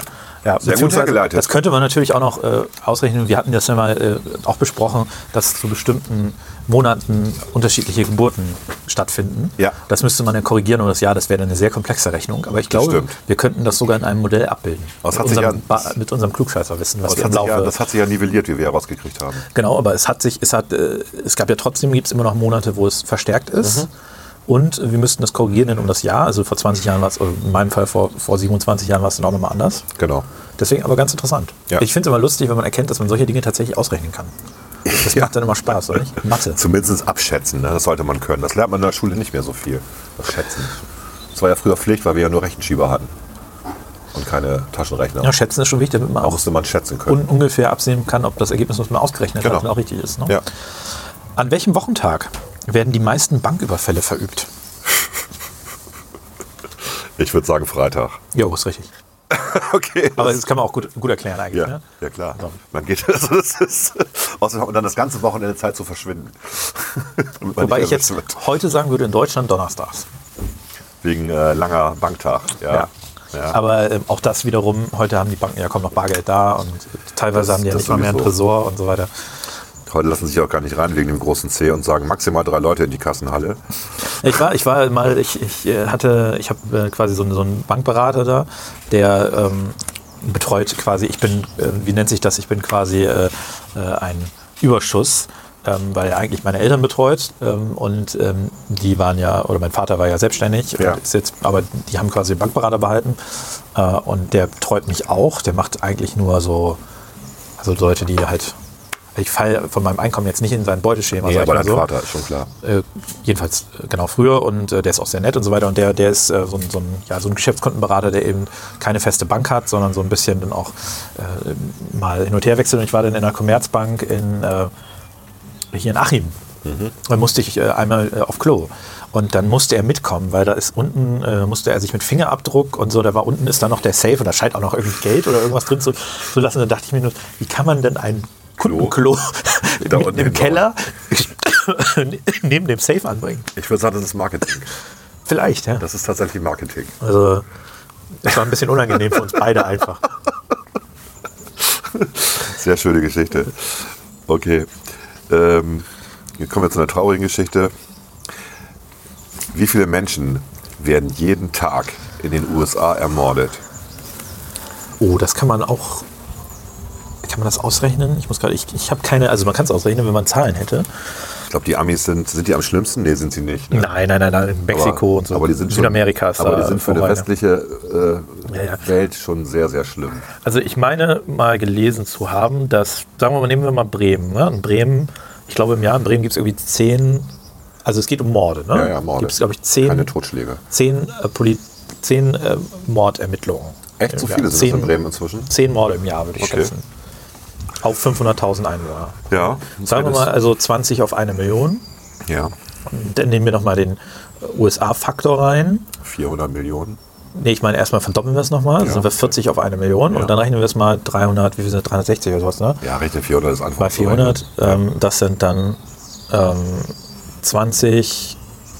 Speaker 1: Sehr
Speaker 2: Ja,
Speaker 1: gut
Speaker 2: beziehungsweise,
Speaker 1: hergeleitet.
Speaker 2: Das könnte man natürlich auch noch äh, ausrechnen. Wir hatten das ja mal äh, auch besprochen, dass zu bestimmten Monaten unterschiedliche Geburten stattfinden.
Speaker 1: Ja.
Speaker 2: Das müsste man ja korrigieren um das Jahr. Das wäre dann eine sehr komplexe Rechnung. Aber ich glaube,
Speaker 1: stimmt.
Speaker 2: wir könnten das sogar in einem Modell abbilden.
Speaker 1: Aber es
Speaker 2: mit,
Speaker 1: hat sich
Speaker 2: unserem
Speaker 1: ja-
Speaker 2: Ba- mit unserem Klugscheißerwissen, was
Speaker 1: Das
Speaker 2: wir im
Speaker 1: hat, sich
Speaker 2: Laufe.
Speaker 1: ja, das hat sich ja nivelliert, wie wir herausgekriegt haben.
Speaker 2: genau, aber es hat sich, es hat, äh, es gab ja trotzdem, gibt es immer noch Monate, wo es verstärkt ist.
Speaker 1: Mhm.
Speaker 2: Und wir müssten das korrigieren denn um das Jahr. Also vor 20 Jahren war es, oder in meinem Fall vor, vor 27 Jahren war es dann auch nochmal anders.
Speaker 1: Genau.
Speaker 2: Deswegen aber ganz interessant.
Speaker 1: Ja.
Speaker 2: Ich finde es immer lustig, wenn man erkennt, dass man solche Dinge tatsächlich ausrechnen kann. Das
Speaker 1: Ja.
Speaker 2: macht dann immer Spaß, oder nicht? Mathe.
Speaker 1: Zumindest abschätzen, ne? das sollte man können. Das lernt man in der Schule nicht mehr so viel. Das Schätzen. Das war ja früher Pflicht, weil wir ja nur Rechenschieber hatten. Und keine Taschenrechner.
Speaker 2: Ja, schätzen ist schon wichtig, damit man
Speaker 1: da
Speaker 2: auch
Speaker 1: musste man schätzen können.
Speaker 2: un ungefähr absehen kann, ob das Ergebnis, was man ausgerechnet
Speaker 1: Genau.
Speaker 2: hat, dann auch richtig ist. Ne?
Speaker 1: ja.
Speaker 2: An welchem Wochentag werden die meisten Banküberfälle verübt?
Speaker 1: Ich würde sagen Freitag. *laughs*
Speaker 2: Jo, ist richtig.
Speaker 1: Okay.
Speaker 2: Aber das kann man auch gut, gut erklären eigentlich.
Speaker 1: Ja,
Speaker 2: Ne?
Speaker 1: ja klar.
Speaker 2: So.
Speaker 1: Man geht, *laughs* also das ist, außerdem hat man dann das ganze Wochenende Zeit zu *laughs* verschwinden. Damit man
Speaker 2: Wobei
Speaker 1: nicht
Speaker 2: ich jetzt
Speaker 1: erwischt wird.
Speaker 2: heute sagen würde, in Deutschland donnerstags.
Speaker 1: Wegen äh, langer Banktag, ja. Ja.
Speaker 2: Aber ähm, auch das wiederum, heute haben die Banken ja kaum noch Bargeld da und teilweise
Speaker 1: Das-
Speaker 2: haben die ja
Speaker 1: das
Speaker 2: nicht mal mehr einen
Speaker 1: sowieso.
Speaker 2: Tresor und so weiter.
Speaker 1: Heute lassen sich auch gar nicht rein wegen dem großen C und sagen maximal drei Leute in die Kassenhalle.
Speaker 2: Ich war, ich war mal, ich, ich äh, hatte, ich habe äh, quasi so, einen- so einen Bankberater da, der ähm, betreut quasi, ich bin, äh, wie nennt sich das, ich bin quasi äh, äh, ein Überschuss, ähm, weil er eigentlich meine Eltern betreut ähm, und ähm, die waren ja, oder mein Vater war ja selbstständig,
Speaker 1: Ja.
Speaker 2: Und ist jetzt, aber die haben quasi den Bankberater behalten äh, und der betreut mich auch, der macht eigentlich nur so, also Leute, die halt, ich falle von meinem Einkommen jetzt nicht in sein Beuteschema. sag ich mal so
Speaker 1: ist schon klar.
Speaker 2: äh, jedenfalls äh, genau früher und äh, der ist auch sehr nett und so weiter und der, der ist äh, so, ein, so, ein, ja, so ein Geschäftskundenberater, der eben keine feste Bank hat, sondern so ein bisschen dann auch äh, mal hin und her wechselt und ich war dann in der Commerzbank in, äh, hier in Achim.
Speaker 1: Mhm.
Speaker 2: Dann musste ich äh, einmal äh, auf Klo. Und dann musste er mitkommen, weil da ist unten, äh, musste er sich mit Fingerabdruck und so, da war unten ist dann noch der Safe und da scheint auch noch irgendwie Geld oder irgendwas drin zu, zu lassen. Da dachte ich mir nur, wie kann man denn ein Kundenklo
Speaker 1: *laughs* Da
Speaker 2: mitten
Speaker 1: unten
Speaker 2: *laughs* im
Speaker 1: hin
Speaker 2: Keller *laughs* neben dem Safe anbringen?
Speaker 1: Ich würde sagen, das ist Marketing.
Speaker 2: Vielleicht, ja.
Speaker 1: Das ist tatsächlich Marketing.
Speaker 2: Also, das war ein bisschen unangenehm für uns beide einfach.
Speaker 1: Sehr schöne Geschichte. Okay. Ähm, hier kommen wir zu einer traurigen Geschichte. Wie viele Menschen werden jeden Tag in den USA ermordet?
Speaker 2: Oh, das kann man auch. Kann man das ausrechnen? Ich muss gerade, ich, ich habe keine, also man kann es ausrechnen, wenn man Zahlen hätte.
Speaker 1: Ich glaube, die Amis sind, sind die am schlimmsten? Nee, sind sie nicht. Ne?
Speaker 2: Nein, nein, nein, nein, in Mexiko und so.
Speaker 1: Aber die sind schon,
Speaker 2: Südamerika ist
Speaker 1: Aber
Speaker 2: da
Speaker 1: die sind für die
Speaker 2: vorbei, ne?
Speaker 1: westliche äh,
Speaker 2: Ja, ja.
Speaker 1: Welt schon sehr, sehr schlimm.
Speaker 2: Also ich meine mal gelesen zu haben, dass, sagen wir mal, nehmen wir mal Bremen. Ne? In Bremen, ich glaube im Jahr in Bremen gibt es irgendwie zehn, also es geht um Morde, ne?
Speaker 1: Ja, ja, Morde.
Speaker 2: Gibt es, glaube ich, zehn,
Speaker 1: Keine Totschläge.
Speaker 2: zehn, äh, Poli zehn äh, Mordermittlungen.
Speaker 1: Echt so
Speaker 2: Im
Speaker 1: viele
Speaker 2: Jahr.
Speaker 1: sind das in
Speaker 2: Zehn-
Speaker 1: Bremen inzwischen?
Speaker 2: Zehn Morde im Jahr, würde ich
Speaker 1: Okay.
Speaker 2: schätzen. Auf 500.000 Einwohner.
Speaker 1: Ja.
Speaker 2: Sagen wir mal, also 20 auf eine Million.
Speaker 1: Ja.
Speaker 2: Dann nehmen wir nochmal den äh, USA-Faktor rein.
Speaker 1: 400 Millionen.
Speaker 2: Nee, ich meine, erstmal verdoppeln wir es nochmal.
Speaker 1: Ja.
Speaker 2: Dann sind wir 40 auf eine Million.
Speaker 1: Ja.
Speaker 2: Und dann rechnen wir es mal 300, wie viel sind das? 360 oder sowas, ne?
Speaker 1: Ja, rechne 400 ist einfach.
Speaker 2: bei 400. Ähm, das sind dann ähm, 20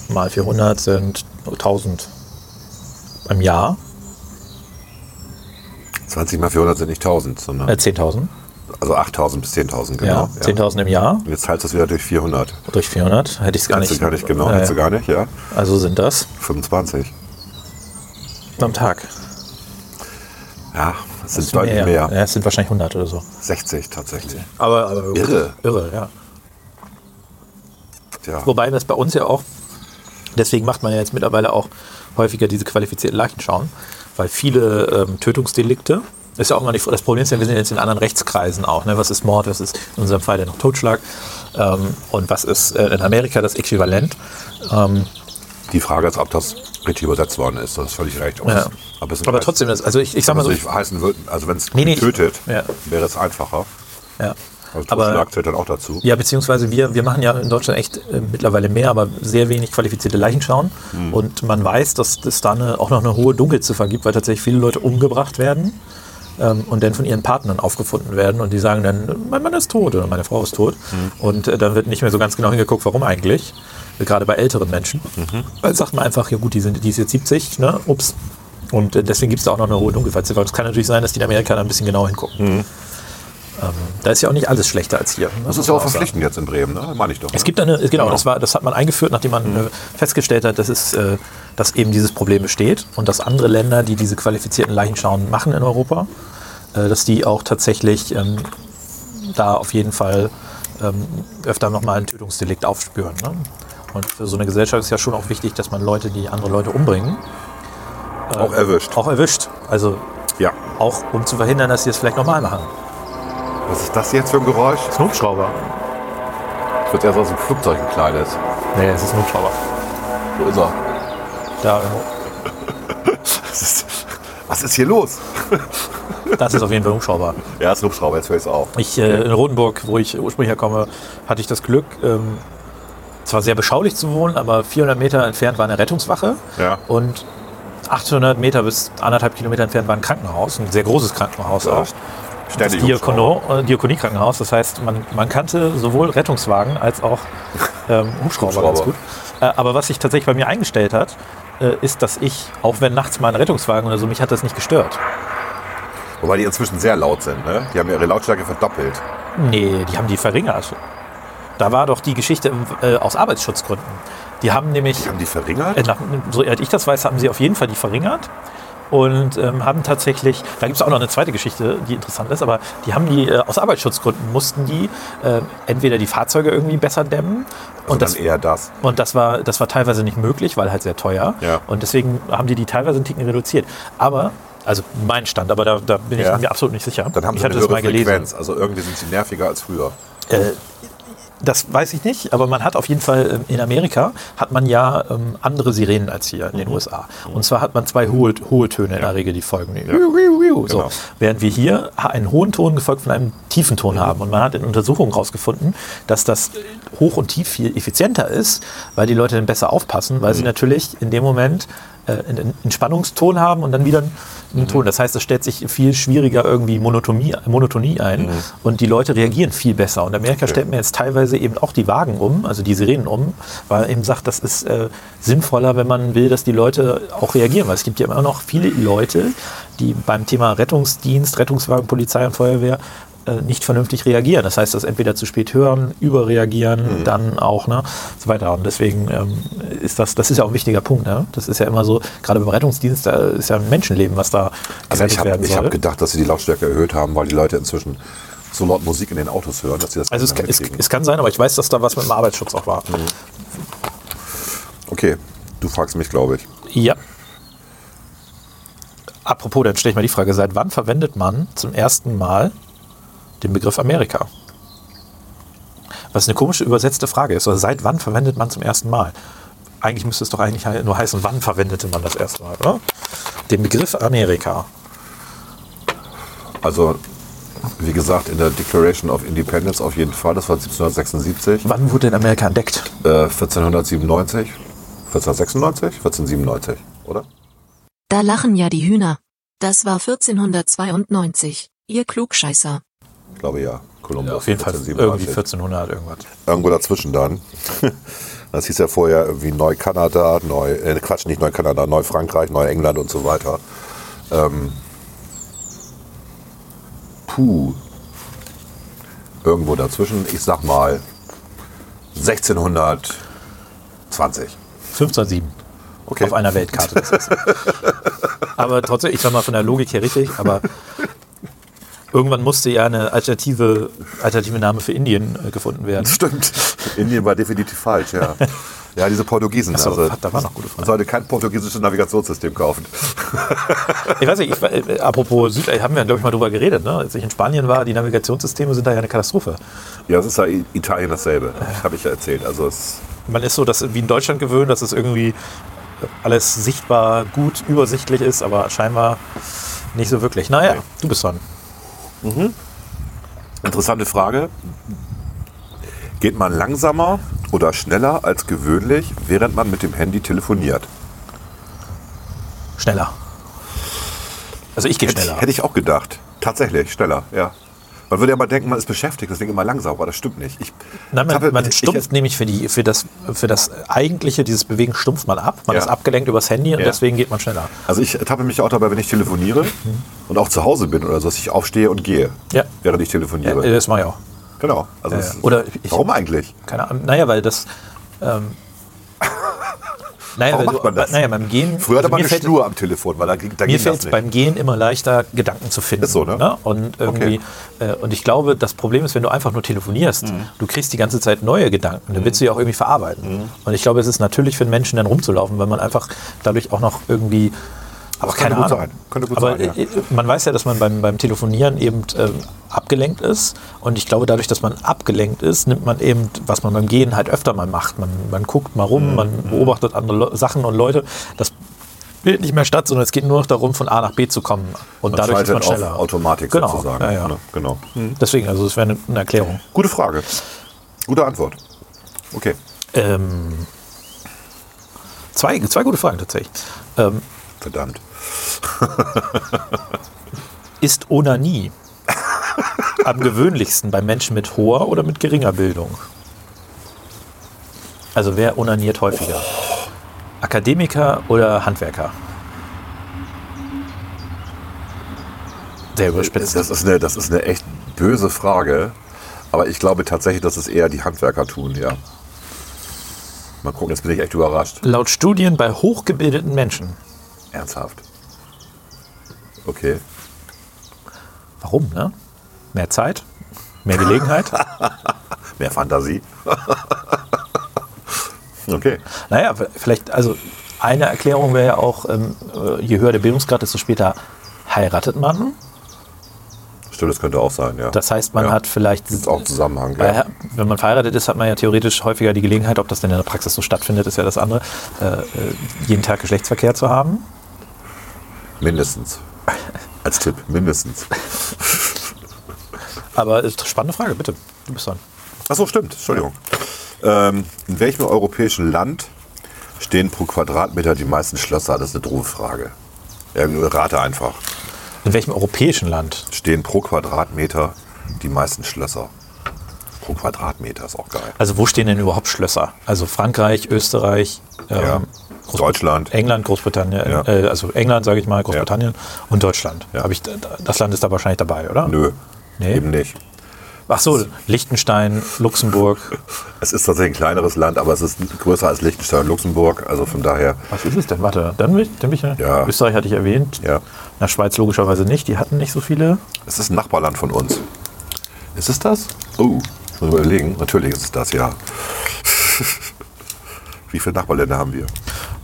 Speaker 2: mal 400 sind 1000 im Jahr,
Speaker 1: 20 mal 400 sind nicht 1000, sondern
Speaker 2: äh, 10.000.
Speaker 1: also 8000 bis 10.000,
Speaker 2: Ja,
Speaker 1: genau.
Speaker 2: 10.000 im Jahr
Speaker 1: Und jetzt teilst du es wieder durch 400.
Speaker 2: durch 400. Hätte ich es gar
Speaker 1: Kannst
Speaker 2: nicht.
Speaker 1: du gar nicht, genau.
Speaker 2: Ja,
Speaker 1: Hättest du
Speaker 2: ja.
Speaker 1: gar nicht, ja.
Speaker 2: Also sind das
Speaker 1: 25.
Speaker 2: am Tag.
Speaker 1: Ja, es sind deutlich mehr.
Speaker 2: Ja, es sind wahrscheinlich 100 oder so.
Speaker 1: 60 tatsächlich.
Speaker 2: Aber, aber
Speaker 1: Irre.
Speaker 2: Irre, ja.
Speaker 1: Tja.
Speaker 2: Wobei das bei uns ja auch, deswegen macht man ja jetzt mittlerweile auch häufiger diese qualifizierten Leichenschauen, weil viele ähm, Tötungsdelikte, ist ja auch mal nicht, das Problem ist ja, wir sind jetzt in anderen Rechtskreisen auch, ne? was ist Mord, was ist in unserem Fall ja noch Totschlag ähm, und was ist äh, in Amerika das Äquivalent. Ähm,
Speaker 1: Die Frage ist, ob das richtig übersetzt worden ist. Das ist völlig recht. Ob
Speaker 2: Ja.
Speaker 1: es- ob es
Speaker 2: aber trotzdem, das, also ich, ich sag mal
Speaker 1: also
Speaker 2: so,
Speaker 1: ich heißen würde, also wenn es
Speaker 2: Nee, nee, ich-
Speaker 1: tötet,
Speaker 2: ja.
Speaker 1: wäre es einfacher.
Speaker 2: ja.
Speaker 1: Also
Speaker 2: aber
Speaker 1: Totschlag zählt dann auch dazu.
Speaker 2: Ja, beziehungsweise wir, wir machen ja in Deutschland echt äh, mittlerweile mehr, aber sehr wenig qualifizierte Leichenschauen.
Speaker 1: Hm.
Speaker 2: Und man weiß, dass es da eine, auch noch eine hohe Dunkelziffer gibt, weil tatsächlich viele Leute umgebracht werden ähm, und dann von ihren Partnern aufgefunden werden. Und die sagen dann, mein Mann ist tot oder meine Frau ist tot. Und äh, dann wird nicht mehr so ganz genau hingeguckt, warum eigentlich. Gerade bei älteren Menschen. Weil sagt man einfach, ja gut, die, sind, die ist jetzt 70, ne? Ups. Und äh, deswegen gibt es da auch noch eine hohe Dunkelziffer. Und es kann natürlich sein, dass die in Amerika da ein bisschen genauer hingucken. Ähm, da ist ja auch nicht alles schlechter als hier.
Speaker 1: Das ist ja auch verpflichtend jetzt in Bremen, ne? Meine ich doch.
Speaker 2: Es
Speaker 1: ne?
Speaker 2: gibt eine, genau, Das, war, das hat man eingeführt, nachdem man äh, festgestellt hat, dass, es, äh, dass eben dieses Problem besteht und dass andere Länder, die diese qualifizierten Leichenschauen machen in Europa, äh, dass die auch tatsächlich ähm, da auf jeden Fall ähm, öfter nochmal ein Tötungsdelikt aufspüren. Ne? Und für so eine Gesellschaft ist ja schon auch wichtig, dass man Leute, die andere Leute umbringen,
Speaker 1: auch erwischt.
Speaker 2: auch erwischt. Also
Speaker 1: Ja.
Speaker 2: auch um zu verhindern, dass sie es vielleicht nochmal machen.
Speaker 1: Was ist das jetzt für ein Geräusch?
Speaker 2: Das ist ein Hubschrauber.
Speaker 1: Ich wird erst aus dem Flugzeug gekleidet.
Speaker 2: Nee, es ist ein Hubschrauber.
Speaker 1: Wo ist er?
Speaker 2: Da,
Speaker 1: Was ist, was ist hier los?
Speaker 2: das ist auf jeden Fall ein Hubschrauber.
Speaker 1: Ja, ist ein Hubschrauber, jetzt höre ich es auf.
Speaker 2: Ich, äh, in Rodenburg, wo ich ursprünglich herkomme, hatte ich das Glück, ähm, zwar sehr beschaulich zu wohnen, aber 400 Meter entfernt war eine Rettungswache
Speaker 1: Ja.
Speaker 2: und 800 Meter bis anderthalb Kilometer entfernt war ein Krankenhaus, ein sehr großes Krankenhaus auch. Das
Speaker 1: Ständig Hubschrauber.
Speaker 2: Diakono, äh, Diakonie-Krankenhaus, das heißt, man, man kannte sowohl Rettungswagen als auch
Speaker 1: *laughs*
Speaker 2: ähm, Hubschrauber, ganz
Speaker 1: Hubschrauber.
Speaker 2: gut. Äh, aber was sich tatsächlich bei mir eingestellt hat, äh, ist, dass ich, auch wenn nachts mal ein Rettungswagen oder so, mich hat das nicht gestört.
Speaker 1: Wobei die inzwischen sehr laut sind, ne? Die haben ihre Lautstärke verdoppelt.
Speaker 2: Nee, Äh, die haben die verringert. Also, Da war doch die Geschichte äh, aus Arbeitsschutzgründen. Die haben nämlich,
Speaker 1: Haben die verringert?
Speaker 2: äh, nach, so ehrlich ich das weiß, haben sie auf jeden Fall die verringert. Und ähm, haben tatsächlich, da gibt es auch noch eine zweite Geschichte, die interessant ist, aber die haben die, äh, aus Arbeitsschutzgründen mussten die äh, entweder die Fahrzeuge irgendwie besser dämmen und das
Speaker 1: Also dann eher das.
Speaker 2: und das war, das war teilweise nicht möglich, weil halt sehr teuer.
Speaker 1: Ja.
Speaker 2: Und deswegen haben die die teilweise einen Ticken reduziert. Aber, also mein Stand, aber da, da bin ich
Speaker 1: Ja.
Speaker 2: mir absolut nicht sicher.
Speaker 1: Dann haben
Speaker 2: ich
Speaker 1: sie eine
Speaker 2: hatte das
Speaker 1: höhere
Speaker 2: mal gelesen.
Speaker 1: Frequenz. Also irgendwie sind sie nerviger als früher.
Speaker 2: Äh, das weiß ich nicht, aber man hat auf jeden Fall ähm, in Amerika hat man ja ähm, andere Sirenen als hier in den USA. Und zwar hat man zwei hohe, hohe Töne in der Regel, die folgen. Wiu, wiu, wiu, So.
Speaker 1: Genau.
Speaker 2: Während wir hier einen hohen Ton gefolgt von einem tiefen Ton haben. Und man hat in Untersuchungen herausgefunden, dass das hoch und tief viel effizienter ist, weil die Leute dann besser aufpassen, weil sie natürlich in dem Moment äh, einen einen Spannungston haben und dann wieder einen Ton. Das heißt, es stellt sich viel schwieriger irgendwie Monotonie, Monotonie ein und die Leute reagieren viel besser. Und Amerika stellt mir jetzt teilweise eben auch die Wagen um, also die Sirenen um, weil er eben sagt, das ist äh, sinnvoller, wenn man will, dass die Leute auch reagieren. Weil es gibt ja immer noch viele Leute, die beim Thema Rettungsdienst, Rettungswagen, Polizei und Feuerwehr äh, nicht vernünftig reagieren. Das heißt, das entweder zu spät hören,
Speaker 1: Mhm.
Speaker 2: überreagieren, dann auch, ne, so weiter. Und deswegen ähm, ist das, das ist ja auch ein wichtiger Punkt, ne? Das ist ja immer so, gerade beim Rettungsdienst, da ist ja ein Menschenleben, was da
Speaker 1: Also
Speaker 2: gerettet
Speaker 1: ich habe
Speaker 2: werden soll.
Speaker 1: hab gedacht, dass sie die Lautstärke erhöht haben, weil die Leute inzwischen so laut Musik in den Autos hören, dass sie das
Speaker 2: also es,
Speaker 1: nicht mehr
Speaker 2: kann- es,
Speaker 1: mitkriegen.
Speaker 2: es kann sein, aber ich weiß, dass da was mit dem Arbeitsschutz auch war.
Speaker 1: Mhm. Okay, du fragst mich, glaube ich.
Speaker 2: Ja. Apropos, dann stelle ich mal die Frage, seit wann verwendet man zum ersten Mal den Begriff Amerika? Was eine komische übersetzte Frage ist. Also seit wann verwendet man zum ersten Mal? Eigentlich müsste es doch eigentlich he- nur heißen, wann verwendete man das erste Mal, oder? Den Begriff Amerika.
Speaker 1: Also, wie gesagt, in der Declaration of Independence auf jeden Fall, das war äh, 1776, äh,
Speaker 2: Wann wurde denn Amerika entdeckt?
Speaker 1: 1497, 1496, 1497, oder?
Speaker 5: Da lachen ja die Hühner. Das war 1492, ihr Klugscheißer.
Speaker 1: Ich glaube ja, Kolumbus.
Speaker 2: Auf jeden Fall irgendwie
Speaker 1: 1497.
Speaker 2: 1400 irgendwas.
Speaker 1: Irgendwo dazwischen dann. *laughs* Das hieß ja vorher irgendwie Neu-Kanada, Neu, äh, Quatsch, nicht Neu-Kanada, Neu-Frankreich, Neu-England und so weiter. Ähm, puh. Irgendwo dazwischen, ich sag mal 1620.
Speaker 2: 1507.
Speaker 1: Okay.
Speaker 2: Auf *laughs* einer Weltkarte.
Speaker 1: *laughs*
Speaker 2: Das ist. aber trotzdem, ich sag mal von der Logik her richtig, aber irgendwann musste ja eine alternative, alternative Name für Indien äh, gefunden werden.
Speaker 1: Stimmt. Indien war definitiv falsch,
Speaker 2: *laughs*
Speaker 1: ja. Ja, diese Portugiesen. also
Speaker 2: Ach so, da war noch gute Frage.
Speaker 1: Man sollte kein portugiesisches Navigationssystem kaufen.
Speaker 2: Ich weiß nicht, ich, war- äh, apropos Süd, haben wir, glaube ich, mal drüber geredet, ne? als ich in Spanien war, die Navigationssysteme sind da ja eine Katastrophe.
Speaker 1: Ja, das ist ja I- Italien dasselbe. Habe ich ja erzählt. Also es,
Speaker 2: Man ist so dass, wie in Deutschland gewöhnt, dass es irgendwie alles sichtbar, gut, übersichtlich ist, aber scheinbar nicht so wirklich. Naja, du bist dran.
Speaker 1: interessante Frage. Geht man langsamer oder schneller als gewöhnlich, während man mit dem Handy telefoniert?
Speaker 2: Schneller. Also ich gehe
Speaker 1: Hätte,
Speaker 2: schneller.
Speaker 1: ich- hätte ich auch gedacht. Tatsächlich, schneller, ja. Man würde ja mal denken, man ist beschäftigt, deswegen immer langsamer. aber Das stimmt nicht. Ich
Speaker 2: Nein, man,
Speaker 1: tappe-
Speaker 2: man
Speaker 1: ich-
Speaker 2: stumpft nämlich für, die, für, das, für das eigentliche, dieses Bewegen stumpft man ab. Man
Speaker 1: Ja.
Speaker 2: ist abgelenkt übers Handy und
Speaker 1: Ja.
Speaker 2: deswegen geht man schneller.
Speaker 1: Also ich tappe mich auch dabei, wenn ich telefoniere und auch zu Hause bin oder so, dass ich aufstehe und gehe,
Speaker 2: Mhm. Ja.
Speaker 1: während ich
Speaker 2: Ja,
Speaker 1: telefoniere.
Speaker 2: Äh, das mache ich auch.
Speaker 1: Genau. Also
Speaker 2: Ja,
Speaker 1: es-
Speaker 2: ja. Oder ich-
Speaker 1: warum eigentlich?
Speaker 2: Keine Ahnung. Naja, weil das.
Speaker 1: *laughs*
Speaker 2: Ähm, naja,
Speaker 1: Warum
Speaker 2: weil
Speaker 1: macht man das?
Speaker 2: Naja, beim Gehen.
Speaker 1: Früher hatte
Speaker 2: also
Speaker 1: man
Speaker 2: mir
Speaker 1: eine
Speaker 2: fällt-
Speaker 1: Schnur am Telefon, weil da ging, da ging
Speaker 2: Mir
Speaker 1: das
Speaker 2: fällt es
Speaker 1: nicht.
Speaker 2: beim Gehen immer leichter, Gedanken zu finden.
Speaker 1: Ist so, ne?
Speaker 2: Und, irgendwie, äh, und ich glaube, das Problem ist, wenn du einfach nur telefonierst,
Speaker 1: Mhm.
Speaker 2: du kriegst die ganze Zeit neue Gedanken, dann willst du ja auch irgendwie verarbeiten.
Speaker 1: Mhm.
Speaker 2: Und ich glaube, es ist natürlich für einen Menschen dann rumzulaufen, weil man einfach dadurch auch noch irgendwie. Aber
Speaker 1: könnte
Speaker 2: keine
Speaker 1: gut
Speaker 2: Ahnung.
Speaker 1: sein. Könnte gut
Speaker 2: Aber
Speaker 1: sein, ja.
Speaker 2: äh, man weiß ja, dass man beim, beim Telefonieren eben ähm, abgelenkt ist. Und ich glaube, dadurch, dass man abgelenkt ist, nimmt man eben, was man beim Gehen halt öfter mal macht. Man, man guckt mal
Speaker 1: Mhm.
Speaker 2: rum, man beobachtet andere Le Sachen und Leute. Das findet nicht mehr statt, sondern es geht nur noch darum, von A nach B zu kommen. Und dadurch ist man
Speaker 1: Schaltet
Speaker 2: schneller.
Speaker 1: auf Automatik
Speaker 2: genau.
Speaker 1: sozusagen.
Speaker 2: Ja, ja.
Speaker 1: Ne? Genau.
Speaker 2: Deswegen, also das wäre eine, eine Erklärung.
Speaker 1: Gute Frage. Gute Antwort. Okay.
Speaker 2: Ähm, zwei, zwei gute Fragen tatsächlich. Ähm,
Speaker 1: Verdammt.
Speaker 2: ist
Speaker 1: *laughs*
Speaker 2: Onanie am gewöhnlichsten bei Menschen mit hoher oder mit geringer Bildung? Also wer onaniert häufiger? Akademiker oder Handwerker? Sehr überspitzt.
Speaker 1: Das ist, eine, das ist eine echt böse Frage. Aber ich glaube tatsächlich, dass es eher die Handwerker tun, ja. Mal gucken, jetzt bin ich echt überrascht.
Speaker 2: Laut Studien bei hochgebildeten Menschen.
Speaker 1: Ernsthaft. Okay.
Speaker 2: Warum, ne? Mehr Zeit,
Speaker 1: *laughs*
Speaker 2: mehr Gelegenheit.
Speaker 1: Mehr Fantasie. *laughs* okay.
Speaker 2: naja, vielleicht, also eine Erklärung wäre ja auch, ähm, äh, je höher der Bildungsgrad, desto später heiratet man.
Speaker 1: Stimmt, das könnte auch sein, ja.
Speaker 2: Das heißt, man
Speaker 1: ja.
Speaker 2: hat vielleicht.
Speaker 1: Gibt's auch einen Zusammenhang,
Speaker 2: Weil,
Speaker 1: ja.
Speaker 2: Wenn man verheiratet ist, hat man ja theoretisch häufiger die Gelegenheit, ob das denn in der Praxis so stattfindet, ist ja das andere, äh, äh, jeden Tag Geschlechtsverkehr zu haben.
Speaker 1: Mindestens. Als Tipp, mindestens.
Speaker 2: Aber äh, spannende Frage, bitte. Du bist dran.
Speaker 1: Achso, stimmt, Entschuldigung. Ähm, in welchem europäischen Land stehen pro Quadratmeter die meisten Schlösser? Das ist eine doofe Frage. Ja, rate einfach.
Speaker 2: In welchem europäischen Land?
Speaker 1: Stehen pro Quadratmeter die meisten Schlösser? Pro Quadratmeter ist auch geil.
Speaker 2: Also wo stehen denn überhaupt Schlösser? Also Frankreich, Österreich, ähm,
Speaker 1: Ja.
Speaker 2: Großbrit-
Speaker 1: Deutschland.
Speaker 2: England, Großbritannien,
Speaker 1: Ja.
Speaker 2: äh, also England sage ich mal, Großbritannien und Deutschland.
Speaker 1: Ja.
Speaker 2: Hab ich, das Land ist da wahrscheinlich dabei, oder?
Speaker 1: Nö.
Speaker 2: Nee.
Speaker 1: Eben nicht.
Speaker 2: Ach so, Liechtenstein, Luxemburg.
Speaker 1: Es ist tatsächlich ein kleineres Land, aber es ist größer als Liechtenstein und Luxemburg. Also von daher,
Speaker 2: Was ist es denn? Warte, dann bin ich, dann bin ich
Speaker 1: Ja.
Speaker 2: Österreich hatte ich erwähnt.
Speaker 1: Ja.
Speaker 2: Na, Schweiz logischerweise nicht. Die hatten nicht so viele.
Speaker 1: es ist ein Nachbarland von uns. Ist es das? Oh, ich muss überlegen. Natürlich ist es das,
Speaker 2: *laughs*
Speaker 1: ja. Wie viele Nachbarländer haben wir?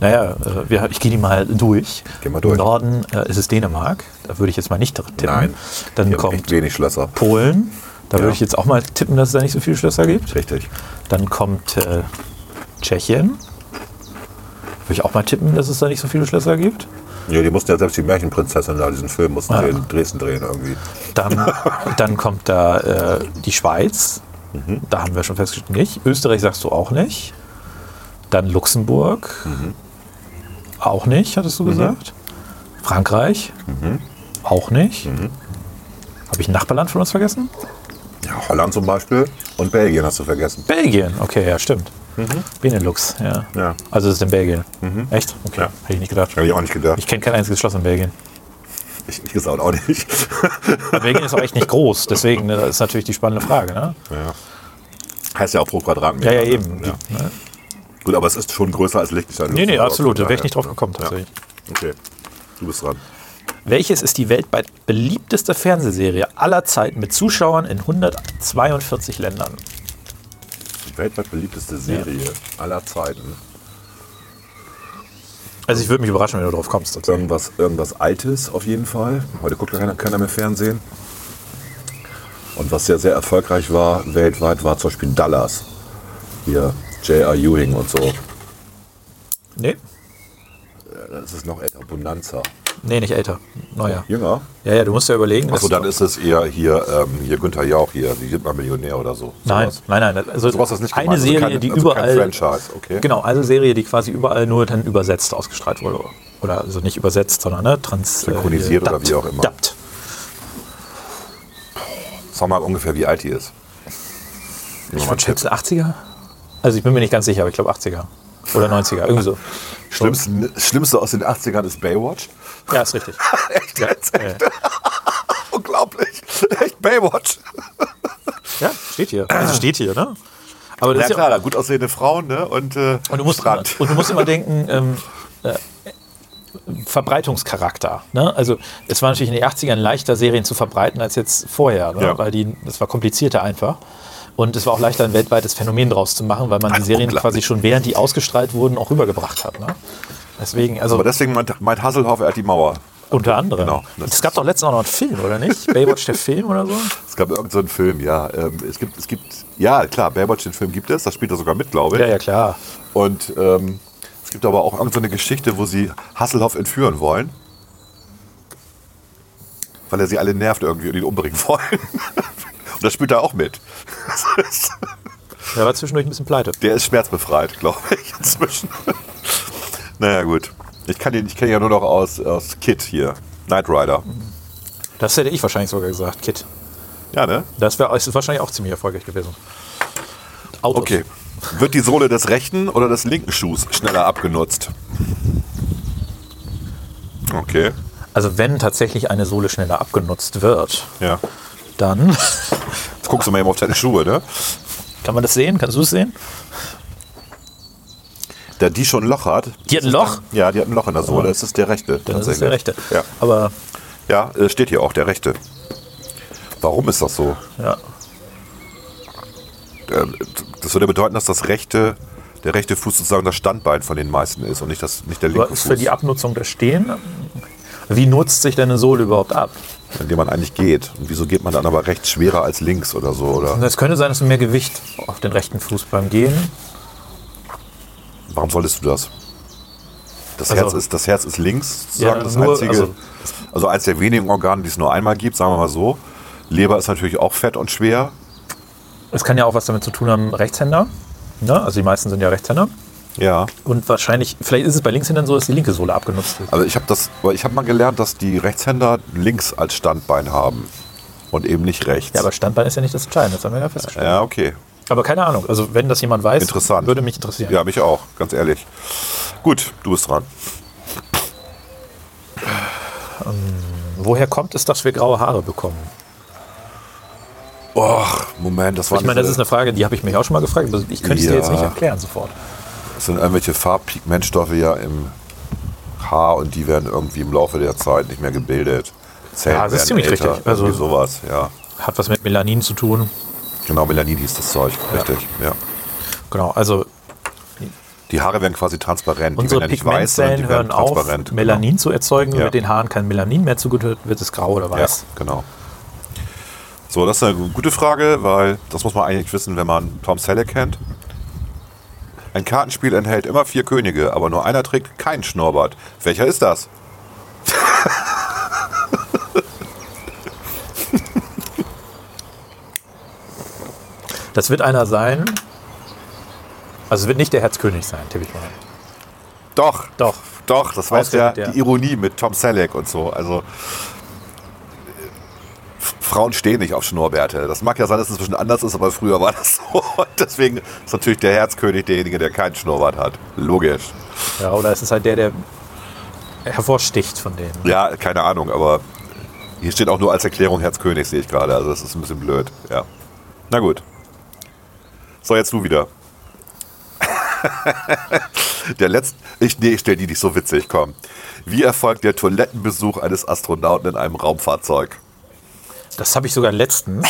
Speaker 2: Naja, äh, wir, ich gehe die mal durch.
Speaker 1: Geh mal durch.
Speaker 2: Im Norden äh, ist es Dänemark. Da würde ich jetzt mal nicht dr- tippen.
Speaker 1: Nein.
Speaker 2: Dann
Speaker 1: Wir haben echt
Speaker 2: kommt
Speaker 1: wenig Schlösser.
Speaker 2: Polen. Da
Speaker 1: Ja.
Speaker 2: würde ich jetzt auch mal tippen, dass es da nicht so viele Schlösser gibt.
Speaker 1: Richtig.
Speaker 2: Dann kommt äh, Tschechien. Würde ich auch mal tippen, dass es da nicht so viele Schlösser gibt.
Speaker 1: Ja, die mussten ja selbst die Märchenprinzessin da diesen Film
Speaker 2: Ah.
Speaker 1: mussten die in Dresden drehen irgendwie.
Speaker 2: Dann, dann kommt da äh, die Schweiz. Da haben wir schon festgestellt, nicht. Österreich sagst du auch nicht. Dann Luxemburg. Auch nicht, hattest du gesagt. Frankreich. Auch nicht. Habe ich ein Nachbarland von uns vergessen?
Speaker 1: Ja, Holland zum Beispiel und Belgien hast du vergessen.
Speaker 2: Belgien. Okay, ja, stimmt. Benelux, ja.
Speaker 1: Ja.
Speaker 2: Also ist in Belgien. Echt? Okay, hätte ich nicht gedacht.
Speaker 1: Hätte ich auch nicht gedacht.
Speaker 2: Ich kenne kein einziges Schloss in Belgien.
Speaker 1: Ich, ich gesagt auch
Speaker 2: *laughs*
Speaker 1: nicht.
Speaker 2: Aber Belgien ist auch echt nicht groß, deswegen ne, das ist natürlich die spannende Frage. Ne?
Speaker 1: heißt ja auch pro
Speaker 2: Ja,
Speaker 1: Quadratmeter.
Speaker 2: ja,
Speaker 1: ne?
Speaker 2: eben.
Speaker 1: Ja.
Speaker 2: Die, ne?
Speaker 1: Gut, aber es ist schon größer als Liechtenstein.
Speaker 2: Nee, nee,
Speaker 1: Luxemburg.
Speaker 2: absolut. Da wäre ich
Speaker 1: Ja,
Speaker 2: nicht drauf
Speaker 1: ja.
Speaker 2: gekommen, tatsächlich.
Speaker 1: Okay, du bist dran.
Speaker 2: Welches ist die weltweit beliebteste Fernsehserie aller Zeiten mit Zuschauern in 142 Ländern?
Speaker 1: Die weltweit beliebteste Serie aller Zeiten.
Speaker 2: Also ich würde mich überraschen, wenn du drauf kommst. tatsächlich.
Speaker 1: Irgendwas, irgendwas Altes auf jeden Fall. Heute guckt ja keiner, keiner mehr Fernsehen. Und was sehr, sehr erfolgreich war weltweit, war zum Beispiel Dallas. Hier, J.R. Ewing und so.
Speaker 2: Nee,
Speaker 1: Das ist noch älter, Bonanza.
Speaker 2: nee, nicht älter. Neuer.
Speaker 1: Jünger?
Speaker 2: Ja, ja, du musst ja überlegen.
Speaker 1: Achso,
Speaker 2: dass-
Speaker 1: dann ist es eher hier, ähm, hier Günther Jauch hier, wie wird man Millionär oder so.
Speaker 2: Nein,
Speaker 1: Sowas.
Speaker 2: nein, nein. Also
Speaker 1: Sowas ist nicht
Speaker 2: eine
Speaker 1: gemeint, also
Speaker 2: Serie,
Speaker 1: keine-
Speaker 2: die
Speaker 1: also kein
Speaker 2: überall.
Speaker 1: Franchise, okay.
Speaker 2: Genau, eine Serie, die quasi überall nur dann übersetzt ausgestrahlt wurde. Oder also nicht übersetzt, sondern ne, trans. äh,
Speaker 1: Synchronisiert oder
Speaker 2: dubbed.
Speaker 1: wie auch immer.
Speaker 2: Dubbed.
Speaker 1: Sag mal ungefähr, wie alt die ist. Nur mal
Speaker 2: Ich
Speaker 1: ein
Speaker 2: würde
Speaker 1: Tipp.
Speaker 2: schätzen 80er. Also ich bin mir nicht ganz sicher, aber ich glaube 80er. Oder 90er, irgendwie so.
Speaker 1: Schlimmsten, Schlimmste aus den 80ern ist Baywatch.
Speaker 2: Ja, ist richtig.
Speaker 1: Echt
Speaker 2: Ja,
Speaker 1: jetzt?
Speaker 2: ja.
Speaker 1: Echt? *laughs* Unglaublich. Echt Baywatch.
Speaker 2: Ja, steht hier. Also steht hier, ne? Aber das
Speaker 1: Ja
Speaker 2: ist ja,
Speaker 1: klar, da gut aussehende Frauen, ne? Und, äh,
Speaker 2: und, du musst immer,
Speaker 1: Strand.
Speaker 2: und du musst immer denken, ähm, äh, Verbreitungscharakter. Ne? Also es war natürlich in den 80ern leichter, Serien zu verbreiten als jetzt vorher, ne?
Speaker 1: Ja.
Speaker 2: weil die, es war komplizierter einfach. Und es war auch leichter, ein weltweites Phänomen draus zu machen, weil man die
Speaker 1: Ach,
Speaker 2: Serien
Speaker 1: unglaublich.
Speaker 2: quasi schon während die ausgestrahlt wurden auch rübergebracht hat. Ne? Deswegen, also
Speaker 1: Aber deswegen meint, meint Hasselhoff, er hat die Mauer.
Speaker 2: unter anderem.
Speaker 1: Genau, das
Speaker 2: es gab doch letztens auch noch einen Film,
Speaker 1: *laughs*
Speaker 2: oder nicht? Baywatch der Film oder so?
Speaker 1: Es gab irgendeinen so einen Film, ja. Ähm, es, gibt, es gibt, ja klar, Baywatch, den Film gibt es, das spielt er sogar mit, glaube ich.
Speaker 2: Ja, ja, klar.
Speaker 1: Und ähm, es gibt aber auch irgendeine so eine Geschichte, wo sie Hasselhoff entführen wollen. Weil er sie alle nervt irgendwie und ihn umbringen *laughs* wollen. Und das spielt er auch mit. *laughs*
Speaker 2: Der war zwischendurch ein bisschen pleite.
Speaker 1: Der ist schmerzbefreit, glaube ich, *laughs* inzwischen. Naja, gut. Ich kann ihn, ich kenne ihn ja nur noch aus, aus Kid hier. Knight Rider.
Speaker 2: Das hätte ich wahrscheinlich sogar gesagt, Kid.
Speaker 1: Ja, ne?
Speaker 2: Das wäre ist wahrscheinlich auch ziemlich erfolgreich gewesen. Autos.
Speaker 1: Okay. Wird die Sohle des rechten oder des linken Schuhs schneller abgenutzt? Okay.
Speaker 2: Also wenn tatsächlich eine Sohle schneller abgenutzt wird,
Speaker 1: Ja.
Speaker 2: dann *laughs*
Speaker 1: Jetzt guckst du mal eben auf deine Schuhe, ne?
Speaker 2: kann man das sehen? Kannst du es sehen?
Speaker 1: Da die schon ein Loch hat.
Speaker 2: Die hat ein Loch?
Speaker 1: Ja, die hat ein Loch in der Sohle. Das ist der rechte.
Speaker 2: Dann ist es der rechte.
Speaker 1: Ja,
Speaker 2: Aber
Speaker 1: ja äh, steht hier auch der rechte. Warum ist das so?
Speaker 2: ja,
Speaker 1: Ähm, Das würde bedeuten, dass das rechte, der rechte Fuß sozusagen das Standbein von den meisten ist und nicht, das, nicht der
Speaker 2: aber
Speaker 1: linke
Speaker 2: ist
Speaker 1: Fuß,
Speaker 2: für die Abnutzung der Stehen. Wie nutzt sich deine Sohle überhaupt ab?
Speaker 1: in dem man eigentlich geht. Und wieso geht man dann aber rechts schwerer als links oder so? Oder
Speaker 2: Es könnte sein, dass du mehr Gewicht auf den rechten Fuß beim Gehen.
Speaker 1: warum solltest du das? Das,
Speaker 2: Also-
Speaker 1: Herz, ist, das Herz ist links, sozusagen
Speaker 2: Ja,
Speaker 1: das
Speaker 2: nur-
Speaker 1: einzige, also,
Speaker 2: also-
Speaker 1: eins der wenigen Organe, die es nur einmal gibt, sagen wir mal so. Leber ist natürlich auch fett und schwer.
Speaker 2: Es kann ja auch was damit zu tun haben, Rechtshänder. Ne? Also die meisten sind ja Rechtshänder.
Speaker 1: Ja.
Speaker 2: Und wahrscheinlich, vielleicht ist es bei Linkshändern so, dass die linke Sohle abgenutzt wird.
Speaker 1: Also ich habe das, weil ich habe mal gelernt, dass die Rechtshänder links als Standbein haben und eben nicht rechts.
Speaker 2: Ja, aber Standbein ist ja nicht das Entscheidende, das haben wir ja festgestellt.
Speaker 1: ja okay.
Speaker 2: Aber keine Ahnung, also wenn das jemand weiß,
Speaker 1: Interessant.
Speaker 2: würde mich interessieren.
Speaker 1: Ja, mich auch, ganz ehrlich. Gut, du bist dran.
Speaker 2: Woher kommt es, dass wir graue Haare bekommen?
Speaker 1: Och, Moment, das war
Speaker 2: Ich meine, das
Speaker 1: diese-
Speaker 2: ist eine Frage, die habe ich mich auch schon mal gefragt. aber Ich könnte es dir
Speaker 1: Ja.
Speaker 2: jetzt nicht erklären sofort.
Speaker 1: Es sind irgendwelche Farbpigmentstoffe ja im Haar und die werden irgendwie im Laufe der Zeit nicht mehr gebildet. Zellen
Speaker 2: Ja, das ist
Speaker 1: werden
Speaker 2: ziemlich
Speaker 1: älter,
Speaker 2: richtig. Also-
Speaker 1: irgendwie sowas, ja.
Speaker 2: Hat was mit Melanin zu tun.
Speaker 1: Genau, Melanin hieß das Zeug, richtig, ja.
Speaker 2: Genau, also
Speaker 1: Die Haare werden quasi transparent. die
Speaker 2: unsere
Speaker 1: werden ja nicht weiß, sondern
Speaker 2: Pigmentzellen
Speaker 1: die werden
Speaker 2: hören auf,
Speaker 1: transparent. Genau.
Speaker 2: Melanin zu erzeugen. Wenn
Speaker 1: Ja.
Speaker 2: Mit den Haaren kein Melanin mehr zugeführt wird, es grau oder
Speaker 1: Genau. Ja,
Speaker 2: weiß.
Speaker 1: genau. So, das ist eine gute Frage, weil das muss man eigentlich wissen, wenn man Tom Selleck kennt. Ein Kartenspiel enthält immer vier Könige, aber nur einer trägt keinen Schnurrbart. Welcher ist das?
Speaker 2: Das wird einer sein. Also es wird nicht der Herzkönig sein, tippe ich mal.
Speaker 1: Doch,
Speaker 2: Doch.
Speaker 1: Doch, das weiß ja
Speaker 2: Ausgerechnet, ja.
Speaker 1: die Ironie mit Tom Selleck und so. Also äh, F- Frauen stehen nicht auf Schnurrbärte. Das mag ja sein, dass es inzwischen anders ist, aber früher war das *laughs* so. Und deswegen ist natürlich der Herzkönig derjenige, der keinen Schnurrbart hat. Logisch.
Speaker 2: Ja, oder es ist halt der, der hervorsticht von denen.
Speaker 1: Ja, keine Ahnung, aber hier steht auch nur als Erklärung Herzkönig, sehe ich gerade. Also das ist ein bisschen blöd. Ja. Na gut. So, jetzt du wieder. *laughs* der letzte. Ich, nee, ich stell die nicht so witzig, komm. Wie erfolgt der Toilettenbesuch eines Astronauten in einem Raumfahrzeug?
Speaker 2: Das habe ich
Speaker 1: *laughs*
Speaker 2: sogar letztens.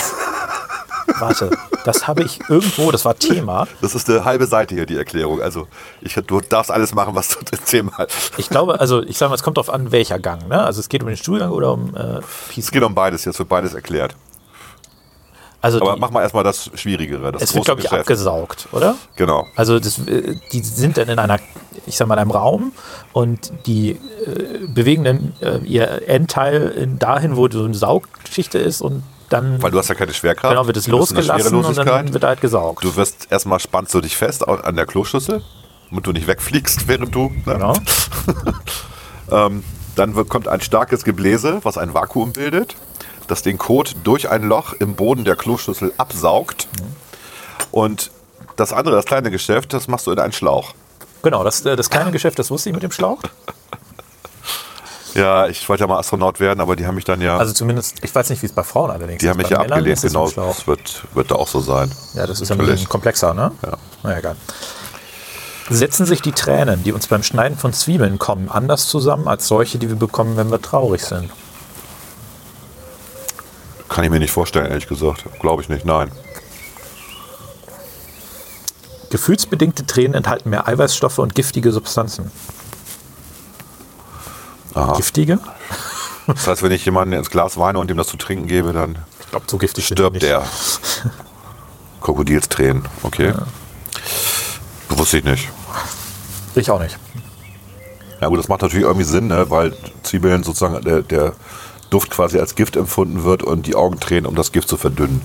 Speaker 2: Warte, das habe ich irgendwo, das war Thema.
Speaker 1: Das ist eine halbe Seite hier, die Erklärung. Also, ich, du darfst alles machen, was du *laughs* zehnmal.
Speaker 2: Ich glaube, also ich sage mal, es kommt drauf an, welcher Gang. Ne? Also es geht um den Stuhlgang oder um äh,
Speaker 1: Es
Speaker 2: Peace.
Speaker 1: geht um beides, jetzt wird beides erklärt.
Speaker 2: Also
Speaker 1: Aber
Speaker 2: die,
Speaker 1: mach mal erstmal das Schwierigere, das
Speaker 2: es wird, glaube ich, abgesaugt, oder?
Speaker 1: Genau.
Speaker 2: Also das, äh, die sind dann in einer, ich sag mal, in einem Raum und die äh, bewegen dann äh, ihr Endteil in dahin, wo so eine Saugschichte ist und dann
Speaker 1: Weil du hast ja keine Schwerkraft.
Speaker 2: genau, wird es
Speaker 1: Du bist in der
Speaker 2: losgelassen und
Speaker 1: Schwerelosigkeit.
Speaker 2: dann wird halt gesaugt.
Speaker 1: Du wirst erstmal spannst du dich fest au- an der Kloschüssel, damit du nicht wegfliegst, während du. Ne?
Speaker 2: Genau.
Speaker 1: Ähm, dann wird, kommt ein starkes Gebläse, was ein Vakuum bildet, das den Kot durch ein Loch im Boden der Kloschüssel absaugt.
Speaker 2: Mhm.
Speaker 1: Und das andere, das kleine Geschäft, das machst du in einen Schlauch.
Speaker 2: genau, das, äh, das kleine Geschäft, das wusste ich mit dem Schlauch.
Speaker 1: Ja, ich wollte ja mal Astronaut werden, aber die haben mich dann ja.
Speaker 2: Also zumindest, ich weiß nicht, wie es bei Frauen allerdings
Speaker 1: die
Speaker 2: ist.
Speaker 1: haben mich
Speaker 2: Bei
Speaker 1: ja
Speaker 2: Männern
Speaker 1: abgelehnt,
Speaker 2: ist es
Speaker 1: genau.
Speaker 2: mit Schlauch.
Speaker 1: Das wird, wird da auch so sein.
Speaker 2: Ja, das ist ein
Speaker 1: Natürlich.
Speaker 2: bisschen komplexer, ne?
Speaker 1: Ja.
Speaker 2: Na egal. Setzen sich die Tränen, die uns beim Schneiden von Zwiebeln kommen, anders zusammen als solche, die wir bekommen, wenn wir traurig sind?
Speaker 1: Kann ich mir nicht vorstellen, ehrlich gesagt. Glaube ich nicht,
Speaker 2: *laughs*
Speaker 1: nein.
Speaker 2: Gefühlsbedingte Tränen enthalten mehr Eiweißstoffe und giftige Substanzen.
Speaker 1: Aha.
Speaker 2: Giftige?
Speaker 1: Das heißt, wenn ich jemanden ins Glas Weine und ihm das zu trinken gebe, dann
Speaker 2: Ich glaube, so giftig sind die
Speaker 1: stirbt
Speaker 2: nicht.
Speaker 1: er. Krokodilstränen, okay. Wusste ich nicht.
Speaker 2: Ich auch nicht.
Speaker 1: Ja gut, das macht natürlich irgendwie Sinn, ne? weil Zwiebeln sozusagen äh, der, der Duft quasi als Gift empfunden wird und die Augen tränen, um das Gift zu verdünnen.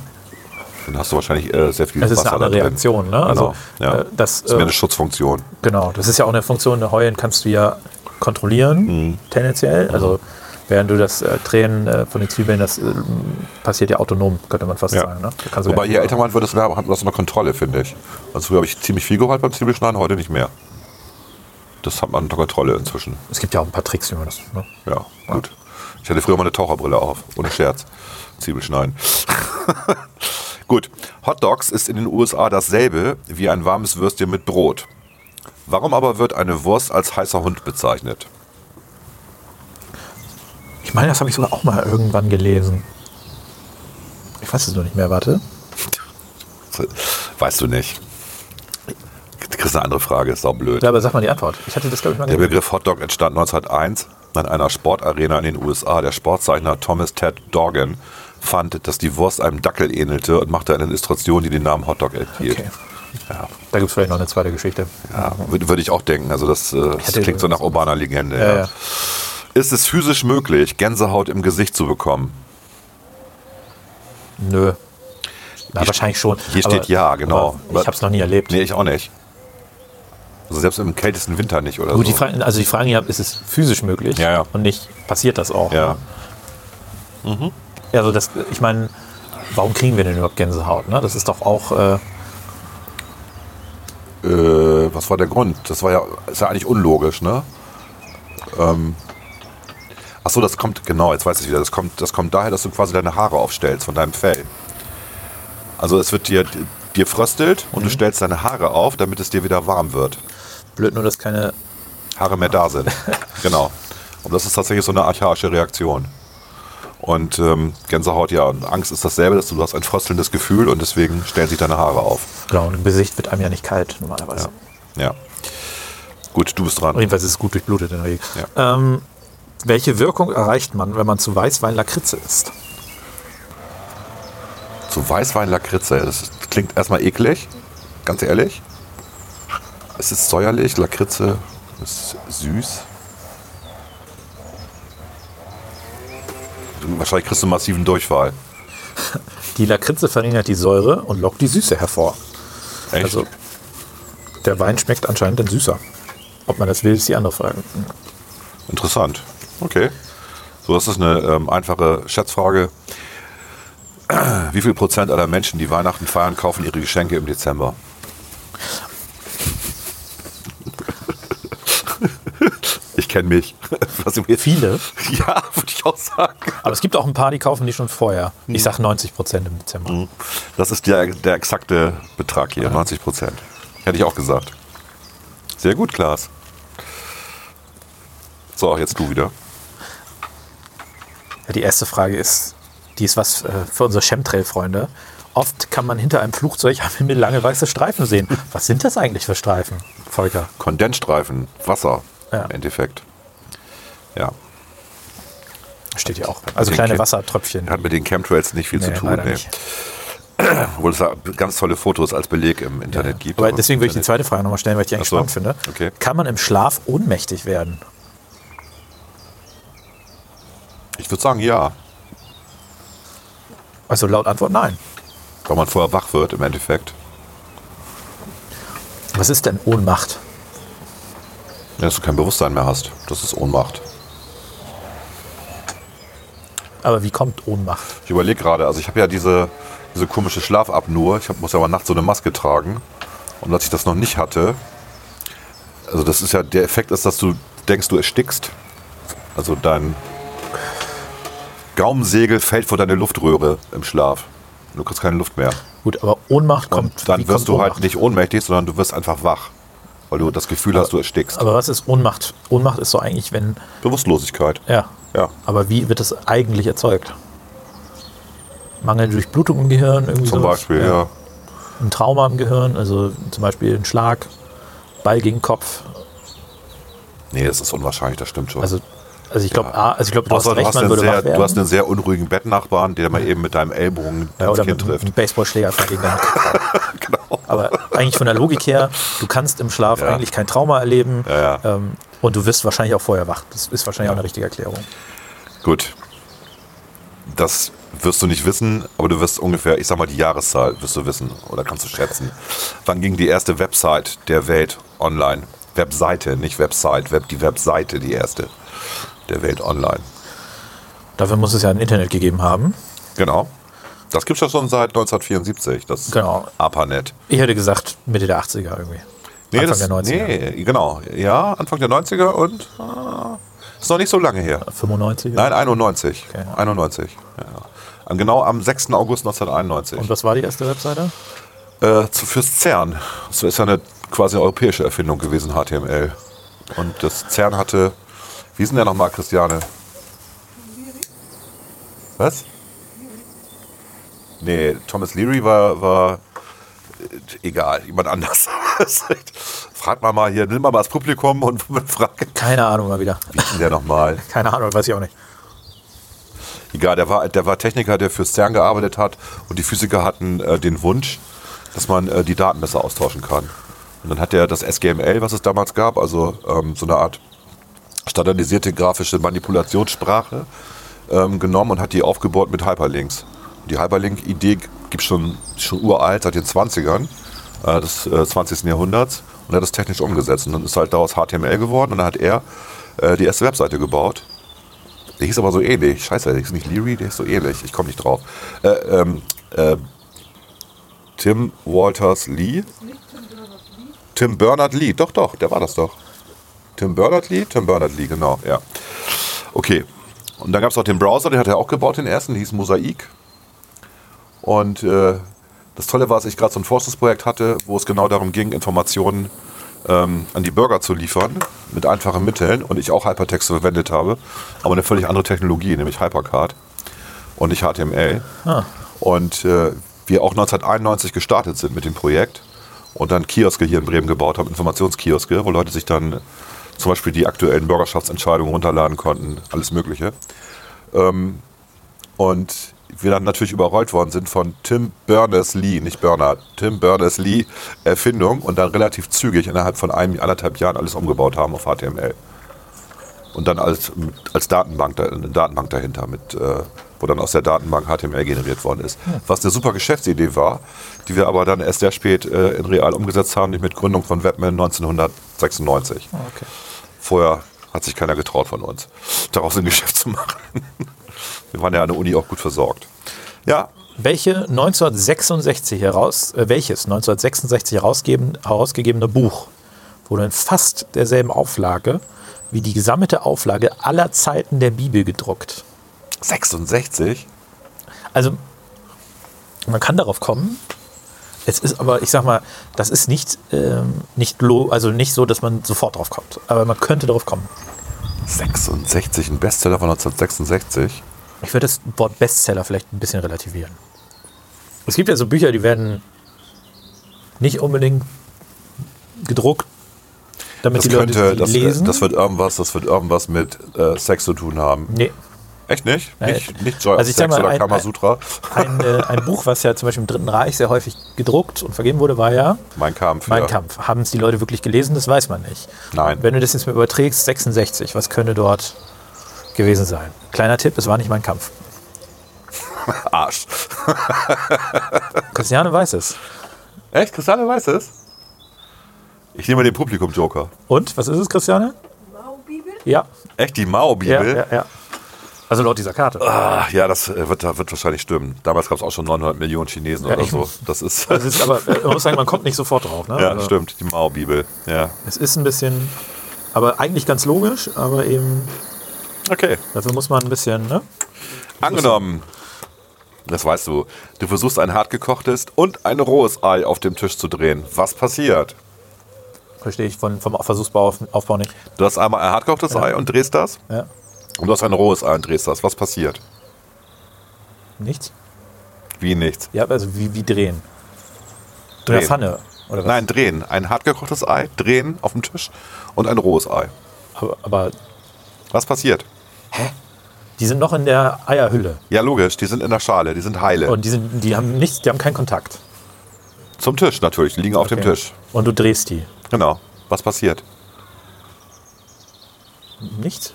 Speaker 1: Dann hast du wahrscheinlich äh, sehr viel
Speaker 2: Es ist
Speaker 1: Wasser
Speaker 2: eine
Speaker 1: da
Speaker 2: andere
Speaker 1: drin.
Speaker 2: Reaktion, ne? Also,
Speaker 1: Genau. ja.
Speaker 2: äh, das,
Speaker 1: ist mehr
Speaker 2: äh,
Speaker 1: eine Schutzfunktion.
Speaker 2: Genau, das ist ja auch eine Funktion, eine Heulen kannst du ja
Speaker 1: Mhm.
Speaker 2: kontrollieren, tendenziell. Also während du das äh, Tränen äh, von den Zwiebeln, das äh, passiert ja autonom, könnte man fast
Speaker 1: Ja.
Speaker 2: sagen. Ne? Da kannst du
Speaker 1: Wobei,
Speaker 2: gar
Speaker 1: je
Speaker 2: nicht-
Speaker 1: älter man wird, desto mehr hat man das unter Kontrolle, finde ich. Also früher habe ich ziemlich viel geholt beim Zwiebelschneiden, heute nicht mehr. Das hat man unter Kontrolle inzwischen.
Speaker 2: Es gibt ja auch ein paar Tricks, wie man das. Ne?
Speaker 1: Ja, gut. Ich hatte früher mal eine Taucherbrille auf, ohne Scherz. Zwiebel schneiden. *laughs* gut, Hot Dogs ist in den USA dasselbe wie ein warmes Würstchen mit Brot. Warum aber wird eine Wurst als heißer Hund bezeichnet?
Speaker 2: Ich meine, das habe ich sogar auch mal irgendwann gelesen. Ich weiß es noch nicht mehr, warte.
Speaker 1: Weißt du nicht. Du kriegst eine andere Frage, ist auch blöd.
Speaker 2: Ja, aber sag mal die Antwort. Ich hatte das, glaube ich, mal
Speaker 1: Der
Speaker 2: gelesen.
Speaker 1: Begriff Hotdog entstand 1901 an einer Sportarena in den USA. Der Sportzeichner Thomas Ted Dorgan fand, dass die Wurst einem Dackel ähnelte und machte eine Illustration, die den Namen Hotdog enthielt.
Speaker 2: Okay.
Speaker 1: Ja,
Speaker 2: Da gibt es vielleicht noch eine zweite Geschichte.
Speaker 1: ja würde würd ich auch denken. Also das, äh, das
Speaker 2: hätte-
Speaker 1: klingt so nach urbaner Legende.
Speaker 2: Ja,
Speaker 1: ja.
Speaker 2: ja.
Speaker 1: Ist es physisch möglich, Gänsehaut im Gesicht zu bekommen?
Speaker 2: Nö. Na,
Speaker 1: Hier
Speaker 2: wahrscheinlich schon.
Speaker 1: hier steht ja, genau.
Speaker 2: Aber ich habe es noch nie erlebt.
Speaker 1: Nee, ich auch nicht. Also selbst im kältesten Winter nicht oder
Speaker 2: Gut,
Speaker 1: so.
Speaker 2: die Fragen, also die Fragen hier, ist es physisch möglich
Speaker 1: Ja, ja.
Speaker 2: und nicht, passiert das auch?
Speaker 1: ja.
Speaker 2: Also das, ich meine, warum kriegen wir denn überhaupt Gänsehaut? Ne? Das ist doch auch, äh,
Speaker 1: Äh, was war der Grund? Das war ja, ist ja eigentlich unlogisch, ne? Ähm, ach so, das kommt, genau, jetzt weiß ich wieder, das kommt, das kommt daher, dass du quasi deine Haare aufstellst von deinem Fell. Also es wird dir, dir fröstelt und du
Speaker 2: Mhm.
Speaker 1: stellst deine Haare auf, damit es dir wieder warm wird.
Speaker 2: Blöd nur, dass keine.
Speaker 1: Haare mehr da sind. genau. Und das ist tatsächlich so eine archaische Reaktion. Und ähm, Gänsehaut, ja, und Angst ist dasselbe, dass du hast ein fröstelndes Gefühl und deswegen stellen sich deine Haare auf.
Speaker 2: Genau, und im Gesicht wird einem ja nicht kalt normalerweise.
Speaker 1: Ja. Gut, du bist dran.
Speaker 2: Jedenfalls ist es gut durchblutet in der Regel. Ähm, welche Wirkung erreicht man, wenn man zu Weißwein Lakritze isst?
Speaker 1: Zu Weißwein Lakritze, das ist- klingt erstmal eklig, ganz ehrlich. Es ist säuerlich, Lakritze ist süß. Wahrscheinlich kriegst du einen massiven Durchfall.
Speaker 2: Die Lakritze verringert die Säure und lockt die Süße hervor.
Speaker 1: Echt?
Speaker 2: Also der Wein schmeckt anscheinend dann süßer. Ob man das will, ist die andere Frage.
Speaker 1: Interessant. Okay. So, das ist eine ähm, einfache Schätzfrage. *clears throat* Wie viel Prozent aller Menschen, die Weihnachten feiern, kaufen ihre Geschenke im Dezember? *laughs* Ich kenne mich. *laughs* Was du mir-
Speaker 2: Viele.
Speaker 1: *laughs* Ja, würde ich auch sagen.
Speaker 2: Aber es gibt auch ein paar, die kaufen die schon vorher.
Speaker 1: Hm.
Speaker 2: Ich sag 90 Prozent im Dezember.
Speaker 1: Das ist der, der exakte Betrag hier, 90 Prozent. Hätte ich auch gesagt. Sehr gut, Klaas. So, jetzt du wieder.
Speaker 2: Ja, die erste Frage ist, die ist was äh, für unsere Chemtrail-Freunde. Oft kann man hinter einem Flugzeug am Himmel lange weiße Streifen sehen. Was sind das eigentlich für Streifen, Volker?
Speaker 1: Kondensstreifen, Wasser
Speaker 2: Ja.
Speaker 1: im Endeffekt. Ja,
Speaker 2: Steht hier auch. Also
Speaker 1: Den
Speaker 2: kleine
Speaker 1: Kind-
Speaker 2: Wassertröpfchen.
Speaker 1: hat mit den Chemtrails nicht viel zu
Speaker 2: Nee,
Speaker 1: tun.
Speaker 2: leider
Speaker 1: Nee.
Speaker 2: nicht.
Speaker 1: *clears throat* Obwohl es da ganz tolle Fotos als Beleg im Internet gibt.
Speaker 2: Aber deswegen würde ich die zweite Frage nochmal stellen, weil ich die
Speaker 1: Ach
Speaker 2: eigentlich
Speaker 1: so.
Speaker 2: spannend finde.
Speaker 1: Okay.
Speaker 2: Kann man im Schlaf ohnmächtig werden?
Speaker 1: ich würde sagen, ja.
Speaker 2: Also laut Antwort nein.
Speaker 1: Weil man vorher wach wird im Endeffekt.
Speaker 2: Was ist denn Ohnmacht?
Speaker 1: Ja, Dass du kein Bewusstsein mehr hast. Das ist Ohnmacht.
Speaker 2: Aber wie kommt Ohnmacht?
Speaker 1: Ich überlege gerade, also ich habe ja diese, diese komische Schlafapnoe. Ich hab, muss ja mal nachts so eine Maske tragen. Und als ich das noch nicht hatte, also das ist ja, der Effekt ist, dass du denkst, du erstickst. Also dein Gaumensegel fällt vor deine Luftröhre im Schlaf. Du kriegst keine Luft mehr.
Speaker 2: Gut, aber Ohnmacht kommt.
Speaker 1: Und dann
Speaker 2: wie
Speaker 1: wirst
Speaker 2: kommt
Speaker 1: du halt
Speaker 2: Ohnmacht?
Speaker 1: nicht ohnmächtig, sondern du wirst einfach wach. Weil du das Gefühl hast, du erstickst.
Speaker 2: Aber was ist Ohnmacht? Ohnmacht ist so eigentlich, wenn.
Speaker 1: Bewusstlosigkeit.
Speaker 2: Ja.
Speaker 1: Ja.
Speaker 2: Aber wie wird das eigentlich erzeugt? Mangelnde Durchblutung im Gehirn, irgendwie
Speaker 1: Zum
Speaker 2: sowas?
Speaker 1: Beispiel, ja.
Speaker 2: Ein Trauma im Gehirn, also zum Beispiel ein Schlag, Ball gegen Kopf.
Speaker 1: Nee, das ist unwahrscheinlich, das stimmt schon.
Speaker 2: Also, also ich glaube, A, also ich glaube, du
Speaker 1: Außer
Speaker 2: hast
Speaker 1: du
Speaker 2: recht,
Speaker 1: hast,
Speaker 2: man
Speaker 1: einen
Speaker 2: würde
Speaker 1: sehr,
Speaker 2: wach werden.
Speaker 1: du hast einen sehr unruhigen Bettnachbarn, der mal eben mit deinem Ellbogen
Speaker 2: Ja,
Speaker 1: ins
Speaker 2: oder
Speaker 1: Kind
Speaker 2: mit
Speaker 1: trifft. Genau.
Speaker 2: einem Baseballschläger
Speaker 1: *laughs*
Speaker 2: einfach gegen deinen Kopf. Aber eigentlich von der Logik her, du kannst im Schlaf
Speaker 1: Ja.
Speaker 2: eigentlich kein Trauma erleben
Speaker 1: Ja, ja.
Speaker 2: Ähm, und du wirst wahrscheinlich auch vorher wach. Das ist wahrscheinlich auch eine richtige Erklärung.
Speaker 1: Gut. Das wirst du nicht wissen, aber du wirst ungefähr, ich sag mal, die Jahreszahl wirst du wissen oder kannst du schätzen. Wann ging die erste Website der Welt online? Webseite, nicht Website, Web, die Webseite, die erste der Welt online.
Speaker 2: Dafür muss es ja ein Internet gegeben haben.
Speaker 1: Genau. Das gibt's ja schon seit 1974, das
Speaker 2: Genau.
Speaker 1: ARPANET.
Speaker 2: Ich hätte gesagt Mitte der 80er irgendwie.
Speaker 1: Nee,
Speaker 2: Anfang
Speaker 1: das,
Speaker 2: der 90er.
Speaker 1: Nee, genau. Ja, Anfang der 90er und ah, ist noch nicht so lange her.
Speaker 2: 95?
Speaker 1: Nein, 91.
Speaker 2: Okay.
Speaker 1: 91. Ja. Am- Genau am 6. August 1991.
Speaker 2: Und was war die erste Webseite?
Speaker 1: äh, zu, fürs CERN. Das ist ja eine quasi europäische Erfindung gewesen, HTML. Und das CERN hatte. Wie ist denn der nochmal, Christiane? Was? Nee, Thomas Leary war. war äh, egal, jemand anders. *laughs* Fragt mal mal hier, nimm mal mal das Publikum und *laughs* frag.
Speaker 2: Keine Ahnung mal wieder.
Speaker 1: Wie ist denn der nochmal?
Speaker 2: Keine Ahnung, weiß ich auch nicht.
Speaker 1: Egal, der war, der war Techniker, der für CERN gearbeitet hat und die Physiker hatten äh, den Wunsch, dass man äh, die Daten besser austauschen kann. Und dann hat er das SGML, was es damals gab, also ähm, so eine Art standardisierte grafische Manipulationssprache, ähm, genommen und hat die aufgebaut mit Hyperlinks. Die Hyperlink-Idee gibt schon, schon uralt, seit den 20ern äh, des äh, 20. Jahrhunderts und hat das technisch umgesetzt. Und dann ist halt daraus HTML geworden und dann hat er äh, die erste Webseite gebaut. Der hieß aber so ähnlich. Scheiße, der hieß nicht Leary, der ist so ähnlich. Ich komme nicht drauf. Äh, ähm, äh, Tim Walters Lee? Tim Bernard Lee, doch, doch, der war das doch. Tim Bernard Lee? Tim Bernard Lee, genau, ja. Okay. Und dann gab es noch den Browser, den hat er auch gebaut, den ersten, der hieß Mosaik. Und äh, Das Tolle war, dass ich gerade so ein Forschungsprojekt hatte, wo es genau darum ging, Informationen ähm, an die Bürger zu liefern, mit einfachen Mitteln. Und ich auch Hypertexte verwendet habe, aber eine völlig andere Technologie, nämlich Hypercard und nicht HTML. Und äh, wir auch 1991 gestartet sind mit dem Projekt und dann Kioske hier in Bremen gebaut haben, Informationskioske, wo Leute sich dann zum Beispiel die aktuellen Bürgerschaftsentscheidungen runterladen konnten, alles Mögliche. Und wir dann natürlich überrollt worden sind von Tim Berners-Lee, nicht Bernard, Tim Berners-Lee Erfindung und dann relativ zügig innerhalb von einem, anderthalb Jahren alles umgebaut haben auf HTML. Und dann als, als Datenbank, da- eine Datenbank dahinter, mit, äh, wo dann aus der Datenbank HTML generiert worden ist. Was eine super Geschäftsidee war, die wir aber dann erst sehr spät äh, in real umgesetzt haben, nämlich mit Gründung von Webman 1996.
Speaker 2: Okay.
Speaker 1: Vorher hat sich keiner getraut von uns, daraus ein Geschäft zu machen. Wir waren ja an der Uni auch gut versorgt. Ja,
Speaker 2: Welche 1966 heraus, äh, welches 1966 herausgeben, herausgegebene Buch wurde in fast derselben Auflage wie die gesammelte Auflage aller Zeiten der Bibel gedruckt?
Speaker 1: 66.
Speaker 2: Also, man kann darauf kommen. Es ist aber, ich sag mal, das ist nicht, ähm, nicht, lo also nicht so, dass man sofort drauf kommt. Aber man könnte darauf kommen.
Speaker 1: 66, ein Bestseller von 1966.
Speaker 2: Ich würde das Wort Bestseller vielleicht ein bisschen relativieren. Es gibt ja so Bücher, die werden nicht unbedingt gedruckt, damit
Speaker 1: Das
Speaker 2: die Leute
Speaker 1: könnte,
Speaker 2: die
Speaker 1: das,
Speaker 2: lesen.
Speaker 1: das wird irgendwas, das wird irgendwas mit äh, Sex zu tun haben.
Speaker 2: nee.
Speaker 1: Echt nicht?
Speaker 2: Nein.
Speaker 1: Nicht, nicht Joy
Speaker 2: Also
Speaker 1: of
Speaker 2: ich
Speaker 1: Sex
Speaker 2: sag mal,
Speaker 1: oder
Speaker 2: ein-
Speaker 1: Kamasutra?
Speaker 2: ein, äh, ein Buch, was ja zum Beispiel im Dritten Reich sehr häufig gedruckt und vergeben wurde, war ja
Speaker 1: Mein Kampf.
Speaker 2: Mein
Speaker 1: ja.
Speaker 2: Kampf. Haben es die Leute wirklich gelesen? Das weiß man nicht.
Speaker 1: Nein.
Speaker 2: Wenn du das jetzt mal überträgst, 66, was könnte dort gewesen sein? Kleiner Tipp, es war nicht mein Kampf.
Speaker 1: Arsch.
Speaker 2: Christiane weiß es.
Speaker 1: Echt? Christiane weiß es? Ich nehme den Publikum-Joker.
Speaker 2: Und, was ist es, Christiane?
Speaker 4: Maubibel?
Speaker 2: Ja,
Speaker 1: Echt die
Speaker 2: ja,
Speaker 1: Mao-Bibel?
Speaker 2: ja, ja. Also laut dieser Karte.
Speaker 1: Ah, ja, das äh, wird, da- wird wahrscheinlich stimmen. Damals gab es auch schon 900 Millionen Chinesen
Speaker 2: Ja,
Speaker 1: oder
Speaker 2: ich-
Speaker 1: so. Das ist.
Speaker 2: *laughs* Das ist aber, äh, man muss sagen, man kommt nicht sofort drauf.
Speaker 1: *laughs*
Speaker 2: Ne?
Speaker 1: ja,
Speaker 2: Also,
Speaker 1: stimmt. Die Mao-Bibel. Ja.
Speaker 2: Es ist ein bisschen, aber eigentlich ganz logisch, aber eben
Speaker 1: Okay.
Speaker 2: dafür muss man ein bisschen, ne?
Speaker 1: Angenommen. Das weißt du. Du versuchst ein hartgekochtes und ein rohes Ei auf dem Tisch zu drehen. Was passiert?
Speaker 2: Verstehe ich von, vom Versuchsbau auf, Aufbau nicht.
Speaker 1: Du hast einmal ein hartgekochtes Ei und drehst das.
Speaker 2: Ja.
Speaker 1: Und du hast ein rohes Ei und drehst das. Was passiert?
Speaker 2: Nichts?
Speaker 1: Wie nichts.
Speaker 2: Ja, also wie, wie drehen? In
Speaker 1: Drehen.
Speaker 2: der Pfanne. Oder was?
Speaker 1: Nein, drehen. Ein hartgekochtes Ei, drehen auf dem Tisch und ein rohes Ei.
Speaker 2: Aber, aber
Speaker 1: Was passiert?
Speaker 2: die sind noch in der Eierhülle.
Speaker 1: Ja, logisch, die sind in der Schale, die sind heile.
Speaker 2: Und die, sind, die haben nichts, die haben keinen Kontakt.
Speaker 1: Zum Tisch natürlich, die liegen auf dem
Speaker 2: Okay.
Speaker 1: Tisch.
Speaker 2: Und du drehst die.
Speaker 1: Genau. Was passiert?
Speaker 2: Nichts?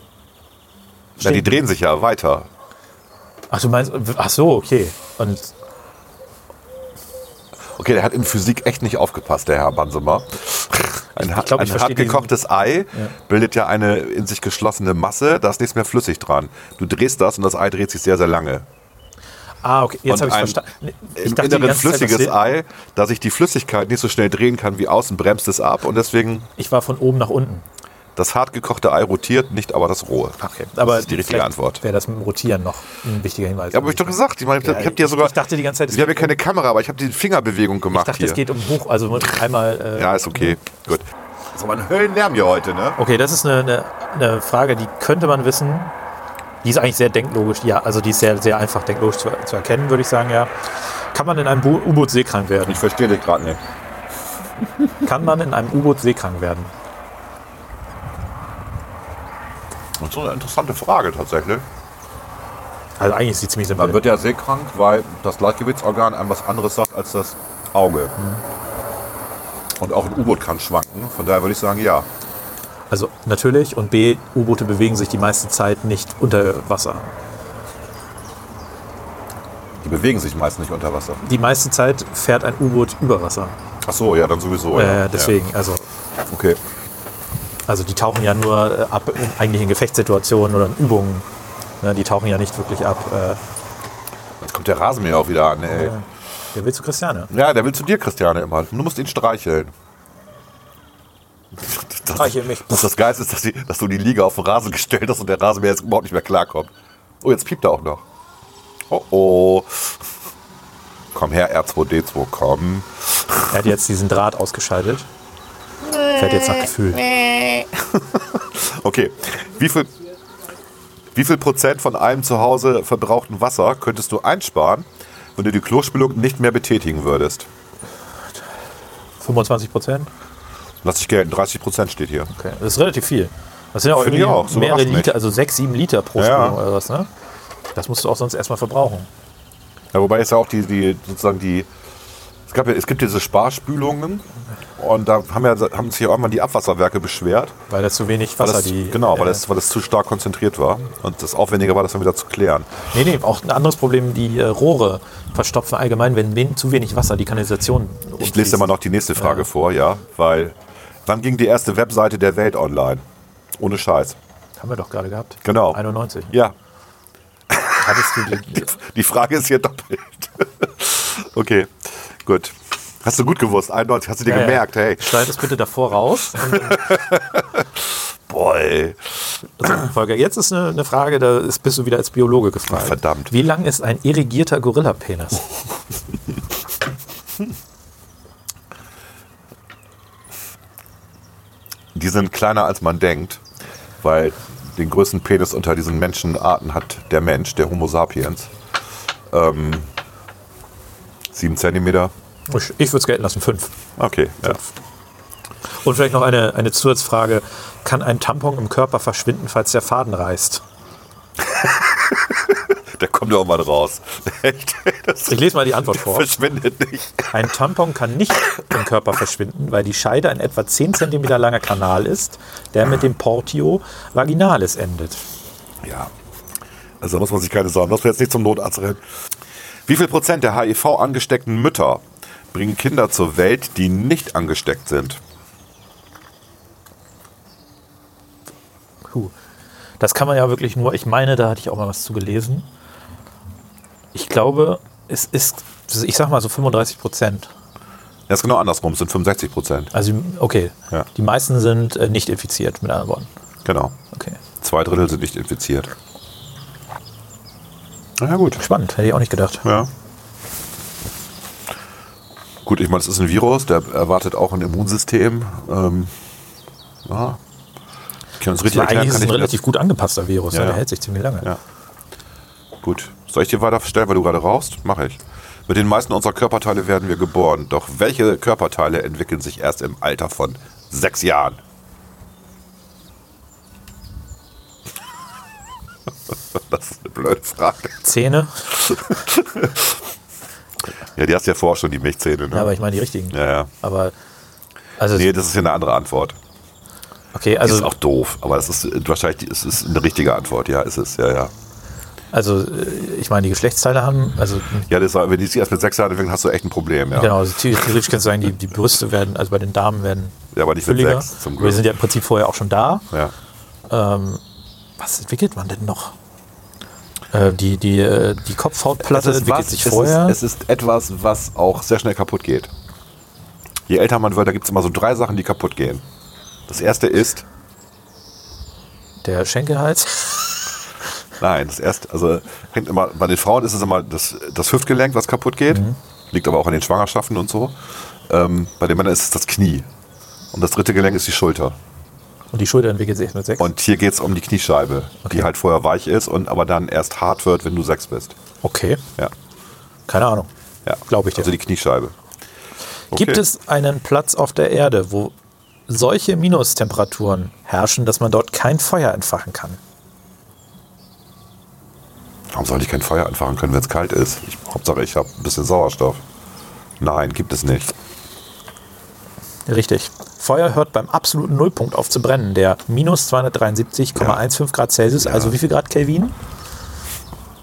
Speaker 1: Na, die drehen sich ja weiter.
Speaker 2: Ach, du meinst, ach so, okay. Und
Speaker 1: Okay, der hat in Physik echt nicht aufgepasst, der Herr Bansemer. Ein,
Speaker 2: ich glaub, ich
Speaker 1: ein
Speaker 2: versteh
Speaker 1: hart gekochtes Ei bildet ja eine in sich geschlossene Masse, da ist nichts mehr flüssig dran. Du drehst das und das Ei dreht sich sehr, sehr lange.
Speaker 2: Ah, okay, jetzt habe
Speaker 1: Und
Speaker 2: ich
Speaker 1: ein-
Speaker 2: verstanden. Nee,
Speaker 1: Im
Speaker 2: dachte die
Speaker 1: Inneren
Speaker 2: ganze Zeit, das
Speaker 1: flüssiges
Speaker 2: wär-
Speaker 1: Ei, da sich die Flüssigkeit nicht so schnell drehen kann wie außen, bremst es ab und deswegen
Speaker 2: Ich war von oben nach unten.
Speaker 1: das hart gekochte Ei rotiert, nicht aber das rohe. Okay, das ist die richtige
Speaker 2: vielleicht
Speaker 1: Antwort.
Speaker 2: Wäre das mit dem Rotieren noch ein wichtiger Hinweis?
Speaker 1: Ja, aber hab ich doch gesagt, ich meine, ich habe dir
Speaker 2: ich-
Speaker 1: sogar.
Speaker 2: ich dachte die ganze Zeit, es
Speaker 1: ich habe ja
Speaker 2: geht um-
Speaker 1: keine Kamera, aber ich habe die Fingerbewegung gemacht
Speaker 2: ich dachte,
Speaker 1: hier.
Speaker 2: es geht um hoch, also einmal. Äh,
Speaker 1: ja, ist okay. Gut. Das ist aber ein Höllenlärm hier heute, ne?
Speaker 2: Okay, das ist eine, eine, eine Frage, die könnte man wissen. Die ist eigentlich sehr denklogisch. Ja, also die ist sehr, sehr einfach denklogisch zu, zu erkennen, würde ich sagen, ja. Kann man in einem Bu- U-Boot seekrank werden?
Speaker 1: Ich verstehe dich gerade nicht.
Speaker 2: Kann man in einem U-Boot seekrank werden?
Speaker 1: Das ist eine interessante Frage tatsächlich.
Speaker 2: Also eigentlich ist sie ziemlich
Speaker 1: Man
Speaker 2: simpel.
Speaker 1: wird ja seekrank, weil das Gleichgewichtsorgan einem was anderes sagt als das Auge. Und auch ein U-Boot kann schwanken. Von daher würde ich sagen, ja.
Speaker 2: Also natürlich. Und B, U-Boote bewegen sich die meiste Zeit nicht unter Wasser.
Speaker 1: Die bewegen sich meist nicht unter Wasser.
Speaker 2: Die meiste Zeit fährt ein U-Boot über Wasser.
Speaker 1: Ach so, ja, dann sowieso. Oh ja.
Speaker 2: Äh, deswegen, also,
Speaker 1: Ja. Okay.
Speaker 2: also die tauchen ja nur äh, ab in, eigentlich in Gefechtssituationen oder in Übungen. Ne, die tauchen ja nicht wirklich ab. Äh,
Speaker 1: Jetzt kommt der Rasenmäher auch wieder an, ey.
Speaker 2: wer will zu Christiane?
Speaker 1: Ja, der will zu dir, Christiane, immer. Du musst ihn streicheln. *laughs* Das,
Speaker 2: Streichel mich.
Speaker 1: Das, das Geilste ist, dass, die, dass du die Liga auf den Rasen gestellt hast und der Rasenmäher jetzt überhaupt nicht mehr klarkommt. Oh, jetzt piept er auch noch. Oh oh. Komm her, R2D2, komm.
Speaker 2: Er hat jetzt diesen Draht ausgeschaltet. Fährt jetzt nach Gefühl.
Speaker 1: Okay, wie viel, wie viel Prozent von einem zu Hause verbrauchten Wasser könntest du einsparen, wenn du die Klospülung nicht mehr betätigen würdest?
Speaker 2: 25 Prozent?
Speaker 1: Lass dich gelten, 30 Prozent steht hier.
Speaker 2: Okay, das ist relativ viel. Das sind ja auch,
Speaker 1: Finde
Speaker 2: irgendwie
Speaker 1: ich auch, so
Speaker 2: mehrere
Speaker 1: überrascht mich.
Speaker 2: Liter, also 6, 7 Liter pro
Speaker 1: Ja, ja.
Speaker 2: Spülung oder was, ne? Das musst du auch sonst erstmal verbrauchen.
Speaker 1: Ja, wobei es ja auch die, die sozusagen die. Es, gab ja, es gibt diese Sparspülungen und da haben, ja, haben sich ja irgendwann die Abwasserwerke beschwert,
Speaker 2: Weil da zu wenig
Speaker 1: weil
Speaker 2: Wasser
Speaker 1: das,
Speaker 2: die.
Speaker 1: genau, weil,
Speaker 2: äh,
Speaker 1: das, weil das zu stark konzentriert war und das Aufwendige war, das dann wieder zu klären.
Speaker 2: Nee, nee, auch ein anderes Problem, die äh, Rohre verstopfen allgemein, wenn wen, zu wenig Wasser die Kanalisation.
Speaker 1: Ich lese dir mal noch die nächste Frage vor, ja, weil wann ging die erste Webseite der Welt online? Ohne Scheiß.
Speaker 2: Haben wir doch gerade gehabt.
Speaker 1: Genau.
Speaker 2: 91.
Speaker 1: Ja,
Speaker 2: Hattest du
Speaker 1: *laughs*
Speaker 2: die,
Speaker 1: die Frage ist hier doppelt. *laughs* okay, gut. Hast du gut gewusst, 91, hast du dir
Speaker 2: Ja, ja.
Speaker 1: gemerkt, hey.
Speaker 2: Schneid es bitte davor raus.
Speaker 1: Boah, ey.
Speaker 2: Also, Volker, jetzt ist eine, eine Frage, da ist, bist du wieder als Biologe gefragt.
Speaker 1: Verdammt.
Speaker 2: Wie lang ist ein irrigierter Gorillapenis?
Speaker 1: Die sind kleiner als man denkt, weil den größten Penis unter diesen Menschenarten hat der Mensch, der Homo sapiens. Ähm, sieben Zentimeter.
Speaker 2: Ich, ich würde es gelten lassen, fünf.
Speaker 1: Okay, ja.
Speaker 2: Und vielleicht noch eine, eine Zusatzfrage. Kann ein Tampon im Körper verschwinden, falls der Faden reißt?
Speaker 1: der kommt ja auch mal raus. *laughs* Echt? Das *laughs*
Speaker 2: Ich lese mal die Antwort vor.
Speaker 1: verschwindet nicht.
Speaker 2: Ein Tampon kann nicht im Körper verschwinden, weil die Scheide ein etwa 10 cm langer Kanal ist, der mit dem Portio vaginalis endet.
Speaker 1: Ja. Also da muss man sich keine Sorgen. Lass wir jetzt nicht zum Notarzt rennen. Wie viel Prozent der HIV-angesteckten Mütter bringen Kinder zur Welt, die nicht angesteckt sind?
Speaker 2: Puh. Das kann man ja wirklich nur, ich meine, da hatte ich auch mal was zu gelesen. Ich glaube, es ist, ich sag mal so 35 Prozent.
Speaker 1: Das ist genau andersrum, es sind 65 Prozent.
Speaker 2: Also, okay.
Speaker 1: Ja.
Speaker 2: Die meisten sind äh, nicht infiziert, mit anderen Worten.
Speaker 1: Genau.
Speaker 2: Okay.
Speaker 1: Zwei Drittel sind nicht infiziert. Na ja, gut.
Speaker 2: Spannend, hätte ich auch nicht gedacht.
Speaker 1: Ja. Gut, ich meine, es ist ein Virus, der erwartet auch ein Immunsystem. Ähm, ja. Ich kann es richtig
Speaker 2: Ja,
Speaker 1: erklären,
Speaker 2: eigentlich ist
Speaker 1: kann
Speaker 2: es
Speaker 1: ich
Speaker 2: ein
Speaker 1: mir-
Speaker 2: relativ gut angepasster Virus,
Speaker 1: Ja,
Speaker 2: ne? der
Speaker 1: ja.
Speaker 2: hält sich ziemlich lange.
Speaker 1: Ja. Gut. Soll ich dir weiterstellen, weil du gerade rauchst? Mache ich. Mit den meisten unserer Körperteile werden wir geboren. Doch welche Körperteile entwickeln sich erst im Alter von sechs Jahren? *laughs* Das ist eine blöde Frage.
Speaker 2: Zähne,
Speaker 1: Ja, die hast du ja vorher schon, die Milchzähne. Ne?
Speaker 2: ja, aber ich meine die richtigen.
Speaker 1: ja, ja.
Speaker 2: Aber, also,
Speaker 1: Nee, das ist ja eine andere Antwort.
Speaker 2: okay,
Speaker 1: Also,
Speaker 2: also
Speaker 1: ist auch doof, aber es ist äh, wahrscheinlich die- es ist eine richtige Antwort. Ja, ist es. Ja, ja.
Speaker 2: Also, äh, ich meine, die Geschlechtsteile haben, also
Speaker 1: Ja, das, war- wenn die sich erst mit sechs Jahren entwickeln, hast du echt ein Problem. Ja,
Speaker 2: genau, also the- theoretisch kannst du sagen, die, die Brüste werden, also bei den Damen werden
Speaker 1: ja aber nicht mit
Speaker 2: fülliger.
Speaker 1: sechs, zum
Speaker 2: Wir
Speaker 1: Glück.
Speaker 2: sind ja im Prinzip vorher auch schon da.
Speaker 1: Ja.
Speaker 2: Ähm, was entwickelt man denn noch? Äh, die, die, äh, die Kopfhautplatte
Speaker 1: Es ist
Speaker 2: entwickelt
Speaker 1: was,
Speaker 2: sich
Speaker 1: es
Speaker 2: vorher.
Speaker 1: Ist, es ist etwas, was auch sehr schnell kaputt geht. Je älter man wird, da gibt es immer so drei Sachen, die kaputt gehen. Das erste ist,
Speaker 2: der Schenkelhals.
Speaker 1: nein, das erste, also hängt immer, bei den Frauen ist es immer das, das Hüftgelenk, was kaputt geht.
Speaker 2: Mhm.
Speaker 1: Liegt aber auch an den Schwangerschaften und so. Ähm, bei den Männern ist es das Knie. Und das dritte Gelenk ist die Schulter.
Speaker 2: Und die Schulter entwickelt sich erst mit sechs.
Speaker 1: Und hier geht es um die Kniescheibe, die halt vorher weich ist und aber dann erst hart wird, wenn du sechs bist.
Speaker 2: okay,
Speaker 1: Ja.
Speaker 2: keine Ahnung.
Speaker 1: ja.
Speaker 2: Glaube ich dir.
Speaker 1: Also die Kniescheibe. Okay.
Speaker 2: Gibt es einen Platz auf der Erde, wo solche Minustemperaturen herrschen, dass man dort kein Feuer entfachen kann?
Speaker 1: Warum sollte ich kein Feuer anfachen können, wenn es kalt ist? Ich, Hauptsache, ich habe ein bisschen Sauerstoff. Nein, gibt es nicht.
Speaker 2: Richtig. Feuer hört beim absoluten Nullpunkt auf zu brennen, der minus 273,15 Grad Celsius, also wie viel Grad Kelvin?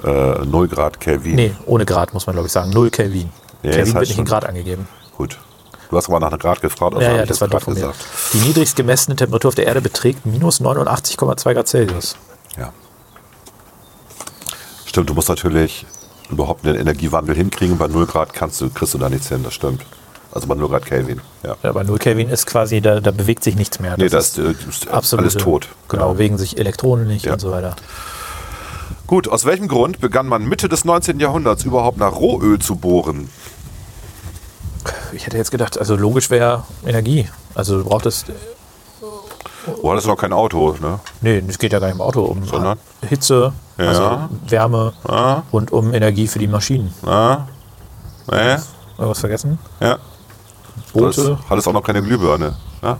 Speaker 1: Äh, 0 Grad Kelvin.
Speaker 2: Nee, ohne Grad muss man glaube ich sagen, null Kelvin.
Speaker 1: Ja, das
Speaker 2: Kelvin
Speaker 1: heißt
Speaker 2: wird nicht in
Speaker 1: schon.
Speaker 2: Grad angegeben.
Speaker 1: Gut. Du hast aber nach einem Grad gefragt. also
Speaker 2: ja,
Speaker 1: hab
Speaker 2: ja,
Speaker 1: ich
Speaker 2: das
Speaker 1: jetzt
Speaker 2: war doch
Speaker 1: Grad
Speaker 2: von mir. Die niedrigst gemessene Temperatur auf der Erde beträgt minus 89,2 Grad Celsius.
Speaker 1: Ja. Stimmt, du musst natürlich überhaupt einen Energiewandel hinkriegen. Bei 0 Grad kannst du, kriegst du da nichts hin, das stimmt. Also bei 0 Grad Kelvin. Ja.
Speaker 2: Ja, bei null Kelvin ist quasi, da, da bewegt sich nichts mehr.
Speaker 1: nee, das ist, äh, ist
Speaker 2: absolute-
Speaker 1: alles tot.
Speaker 2: Genau, wegen sich Elektronen nicht
Speaker 1: Ja.
Speaker 2: und so weiter.
Speaker 1: Gut, aus welchem Grund begann man Mitte des 19. Jahrhunderts überhaupt nach Rohöl zu bohren?
Speaker 2: Ich hätte jetzt gedacht, also logisch wäre Energie. Also du brauchtest,
Speaker 1: Du Oh, hattest noch kein Auto, ne?
Speaker 2: nee, es geht ja gar nicht im Auto um
Speaker 1: Sondern?
Speaker 2: Hitze,
Speaker 1: Ja.
Speaker 2: also Wärme
Speaker 1: Ah,
Speaker 2: und um Energie für die Maschinen.
Speaker 1: ah, äh,
Speaker 2: Irgendwas vergessen?
Speaker 1: ja. Du hattest,
Speaker 2: Boote,
Speaker 1: hattest auch noch keine Glühbirne. Ja?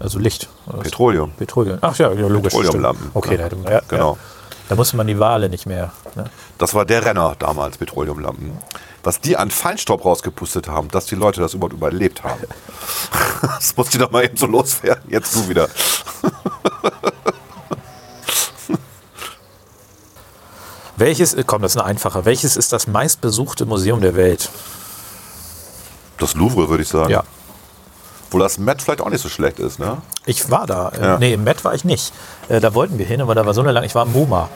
Speaker 2: also Licht. oder was?
Speaker 1: Petroleum.
Speaker 2: Petroleum. Ach ja, ja logisch.
Speaker 1: Petroleumlampen.
Speaker 2: stimmt. Okay, da, hätte man- ja,
Speaker 1: Genau.
Speaker 2: Ja. Da musste man die Wale nicht mehr. Ne?
Speaker 1: Das war der Renner damals, Petroleumlampen. Was die an Feinstaub rausgepustet haben, dass die Leute das überhaupt überlebt haben. *laughs* Das musste ich doch mal eben so loswerden. Jetzt du wieder.
Speaker 2: Welches, äh, komm, das ist eine einfache. Welches ist das meistbesuchte Museum der Welt?
Speaker 1: Das Louvre, würde ich sagen.
Speaker 2: Ja.
Speaker 1: Wo das Matt vielleicht auch nicht so schlecht ist, ne?
Speaker 2: Ich war da. Äh,
Speaker 1: Ja.
Speaker 2: Nee, im Met war ich nicht. Äh, da wollten wir hin, aber da war so eine lange. Ich war im MoMA.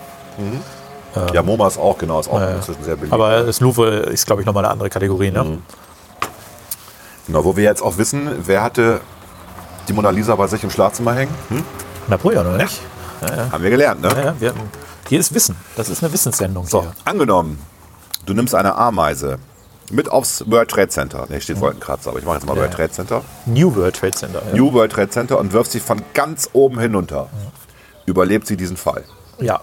Speaker 2: Äh,
Speaker 1: Ja, MoMA ist auch, genau, ist auch inzwischen sehr Mhm. beliebt.
Speaker 2: Ähm. Aber das Louvre ist, glaube ich, nochmal eine andere Kategorie. Ne?
Speaker 1: Genau, wo wir jetzt auch wissen, wer hatte die Mona Lisa bei sich im Schlafzimmer hängen? Hm?
Speaker 2: Napoleon, oder nicht?
Speaker 1: Haben wir gelernt, ne?
Speaker 2: Ja, ja, wir, hier ist Wissen. Das ist eine Wissenssendung.
Speaker 1: So,
Speaker 2: Hier.
Speaker 1: angenommen, du nimmst eine Ameise mit aufs World Trade Center. Ne, steht Wolkenkratzer, aber ich mache jetzt mal World
Speaker 2: Mhm. ja.
Speaker 1: Trade Center.
Speaker 2: New World Trade Center. Ja.
Speaker 1: New World Trade Center und wirfst sie von ganz oben hinunter. Überlebt sie diesen Fall?
Speaker 2: ja.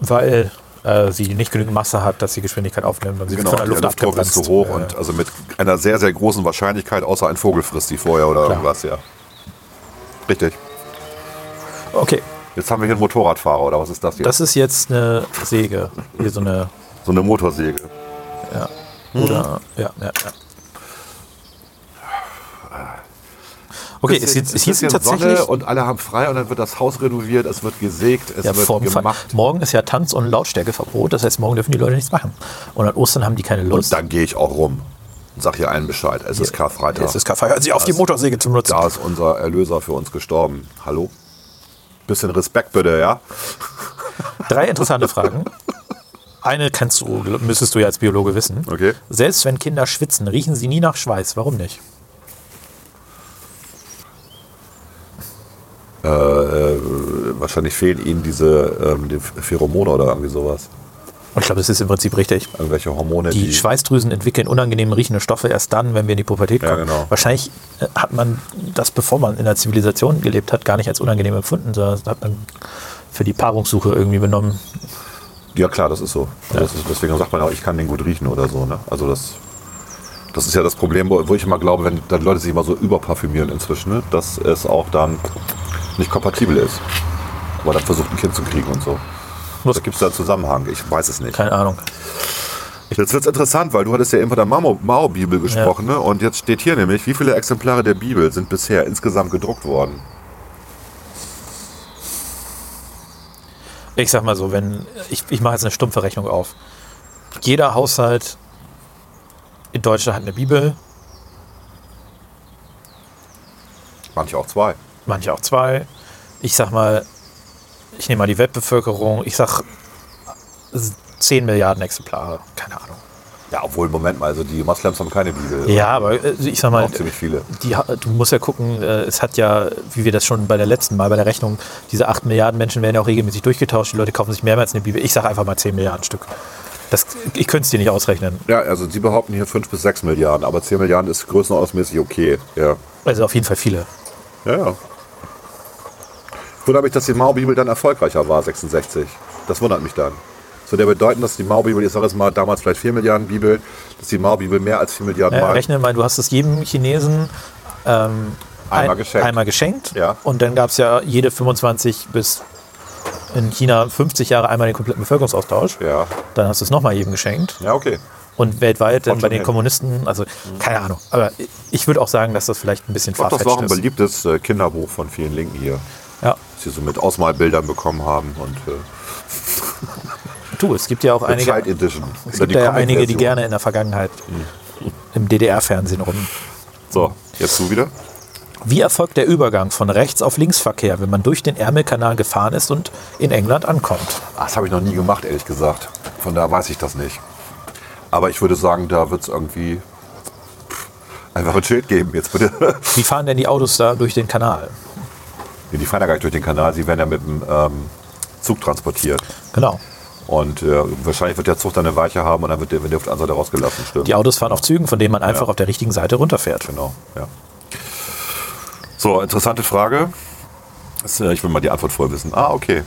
Speaker 2: Weil äh, sie nicht genügend Masse hat, dass sie Geschwindigkeit aufnimmt und sie wird von der
Speaker 1: der
Speaker 2: Luft
Speaker 1: Luftdruck Genau, ist
Speaker 2: abgebremst.
Speaker 1: zu hoch
Speaker 2: Äh,
Speaker 1: und also mit einer sehr, sehr großen Wahrscheinlichkeit, außer ein Vogel frisst die vorher oder irgendwas, ja. Richtig.
Speaker 2: okay,
Speaker 1: Jetzt haben wir hier einen Motorradfahrer oder was ist das hier?
Speaker 2: das ist jetzt eine Säge. Hier so eine.
Speaker 1: so eine Motorsäge. Hm.
Speaker 2: Oder, ja, ja, ja.
Speaker 1: Ah.
Speaker 2: Okay, es,
Speaker 1: Bisschen-
Speaker 2: es, es hießen
Speaker 1: bisschen
Speaker 2: tatsächlich.
Speaker 1: Sonne und alle haben frei und dann wird das Haus renoviert, es wird gesägt, es
Speaker 2: Ja,
Speaker 1: wird
Speaker 2: vorm Fall.
Speaker 1: gemacht.
Speaker 2: Morgen ist ja Tanz- und Lautstärkeverbot, das heißt, morgen dürfen die Leute nichts machen. Und an Ostern haben die keine
Speaker 1: Und
Speaker 2: Lust.
Speaker 1: dann gehe ich auch rum und sag hier allen Bescheid. Es ist Karfreitag.
Speaker 2: Jetzt ist Kaffee. Sie auf die Motorsäge zu nutzen.
Speaker 1: da ist unser Erlöser für uns gestorben. Hallo? Bisschen Respekt bitte, ja?
Speaker 2: Drei interessante Fragen. Eine kannst du, müsstest du ja als Biologe wissen.
Speaker 1: Okay.
Speaker 2: Selbst wenn Kinder schwitzen, riechen sie nie nach Schweiß. Warum nicht?
Speaker 1: Äh, äh, wahrscheinlich fehlen ihnen diese ähm, die Pheromone oder irgendwie sowas.
Speaker 2: Und ich glaube, das ist im Prinzip richtig.
Speaker 1: Irgendwelche Hormone,
Speaker 2: Die Schweißdrüsen entwickeln unangenehm riechende Stoffe erst dann, wenn wir in die Pubertät
Speaker 1: Ja,
Speaker 2: kommen.
Speaker 1: genau.
Speaker 2: Wahrscheinlich äh, hat man das, bevor man in der Zivilisation gelebt hat, gar nicht als unangenehm empfunden, sondern das hat man für die Paarungssuche irgendwie benommen.
Speaker 1: Ja klar, das ist so. Also Das ist, deswegen sagt man auch, ich kann den gut riechen oder so. Ne? Also das, das ist ja das Problem, wo wo ich immer glaube, wenn dann Leute sich immer so überparfümieren inzwischen, ne? dass es auch dann nicht kompatibel ist. Aber dann versucht ein Kind zu kriegen und so.
Speaker 2: Muss-
Speaker 1: Da gibt es da einen Zusammenhang, ich weiß es nicht.
Speaker 2: Keine Ahnung.
Speaker 1: Jetzt wird es interessant, weil du hattest ja eben von der Mao- Mao-Bibel gesprochen ne? und jetzt steht hier nämlich, wie viele Exemplare der Bibel sind bisher insgesamt gedruckt worden?
Speaker 2: Ich sag mal so, wenn ich, ich mache jetzt eine stumpfe Rechnung auf. Jeder Haushalt in Deutschland hat eine Bibel,
Speaker 1: Manche auch zwei.
Speaker 2: manche auch zwei. Ich sag mal, ich nehme mal die Weltbevölkerung, ich sag 10 Milliarden Exemplare, keine Ahnung.
Speaker 1: Ja, obwohl, Moment mal, also die Moslems haben keine Bibel.
Speaker 2: Ja, aber äh, ich sag mal,
Speaker 1: Auch ziemlich viele.
Speaker 2: die, ha- du musst ja gucken, äh, es hat ja, wie wir das schon bei der letzten Mal bei der Rechnung, diese 8 Milliarden Menschen werden ja auch regelmäßig durchgetauscht, die Leute kaufen sich mehrmals eine Bibel. Ich sag einfach mal 10 Milliarden Stück. Das, ich könnte es dir nicht ausrechnen.
Speaker 1: Ja, also Sie behaupten hier 5 bis 6 Milliarden, aber 10 Milliarden ist größenordnungsmäßig okay. Ja,
Speaker 2: Also auf jeden Fall viele.
Speaker 1: ja. ja. Wundert mich, dass die Mao-Bibel dann erfolgreicher war, 66. Das wundert mich dann. So der bedeuten, dass die Mao-Bibel, ich sage jetzt mal, damals vielleicht 4 Milliarden Bibel, dass die Mao-Bibel mehr als 4 Milliarden
Speaker 2: Ja,
Speaker 1: Mal.
Speaker 2: Äh, rechne mal, du hast es jedem Chinesen ähm,
Speaker 1: Einmal geschenkt.
Speaker 2: Einmal geschenkt.
Speaker 1: Ja.
Speaker 2: Und dann gab es ja jede 25 bis in China 50 Jahre einmal den kompletten Bevölkerungsaustausch.
Speaker 1: Ja.
Speaker 2: Dann hast du es nochmal jedem geschenkt.
Speaker 1: Ja, okay.
Speaker 2: Und weltweit dann
Speaker 1: Kommt
Speaker 2: bei
Speaker 1: schon
Speaker 2: den
Speaker 1: hin.
Speaker 2: Kommunisten, also keine Ahnung. Aber ich- ich würde auch sagen, dass das vielleicht ein bisschen
Speaker 1: Doch, das war auch ein
Speaker 2: verfälscht ist.
Speaker 1: beliebtes äh, Kinderbuch von vielen Linken hier,
Speaker 2: Ja,
Speaker 1: das sie so mit Ausmalbildern bekommen haben und äh,
Speaker 2: du, es gibt ja auch
Speaker 1: einige, Child
Speaker 2: einige,
Speaker 1: Edition.
Speaker 2: es gibt ja einige, die
Speaker 1: Comic-Version. Mhm.
Speaker 2: gerne in der Vergangenheit im DDR-Fernsehen rum.
Speaker 1: So, jetzt du wieder.
Speaker 2: Wie erfolgt der Übergang von Rechts auf Linksverkehr, wenn man durch den Ärmelkanal gefahren ist und in England ankommt?
Speaker 1: Ah, Das habe ich noch nie gemacht, ehrlich gesagt. Von daher weiß ich das nicht. Aber ich würde sagen, da wird es irgendwie pff, einfach ein Schild geben, jetzt bitte. *laughs*
Speaker 2: Wie fahren denn die Autos da durch den Kanal?
Speaker 1: Nee, die fahren ja gar nicht durch den Kanal, sie werden ja mit dem ähm, Zug transportiert.
Speaker 2: Genau.
Speaker 1: Und äh, wahrscheinlich wird der Zug dann eine Weiche haben und dann wird der, wird der auf der anderen Seite rausgelassen. Stimmt.
Speaker 2: Die Autos fahren auf Zügen, von denen man einfach auf der richtigen Seite runterfährt.
Speaker 1: Genau, ja. So, interessante Frage. Das, äh, ich will mal die Antwort vorher wissen. Ah, okay.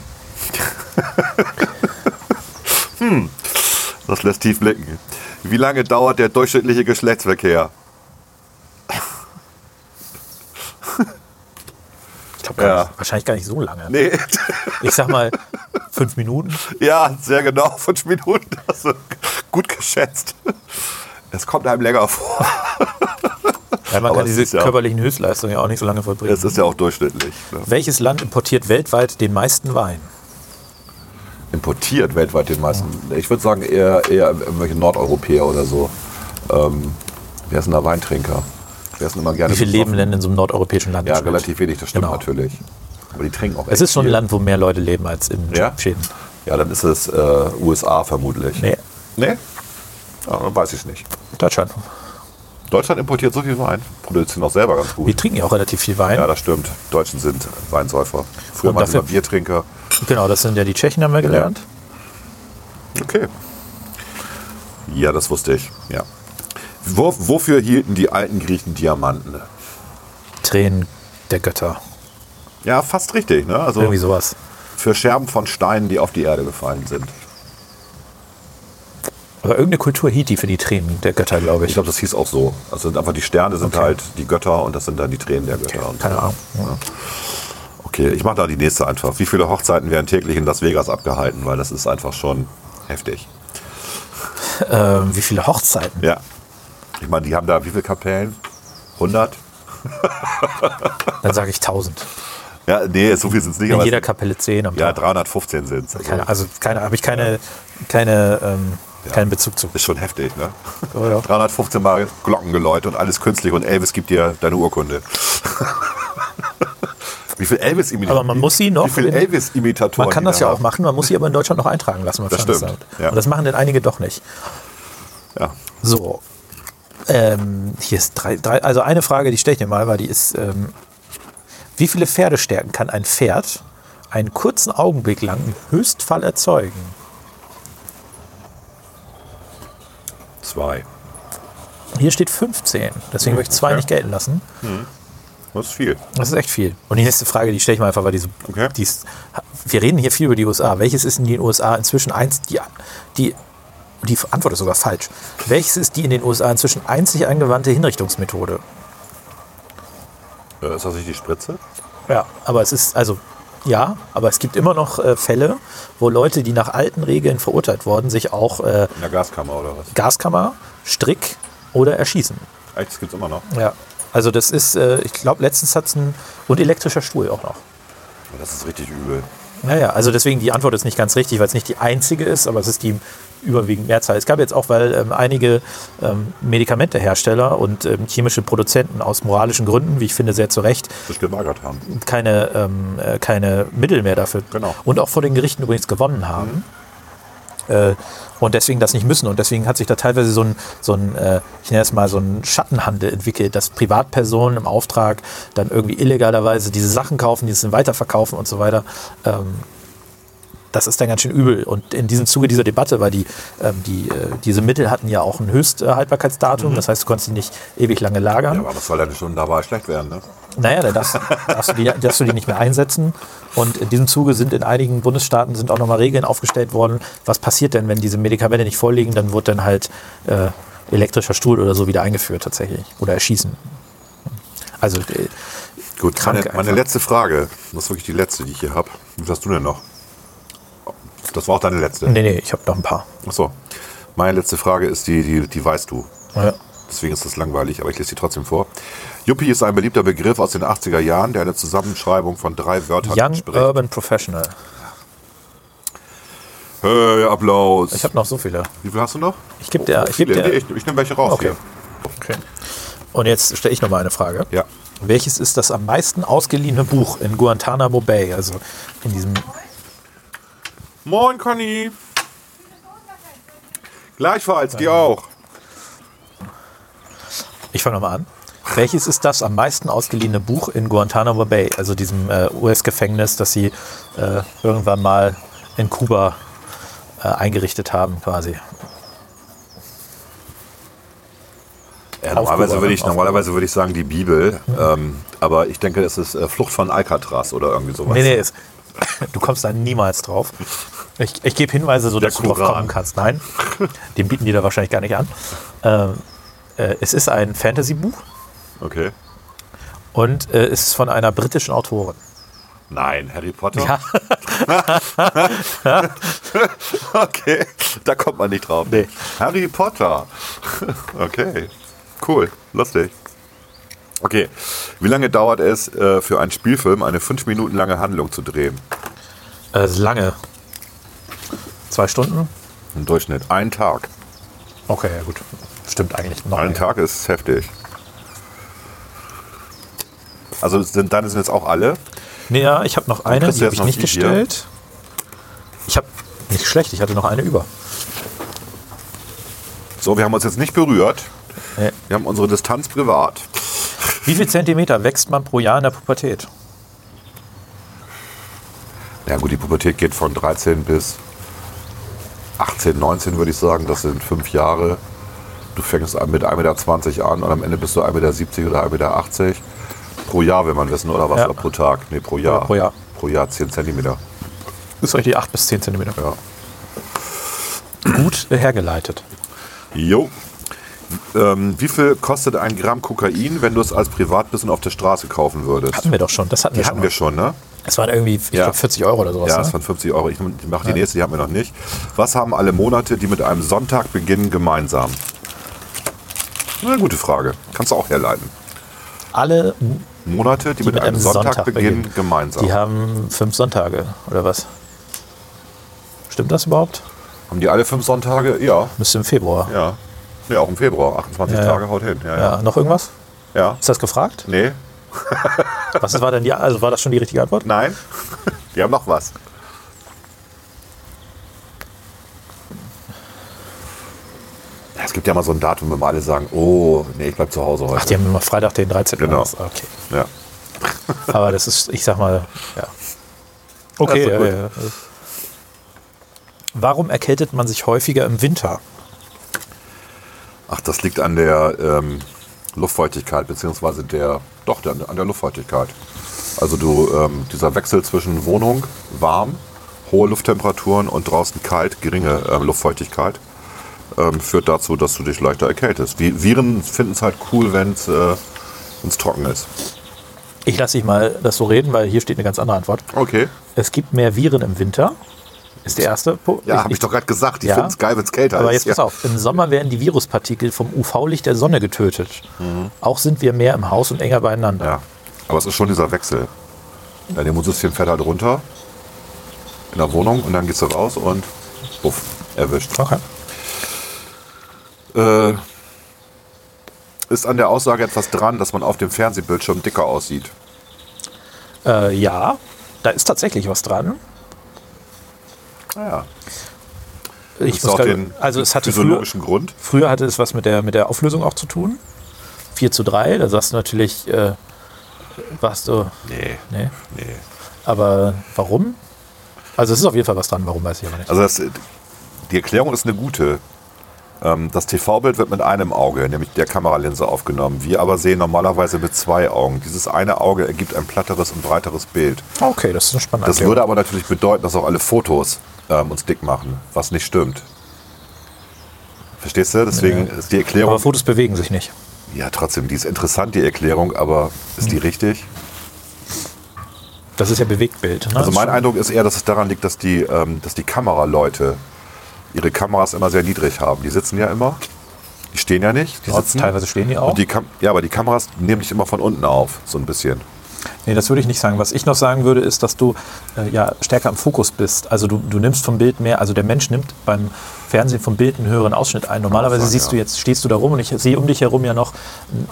Speaker 1: *laughs* hm. Hm, Das lässt tief blicken. Wie lange dauert der durchschnittliche Geschlechtsverkehr?
Speaker 2: Ich glaube, gar
Speaker 1: Ja.
Speaker 2: nicht- wahrscheinlich gar nicht so lange.
Speaker 1: Nee. *laughs*
Speaker 2: Ich sag mal fünf Minuten.
Speaker 1: Ja, sehr genau, fünf Minuten. Das ist gut geschätzt. Es kommt einem länger vor.
Speaker 2: Weil man
Speaker 1: Aber
Speaker 2: kann
Speaker 1: es ist
Speaker 2: diese
Speaker 1: ja-
Speaker 2: körperlichen Höchstleistungen ja auch nicht so lange vollbringen.
Speaker 1: Es ist ja auch durchschnittlich. Ne?
Speaker 2: Welches Land importiert weltweit den meisten Wein?
Speaker 1: Importiert weltweit den meisten. Ich würde sagen, eher, eher irgendwelche Nordeuropäer oder so. Ähm, wer ist denn da Weintrinker? Wer ist denn immer gerne
Speaker 2: Wie viele leben
Speaker 1: besoffen?
Speaker 2: denn in so einem nordeuropäischen Land? im
Speaker 1: Also Ja,
Speaker 2: Schnitt?
Speaker 1: relativ wenig, das stimmt
Speaker 2: Genau.
Speaker 1: natürlich. Aber die trinken auch
Speaker 2: Es ist schon ein
Speaker 1: viel.
Speaker 2: Land, wo mehr Leute leben als in
Speaker 1: Ja?
Speaker 2: Schweden.
Speaker 1: Ja, dann ist es äh, USA vermutlich.
Speaker 2: Nee,
Speaker 1: Nee? Ja, dann weiß ich nicht.
Speaker 2: Deutschland.
Speaker 1: Deutschland importiert so viel Wein, produzieren auch selber ganz gut.
Speaker 2: Wir trinken ja auch relativ viel Wein.
Speaker 1: Ja, das stimmt. Deutschen sind Weinsäufer. Früher
Speaker 2: Und
Speaker 1: waren sie
Speaker 2: dafür-
Speaker 1: immer Biertrinker.
Speaker 2: genau, das sind ja die Tschechen, haben wir gelernt.
Speaker 1: Okay. Ja, das wusste ich. Ja. Wo, wofür hielten die alten Griechen Diamanten?
Speaker 2: Tränen der Götter.
Speaker 1: Ja, fast richtig. Ne? Also
Speaker 2: Irgendwie sowas.
Speaker 1: für Scherben von Steinen, die auf die Erde gefallen sind.
Speaker 2: Aber irgendeine Kultur hielt die für die Tränen der Götter, glaube
Speaker 1: Ich
Speaker 2: ich.
Speaker 1: glaube, das hieß auch so. Also sind einfach die Sterne sind halt die Götter und das sind dann die Tränen der Götter. Und
Speaker 2: Keine Ahnung.
Speaker 1: Okay, ich mache da die nächste einfach. Wie viele Hochzeiten werden täglich in Las Vegas abgehalten? Weil das ist einfach schon heftig.
Speaker 2: Ähm, wie viele Hochzeiten?
Speaker 1: Ja. Ich meine, die haben da wie viele Kapellen? 100?
Speaker 2: Dann sage ich 1000.
Speaker 1: Ja, nee, so viel sind es nicht.
Speaker 2: In
Speaker 1: aber
Speaker 2: jeder
Speaker 1: es-
Speaker 2: Kapelle 10 am
Speaker 1: ja,
Speaker 2: Tag.
Speaker 1: 315 sind es.
Speaker 2: Keine, also keine, habe ich keine, keine, ähm, keinen Bezug zu.
Speaker 1: Ist schon heftig, ne?
Speaker 2: Ja, ja.
Speaker 1: 315 Mal Glockengeläut und alles künstlich und Elvis gibt dir deine Urkunde. *laughs* wie viel Elvis-Imitatoren?
Speaker 2: Aber man muss sie noch
Speaker 1: Wie viel
Speaker 2: in-
Speaker 1: Elvis-Imitatoren?
Speaker 2: Man kann
Speaker 1: die
Speaker 2: das ja
Speaker 1: da
Speaker 2: auch machen, man muss sie aber in Deutschland noch eintragen lassen. beim
Speaker 1: Das stimmt,
Speaker 2: Standesamt.
Speaker 1: ja.
Speaker 2: Und das machen denn einige doch nicht.
Speaker 1: Ja.
Speaker 2: So. Ähm, hier ist drei, drei, also eine Frage, die stelle ich dir mal, weil die ist, ähm, wie viele Pferdestärken kann ein Pferd einen kurzen Augenblick lang im Höchstfall erzeugen?
Speaker 1: Zwei.
Speaker 2: Hier steht 15, deswegen möchte ich zwei
Speaker 1: okay.
Speaker 2: nicht gelten lassen.
Speaker 1: Das ist viel.
Speaker 2: Das ist echt viel. Und die nächste Frage, die stelle ich mal einfach, weil die so,
Speaker 1: Okay.
Speaker 2: die ist, wir reden hier viel über die USA. Welches ist in den USA inzwischen eins, die, die, die Antwort ist sogar falsch. Welches ist die in den USA inzwischen einzig angewandte Hinrichtungsmethode?
Speaker 1: Äh, Ist das nicht die Spritze?
Speaker 2: Ja, aber es ist, also ja, aber es gibt immer noch äh, Fälle, wo Leute, die nach alten Regeln verurteilt wurden, sich auch äh,
Speaker 1: In der Gaskammer oder was?
Speaker 2: Gaskammer, Strick oder erschießen.
Speaker 1: Echt, das gibt's immer noch.
Speaker 2: Ja. Also das ist, äh, ich glaube, letztens hat's ein, und elektrischer Stuhl auch noch.
Speaker 1: Aber Das ist richtig übel.
Speaker 2: Naja, also deswegen die Antwort ist nicht ganz richtig, weil es nicht die einzige ist, aber es ist die überwiegend Mehrzahl. Es gab jetzt auch, weil ähm, einige ähm, Medikamentehersteller und ähm, chemische Produzenten aus moralischen Gründen, wie ich finde, sehr zu Recht,
Speaker 1: Das gemagert haben.
Speaker 2: keine, ähm, äh, keine Mittel mehr dafür
Speaker 1: Genau.
Speaker 2: und auch vor den Gerichten übrigens gewonnen haben. Äh, und deswegen das nicht müssen. Und deswegen hat sich da teilweise so ein, so ein äh, ich nenne es mal so ein Schattenhandel entwickelt, dass Privatpersonen im Auftrag dann irgendwie illegalerweise diese Sachen kaufen, die es dann weiterverkaufen und so weiter. Ähm, das ist dann ganz schön übel. Und in diesem Zuge dieser Debatte, weil die, ähm, die, äh, diese Mittel hatten ja auch ein Höchsthaltbarkeitsdatum, das heißt, du konntest sie nicht ewig lange lagern.
Speaker 1: Ja, aber was soll denn schon dabei schlecht werden, ne?
Speaker 2: Naja, dann darfst, darfst, du die, darfst du die nicht mehr einsetzen. Und in diesem Zuge sind in einigen Bundesstaaten sind auch nochmal Regeln aufgestellt worden. Was passiert denn, wenn diese Medikamente nicht vorliegen? Dann wird dann halt äh, elektrischer Stuhl oder so wieder eingeführt tatsächlich. Oder erschießen. Also äh,
Speaker 1: Gut,
Speaker 2: Krank
Speaker 1: meine, meine
Speaker 2: einfach.
Speaker 1: letzte Frage. Das ist wirklich die letzte, die ich hier habe. Was hast du denn noch? Das war auch deine letzte.
Speaker 2: nee, nee, ich habe noch ein paar.
Speaker 1: Achso. Meine letzte Frage ist die, die, die weißt du.
Speaker 2: Ja.
Speaker 1: Deswegen ist das langweilig, aber ich lese sie trotzdem vor. Yuppie ist ein beliebter Begriff aus den 80er Jahren, der eine Zusammenschreibung von drei Wörtern
Speaker 2: Young äh,
Speaker 1: entspricht.
Speaker 2: Urban Professional.
Speaker 1: Hey, Applaus.
Speaker 2: Ich habe noch so viele.
Speaker 1: Wie viel hast du noch?
Speaker 2: Ich geb dir- ich geb
Speaker 1: viele.
Speaker 2: dir-
Speaker 1: Nee, ich, ich nehme welche raus.
Speaker 2: Okay.
Speaker 1: Hier.
Speaker 2: okay. Und jetzt stelle ich nochmal eine Frage.
Speaker 1: Ja.
Speaker 2: Welches ist das am meisten ausgeliehene Buch in Guantanamo Bay, also in diesem
Speaker 1: Moin, Conny. Gleichfalls, dir auch.
Speaker 2: Ich fange nochmal an. Welches ist das am meisten ausgeliehene Buch in Guantanamo Bay, also diesem äh, US-Gefängnis, das sie äh, irgendwann mal in Kuba äh, eingerichtet haben quasi.
Speaker 1: Ja, normalerweise,
Speaker 2: Aufgeräumt,
Speaker 1: würde ich,
Speaker 2: aufgeräumt.
Speaker 1: normalerweise würde ich sagen die Bibel, ähm, aber ich denke, das ist äh, Flucht von Alcatraz oder irgendwie sowas.
Speaker 2: Nee, nee, es, *laughs* du kommst da niemals drauf. Ich, ich gebe Hinweise, so
Speaker 1: Der
Speaker 2: dass du drauf
Speaker 1: Koran.
Speaker 2: kommen kannst. Nein, den bieten die da wahrscheinlich gar nicht an. Ähm, äh, es ist ein Fantasy-Buch
Speaker 1: Okay.
Speaker 2: und äh, es ist von einer britischen Autorin.
Speaker 1: Nein, Harry Potter?
Speaker 2: Ja.
Speaker 1: *laughs* Okay, da kommt man nicht drauf.
Speaker 2: Nee.
Speaker 1: Harry Potter. Okay, cool, lustig. Okay, wie lange dauert es äh, für einen Spielfilm, eine fünf Minuten lange Handlung zu drehen?
Speaker 2: Äh, ist lange. Zwei Stunden?
Speaker 1: Im Durchschnitt. Ein Tag.
Speaker 2: Okay, ja gut. Stimmt eigentlich noch.
Speaker 1: Ein
Speaker 2: nicht.
Speaker 1: Tag ist heftig. Also sind, dann sind jetzt auch alle.
Speaker 2: Nee, ja, ich habe noch eine,
Speaker 1: kriegst
Speaker 2: die
Speaker 1: du jetzt
Speaker 2: habe ich
Speaker 1: noch
Speaker 2: nicht
Speaker 1: die hier.
Speaker 2: gestellt. Ich habe nicht schlecht, ich hatte noch eine über.
Speaker 1: So, wir haben uns jetzt nicht berührt.
Speaker 2: Nee.
Speaker 1: Wir haben unsere Distanz privat.
Speaker 2: Wie viel Zentimeter wächst man pro Jahr in der Pubertät?
Speaker 1: Ja gut, die Pubertät geht von 13 bis 18, 19 würde ich sagen. Das sind fünf Jahre. Du fängst an mit 1,20 Meter an und am Ende bist du 1,70 Meter oder 1,80 Meter. Pro Jahr will man wissen, oder was?
Speaker 2: Ja.
Speaker 1: Oder pro Tag? Nee, pro Jahr.
Speaker 2: Oder pro Jahr.
Speaker 1: Pro Jahr 10 Zentimeter.
Speaker 2: Ist euch die 8 bis 10 Zentimeter.
Speaker 1: Ja.
Speaker 2: *clears throat* Gut äh, hergeleitet.
Speaker 1: Jo. Ähm, wie viel kostet ein Gramm Kokain, wenn du es als Privatbissen auf der Straße kaufen würdest?
Speaker 2: Hatten wir doch schon. Das hatten wir
Speaker 1: die
Speaker 2: schon.
Speaker 1: hatten wir schon, ne?
Speaker 2: Es waren irgendwie ich
Speaker 1: Ja.
Speaker 2: glaub, 40 Euro oder sowas.
Speaker 1: Ja, das
Speaker 2: ne?
Speaker 1: waren 50 Euro. Ich mache die nächste, die haben wir noch nicht. Was haben alle Monate, die mit einem Sonntag beginnen, gemeinsam? Na, gute Frage. Kannst du auch herleiten.
Speaker 2: Alle
Speaker 1: Monate, die, mit, einem Sonntag, beginnen, gemeinsam.
Speaker 2: Die haben fünf Sonntage oder was? Stimmt das überhaupt?
Speaker 1: haben die alle fünf Sonntage? Ja,
Speaker 2: Müsste im Februar.
Speaker 1: ja. Ja, auch im Februar. 28
Speaker 2: Ja, ja.
Speaker 1: Tage haut hin. Ja, ja.
Speaker 2: Ja, noch irgendwas?
Speaker 1: ja.
Speaker 2: Ist
Speaker 1: *laughs*
Speaker 2: das gefragt?
Speaker 1: Nee,
Speaker 2: Was war denn die, also war das schon die richtige Antwort?
Speaker 1: nein. *laughs* die haben noch was. Ja, Es gibt ja mal so ein Datum, wenn wir alle sagen, oh, nee, ich bleib zu Hause heute.
Speaker 2: Ach, die haben immer Freitag den 13.
Speaker 1: Genau.
Speaker 2: März. Okay.
Speaker 1: ja.
Speaker 2: Aber das ist, ich sag mal, ja. Okay.
Speaker 1: Das ist doch
Speaker 2: ja, ja, ja. Warum erkältet man sich häufiger im Winter?
Speaker 1: Ach, das liegt an der ähm, Luftfeuchtigkeit, beziehungsweise der, doch, der, an der Luftfeuchtigkeit. Also du, ähm, dieser Wechsel zwischen Wohnung, warm, hohe Lufttemperaturen und draußen kalt, geringe ähm, Luftfeuchtigkeit, ähm, führt dazu, dass du dich leichter erkältest. Vi- Viren finden es halt cool, wenn es äh, wenn's trocken ist.
Speaker 2: Ich lasse dich mal das so reden, weil hier steht eine ganz andere Antwort.
Speaker 1: Okay.
Speaker 2: Es gibt mehr Viren im Winter. Ist der erste Punkt.
Speaker 1: Ja, habe ich doch gerade gesagt. Die
Speaker 2: Ja.
Speaker 1: finden es geil, wenn es kälter
Speaker 2: Aber
Speaker 1: ist.
Speaker 2: jetzt pass
Speaker 1: ja.
Speaker 2: auf, im Sommer werden die Viruspartikel vom UV-Licht der Sonne getötet.
Speaker 1: Mhm.
Speaker 2: Auch sind wir mehr im Haus und enger beieinander.
Speaker 1: Ja, aber es ist schon dieser Wechsel. Dein Immunsystem fährt halt runter in der Wohnung und dann gehst du raus und buff, erwischt.
Speaker 2: Okay.
Speaker 1: Äh, ist an der Aussage etwas dran, dass man auf dem Fernsehbildschirm dicker aussieht?
Speaker 2: Äh, ja, da ist tatsächlich was dran.
Speaker 1: Naja,
Speaker 2: Ich
Speaker 1: ist
Speaker 2: muss
Speaker 1: auch
Speaker 2: gerade-
Speaker 1: den
Speaker 2: also es hatte früher,
Speaker 1: physiologischen Grund.
Speaker 2: früher hatte es was mit der, mit der Auflösung auch zu tun. 4 zu 3, da sagst du natürlich, äh, warst du,
Speaker 1: Nee,
Speaker 2: nee.
Speaker 1: nee.
Speaker 2: Aber warum? Also es ist auf jeden Fall was dran, warum weiß ich aber nicht.
Speaker 1: Also das, die Erklärung ist eine gute. Ähm, Das TV-Bild wird mit einem Auge, nämlich der Kameralinse, aufgenommen. Wir aber sehen normalerweise mit zwei Augen. Dieses eine Auge ergibt ein platteres und breiteres Bild.
Speaker 2: Ah, Okay, das ist eine spannende
Speaker 1: Das
Speaker 2: Erklärung.
Speaker 1: würde aber natürlich bedeuten, dass auch alle Fotos ähm, uns dick machen, was nicht stimmt. Verstehst du? Deswegen ist die
Speaker 2: aber
Speaker 1: Erklärung.
Speaker 2: Fotos bewegen sich nicht.
Speaker 1: Ja, trotzdem, die ist interessant, die Erklärung, aber ist
Speaker 2: Hm.
Speaker 1: die richtig?
Speaker 2: Das ist ja Bewegtbild. Ne?
Speaker 1: Also mein Eindruck ist eher, dass es daran liegt, dass die, ähm, dass die Kameraleute ihre Kameras immer sehr niedrig haben. Die sitzen ja immer. Die stehen ja nicht. Die
Speaker 2: Ja,
Speaker 1: sitzen.
Speaker 2: teilweise stehen die auch.
Speaker 1: Und die Kam ja, aber die Kameras nehmen dich immer von unten auf, so ein bisschen.
Speaker 2: Nee, das würde ich nicht sagen. Was ich noch sagen würde, ist, dass du äh, ja stärker im Fokus bist. Also du, du nimmst vom Bild mehr, also der Mensch nimmt beim Fernsehen vom Bild einen höheren Ausschnitt ein. Normalerweise
Speaker 1: sein,
Speaker 2: siehst
Speaker 1: ja.
Speaker 2: du jetzt, stehst du da rum und ich sehe um dich herum ja noch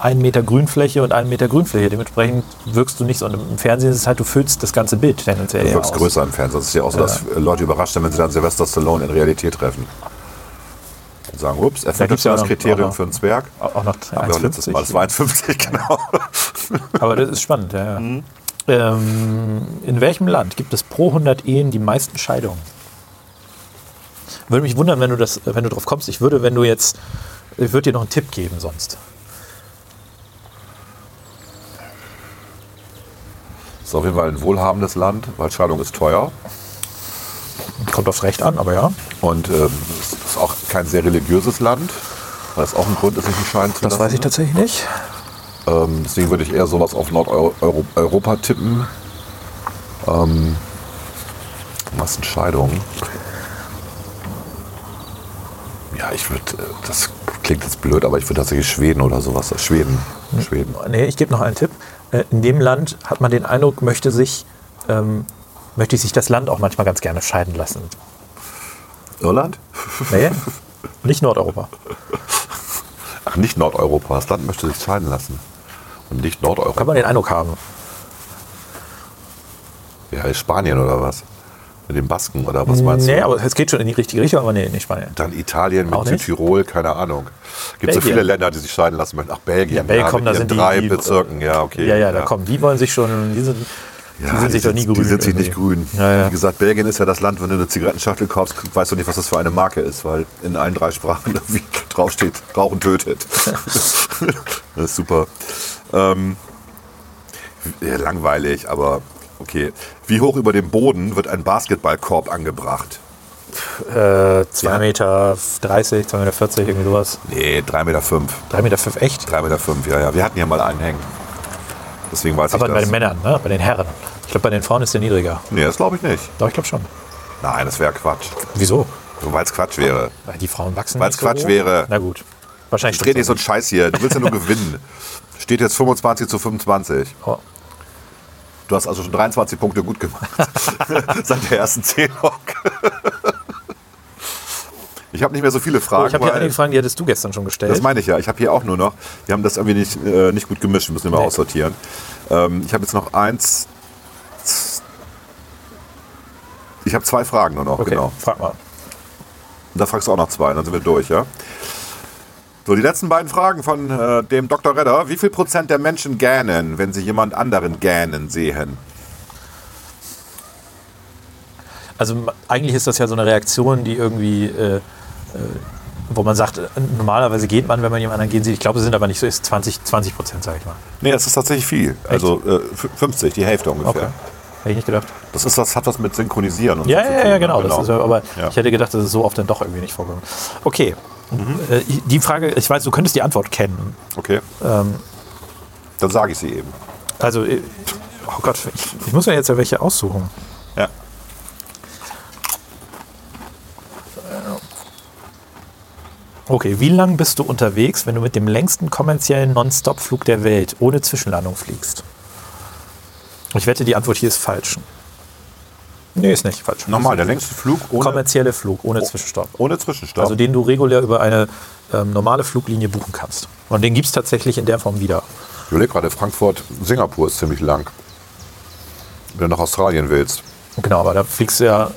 Speaker 2: einen Meter Grünfläche und einen Meter Grünfläche. Dementsprechend wirkst du nicht so. Und im Fernsehen ist es halt, du füllst das ganze Bild tendenziell
Speaker 1: Du
Speaker 2: eher
Speaker 1: wirkst
Speaker 2: aus.
Speaker 1: größer im Fernsehen. Das ist ja auch so, dass äh, Leute überrascht sind, wenn sie dann Sylvester Stallone in Realität treffen. Und sagen, ups, erfüllt das
Speaker 2: gibt's ja
Speaker 1: schon das
Speaker 2: auch noch- auch
Speaker 1: Kriterium
Speaker 2: noch-
Speaker 1: für einen Zwerg.
Speaker 2: Auch noch
Speaker 1: Haben wir auch letztes Mal.
Speaker 2: 1,50.
Speaker 1: Das war 1,50, *laughs* genau.
Speaker 2: Aber das ist spannend, ja. ja. Ähm, in welchem Land gibt es pro 100 Ehen die meisten Scheidungen? Würde mich wundern, wenn du das, wenn du drauf kommst. Ich würde, wenn du jetzt, ich würde dir noch einen Tipp geben sonst.
Speaker 1: Ist auf jeden Fall ein wohlhabendes Land. Waldscheidung ist teuer
Speaker 2: Kommt aufs Recht an, aber ja.
Speaker 1: und ähm, es ist auch kein sehr religiöses Land. Was auch ein Grund ist, sich nicht scheiden zu
Speaker 2: Das
Speaker 1: lassen.
Speaker 2: weiß ich tatsächlich nicht.
Speaker 1: Ähm, deswegen würde ich eher sowas auf Nordeuropa tippen. Ähm, Massenscheidung. Ja, ich würde, das klingt jetzt blöd, aber ich würde tatsächlich Schweden oder sowas. äh, Schweden. Schweden.
Speaker 2: Nee, ich gebe noch einen Tipp. Äh, In dem Land hat man den Eindruck, möchte sich, ähm, möchte sich das Land auch manchmal ganz gerne scheiden lassen.
Speaker 1: Irland?
Speaker 2: *laughs* Nee, nicht Nordeuropa.
Speaker 1: Ach, nicht Nordeuropa. Das Land möchte sich scheiden lassen. Und nicht Nordeuropa.
Speaker 2: Kann man den Eindruck haben.
Speaker 1: Ja, Spanien oder was? Mit den Basken oder was meinst
Speaker 2: nee,
Speaker 1: du?
Speaker 2: aber es geht schon in die richtige Richtung, aber nee, nicht Spanien.
Speaker 1: Dann Italien
Speaker 2: Auch
Speaker 1: mit
Speaker 2: nicht?
Speaker 1: Südtirol, keine Ahnung. Gibt so
Speaker 2: Belgien.
Speaker 1: viele Länder, die sich scheiden lassen möchten. Ach, Belgien.
Speaker 2: Ja, Belgien,
Speaker 1: mit
Speaker 2: da
Speaker 1: ihren
Speaker 2: sind die-
Speaker 1: drei
Speaker 2: die-
Speaker 1: Bezirken, ja, okay.
Speaker 2: Ja, ja, da kommen. Die wollen sich schon, die sind,
Speaker 1: Ja,
Speaker 2: die sind sich doch nie grün.
Speaker 1: Die sind sich nicht
Speaker 2: irgendwie.
Speaker 1: grün.
Speaker 2: Ja, ja.
Speaker 1: Wie gesagt, Belgien ist ja das Land, wenn du eine Zigarettenschachtel kaufst, weißt du nicht, was das für eine Marke ist, weil in allen drei Sprachen *laughs* irgendwie draufsteht, Rauchen
Speaker 2: *laughs*
Speaker 1: tötet. das ist super. Ähm, ja, langweilig, aber okay. Wie hoch über dem Boden wird ein Basketballkorb angebracht?
Speaker 2: Äh, 2,30 Meter, 30, 2,40 Meter, 40, irgendwie sowas.
Speaker 1: Nee, 3,5 Meter.
Speaker 2: 3,5 Meter, fünf, echt?
Speaker 1: 3,5 Meter, ja, ja. Wir hatten hier mal einen hängen. Deswegen weiß
Speaker 2: Aber
Speaker 1: ich
Speaker 2: bei
Speaker 1: das.
Speaker 2: den Männern, ne? bei den Herren. Ich glaube, bei den Frauen ist der niedriger.
Speaker 1: nee, das glaube ich nicht.
Speaker 2: Doch, ich glaube schon.
Speaker 1: Nein, das wäre Quatsch.
Speaker 2: Wieso?
Speaker 1: Weil es Quatsch wäre.
Speaker 2: Weil die Frauen wachsen
Speaker 1: Weil's
Speaker 2: nicht so
Speaker 1: Quatsch
Speaker 2: hoch.
Speaker 1: wäre.
Speaker 2: Na gut. Wahrscheinlich
Speaker 1: Ich dreh nicht
Speaker 2: stimmt's
Speaker 1: so einen Scheiß hier. Du willst ja nur gewinnen. Steht jetzt 25 zu 25.
Speaker 2: auch nicht. Oh.
Speaker 1: Du hast also schon 23 Punkte gut gemacht. *laughs* Seit der ersten Zählung. ich habe nicht mehr so viele
Speaker 2: Oh.
Speaker 1: Fragen.
Speaker 2: Oh, ich habe hier
Speaker 1: weil-
Speaker 2: einige Fragen, die hattest du gestern schon gestellt.
Speaker 1: das meine ich ja. Ich habe hier auch nur noch. Wir haben das irgendwie nicht, äh, nicht gut gemischt. Wir müssen immer
Speaker 2: Nee.
Speaker 1: aussortieren. Ähm, ich habe jetzt noch eins. Ich habe zwei Fragen nur noch,
Speaker 2: okay,
Speaker 1: genau.
Speaker 2: frag mal.
Speaker 1: Und da fragst du auch noch zwei, dann sind wir durch, ja? So, die letzten beiden Fragen von äh, dem Dr. Redder. Wie viel Prozent der Menschen gähnen, wenn sie jemand anderen gähnen sehen?
Speaker 2: Also ma- eigentlich ist das ja so eine Reaktion, die irgendwie, äh, äh, wo man sagt, äh, normalerweise geht man, wenn man jemanden anderen gehen sieht. Ich glaube, es sind aber nicht so, ist 20, 20 Prozent, sage ich mal.
Speaker 1: Nee, das ist tatsächlich viel. Also äh, f- 50, die Hälfte ungefähr.
Speaker 2: Okay. Hätte ich nicht gedacht.
Speaker 1: Das, ist, das hat was mit Synchronisieren und
Speaker 2: Ja,
Speaker 1: so zu
Speaker 2: ja,
Speaker 1: tun,
Speaker 2: ja,
Speaker 1: ne?
Speaker 2: genau. Das ist, ja- aber
Speaker 1: Ja.
Speaker 2: ich hätte gedacht, das ist so oft dann doch irgendwie nicht vorgekommen. Okay. Äh, Die Frage, ich weiß, du könntest die Antwort kennen.
Speaker 1: Okay.
Speaker 2: ähm,
Speaker 1: dann sage ich sie eben.
Speaker 2: Also, äh, oh Gott, ich, ich muss mir jetzt ja welche aussuchen.
Speaker 1: Ja.
Speaker 2: Okay, wie lang bist du unterwegs, wenn du mit dem längsten kommerziellen Non-Stop-Flug der Welt ohne Zwischenlandung fliegst? Ich wette, die Antwort hier ist falsch. Nee, ist nicht falsch.
Speaker 1: Nochmal, der längste Flug ohne,
Speaker 2: Kommerzielle Flug ohne Zwischenstopp.
Speaker 1: ohne Zwischenstopp.
Speaker 2: Also den du regulär über eine ähm, normale Fluglinie buchen kannst. Und den gibt es tatsächlich in der Form wieder.
Speaker 1: ich überlege gerade, Frankfurt-Singapur ist ziemlich lang. Wenn du nach Australien willst.
Speaker 2: Genau, aber da fliegst du ja.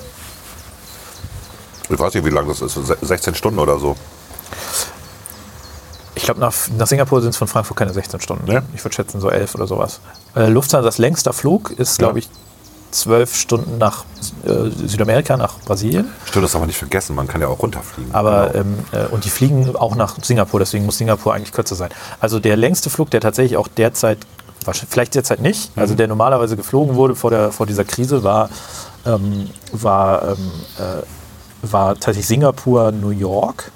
Speaker 1: Ich weiß nicht, wie lang das ist. Se- 16 Stunden oder so.
Speaker 2: Ich glaube, nach, nach Singapur sind es von Frankfurt keine 16 Stunden.
Speaker 1: Ne?
Speaker 2: Ich würde schätzen, so 11 oder sowas. Äh, Lufthansa's längster Flug ist, glaube ich, 12 Stunden nach äh, Südamerika, nach Brasilien.
Speaker 1: Stimmt, das darf man nicht vergessen. Man kann ja auch runterfliegen.
Speaker 2: Aber
Speaker 1: Genau.
Speaker 2: ähm, äh, und die fliegen auch nach Singapur, deswegen muss Singapur eigentlich kürzer sein. Also der längste Flug, der tatsächlich auch derzeit, wahrscheinlich- vielleicht derzeit nicht, also der normalerweise geflogen wurde vor, der, vor dieser Krise, war, ähm, war, ähm, äh, war tatsächlich Singapur, New York.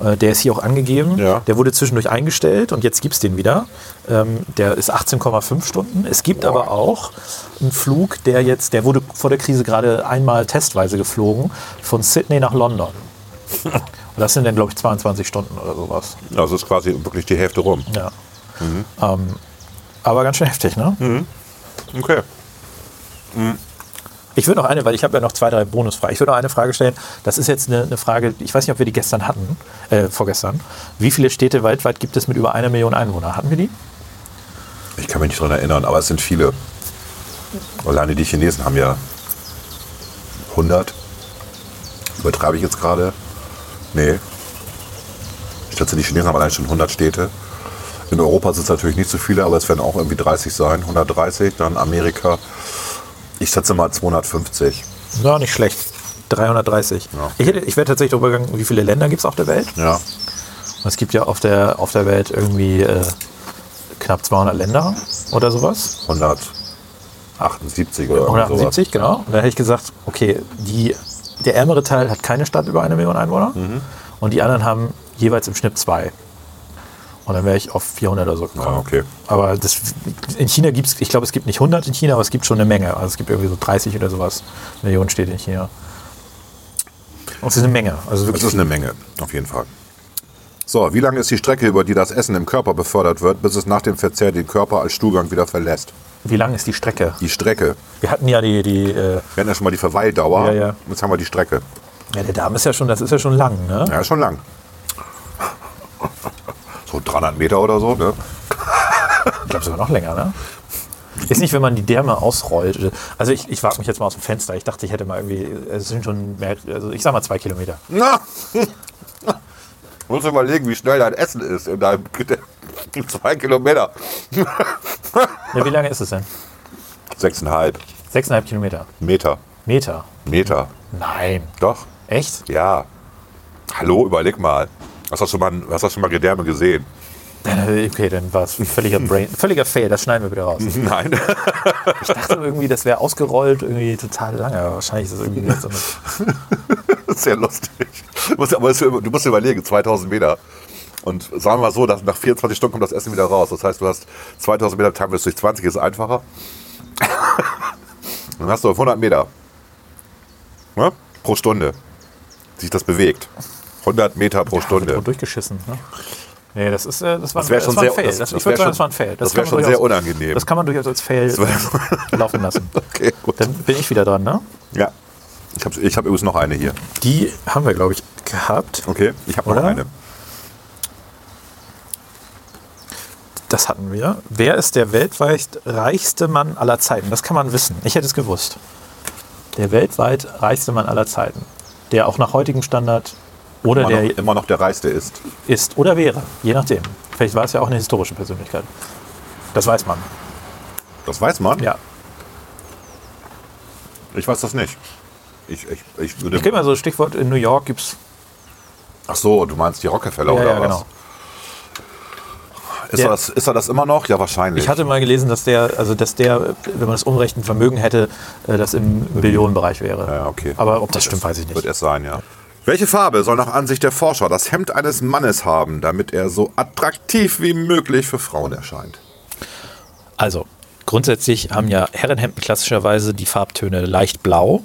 Speaker 2: Äh, Der ist hier auch angegeben.
Speaker 1: Ja.
Speaker 2: Der wurde zwischendurch eingestellt und jetzt gibt es den wieder. Ähm, der ist 18,5 Stunden. Es gibt aber auch einen Flug, der jetzt, der wurde vor der Krise gerade einmal testweise geflogen, von Sydney nach London. Und das sind dann, glaube ich, 22 Stunden oder sowas.
Speaker 1: ja, das Also ist quasi wirklich die Hälfte rum.
Speaker 2: Ja. Ähm, aber ganz schön heftig, ne?
Speaker 1: Mhm. Okay. Mhm.
Speaker 2: Ich würde noch eine, weil ich habe ja noch zwei, drei Bonusfragen. Ich würde noch eine Frage stellen. Das ist jetzt eine, eine Frage, ich weiß nicht, ob wir die gestern hatten, äh, vorgestern. Wie viele Städte weltweit gibt es mit über einer Million Einwohnern? Hatten wir die?
Speaker 1: Ich kann mich nicht dran erinnern, aber es sind viele. Alleine die Chinesen haben ja 100. Übertreibe ich jetzt gerade? Nee. Ich schätze, die Chinesen haben allein schon 100 Städte. In Europa sind es natürlich nicht so viele, aber es werden auch irgendwie 30 sein. 130, dann Amerika. Ich schätze mal 250.
Speaker 2: Ja, nicht schlecht. 330.
Speaker 1: Ja.
Speaker 2: Ich, hätte, ich wäre tatsächlich darüber gegangen, wie viele Länder gibt es auf der Welt?
Speaker 1: Ja.
Speaker 2: Und Es gibt ja auf der, auf der Welt irgendwie äh, knapp 200 Länder oder sowas.
Speaker 1: 178 oder
Speaker 2: 170, genau. Und dann hätte ich gesagt, okay, die, der ärmere Teil hat keine Stadt über eine Million Einwohner
Speaker 1: Mhm.
Speaker 2: und die anderen haben jeweils im Schnitt zwei. Und dann wäre ich auf 400 oder so gekommen.
Speaker 1: Ah, okay.
Speaker 2: Aber das, in China gibt es, ich glaube, es gibt nicht 100 in China, aber es gibt schon eine Menge. Also es gibt irgendwie so 30 oder sowas Millionen Städte in China. Und es ist eine Menge. Also
Speaker 1: Das
Speaker 2: wirklich
Speaker 1: ist eine Menge, auf jeden Fall. So, wie lange ist die Strecke, über die das Essen im Körper befördert wird, bis es nach dem Verzehr den Körper als Stuhlgang wieder verlässt?
Speaker 2: Wie lang ist die Strecke?
Speaker 1: Die Strecke.
Speaker 2: Wir hatten ja die, die äh,
Speaker 1: Wir hatten ja schon mal die Verweildauer.
Speaker 2: Ja, ja.
Speaker 1: Jetzt haben wir die Strecke.
Speaker 2: ja, der Darm ist ja schon, das ist ja schon lang, ne?
Speaker 1: Ja, ist schon lang. So 300 Meter oder so, ne?
Speaker 2: Ich glaube sogar noch länger, ne? Ist nicht, wenn man die Därme ausrollt. Also ich, ich wage mich jetzt mal aus dem Fenster. Ich dachte, ich hätte mal irgendwie, es sind schon mehr, also ich sag mal zwei Kilometer.
Speaker 1: Na! Muss überlegen, wie schnell dein Essen ist in deinem *laughs* zwei Kilometer. *laughs*
Speaker 2: Ja, Ne, wie lange ist es denn?
Speaker 1: Sechseinhalb
Speaker 2: Sechseinhalb Kilometer.
Speaker 1: Meter.
Speaker 2: Meter.
Speaker 1: Meter.
Speaker 2: Nein.
Speaker 1: Doch?
Speaker 2: Echt?
Speaker 1: Ja. Hallo, überleg mal. Hast du schon mal, hast du schon mal Gedärme gesehen? *laughs*
Speaker 2: Äh, Okay, dann war es ein völliger Brain, völliger Fail. Das schneiden wir wieder raus. Ich
Speaker 1: Nein. *laughs*
Speaker 2: dachte irgendwie, das wäre ausgerollt, irgendwie total lange. Aber wahrscheinlich ist das irgendwie jetzt so eine
Speaker 1: Das ist ja lustig. Du musst, aber du musst dir überlegen, 2000 Meter. Und sagen wir mal so, dass nach 24 Stunden kommt das Essen wieder raus. Das heißt, du hast 2000 Meter teilen wir es durch 20, ist einfacher. *laughs* Dann hast du auf 100 Meter. Ne? Pro Stunde. Sich das bewegt. 100 Meter pro
Speaker 2: Wird
Speaker 1: Stunde.
Speaker 2: wohl durchgeschissen. Ne? Nee, das ist, äh, das war,
Speaker 1: Das wär schon
Speaker 2: war ein
Speaker 1: sehr-
Speaker 2: Fail.
Speaker 1: das-
Speaker 2: Das,
Speaker 1: das
Speaker 2: ich
Speaker 1: wär
Speaker 2: würde sagen,
Speaker 1: schon-
Speaker 2: das war ein Fail.
Speaker 1: das
Speaker 2: kann
Speaker 1: wär
Speaker 2: man
Speaker 1: schon sehr
Speaker 2: durchaus-
Speaker 1: unangenehm.
Speaker 2: Das kann man durchaus als Fail äh, laufen lassen.
Speaker 1: Okay, gut.
Speaker 2: Dann bin ich wieder dran, ne?
Speaker 1: Ja. Ich habe ich hab übrigens noch eine hier.
Speaker 2: Die haben wir, glaube ich, gehabt.
Speaker 1: Okay? Ich habe noch
Speaker 2: Oder?
Speaker 1: eine.
Speaker 2: Das hatten wir. Wer ist der weltweit reichste Mann aller Zeiten? Das kann man wissen. Ich hätte es gewusst. Der weltweit reichste Mann aller Zeiten, der auch nach heutigem Standard oder
Speaker 1: Immer
Speaker 2: der
Speaker 1: noch, immer noch der reichste ist.
Speaker 2: ist oder wäre, je nachdem. Vielleicht war es ja auch eine historische Persönlichkeit. Das weiß man.
Speaker 1: Das weiß man.
Speaker 2: Ja.
Speaker 1: Ich weiß das nicht. Ich, ich, ich
Speaker 2: Ich
Speaker 1: würde.
Speaker 2: gebe mal so Stichwort in New York gibt's
Speaker 1: Ach so, du meinst die Rockefeller
Speaker 2: ja,
Speaker 1: oder
Speaker 2: ja,
Speaker 1: was?
Speaker 2: genau.
Speaker 1: Ist,
Speaker 2: Ja.
Speaker 1: er das, ist er das immer noch? Ja, wahrscheinlich.
Speaker 2: Ich hatte mal gelesen, dass der, also dass der, wenn man das Umrecht ein Vermögen hätte, äh, das im Billionenbereich wäre.
Speaker 1: Mhm. Ja, okay.
Speaker 2: Aber ob das stimmt, weiß ich
Speaker 1: Wird
Speaker 2: nicht.
Speaker 1: es sein, ja. Welche Farbe soll nach Ansicht der Forscher das Hemd eines Mannes haben, damit er so attraktiv wie möglich für Frauen erscheint?
Speaker 2: Also, grundsätzlich haben ja Herrenhemden klassischerweise die Farbtöne leicht blau,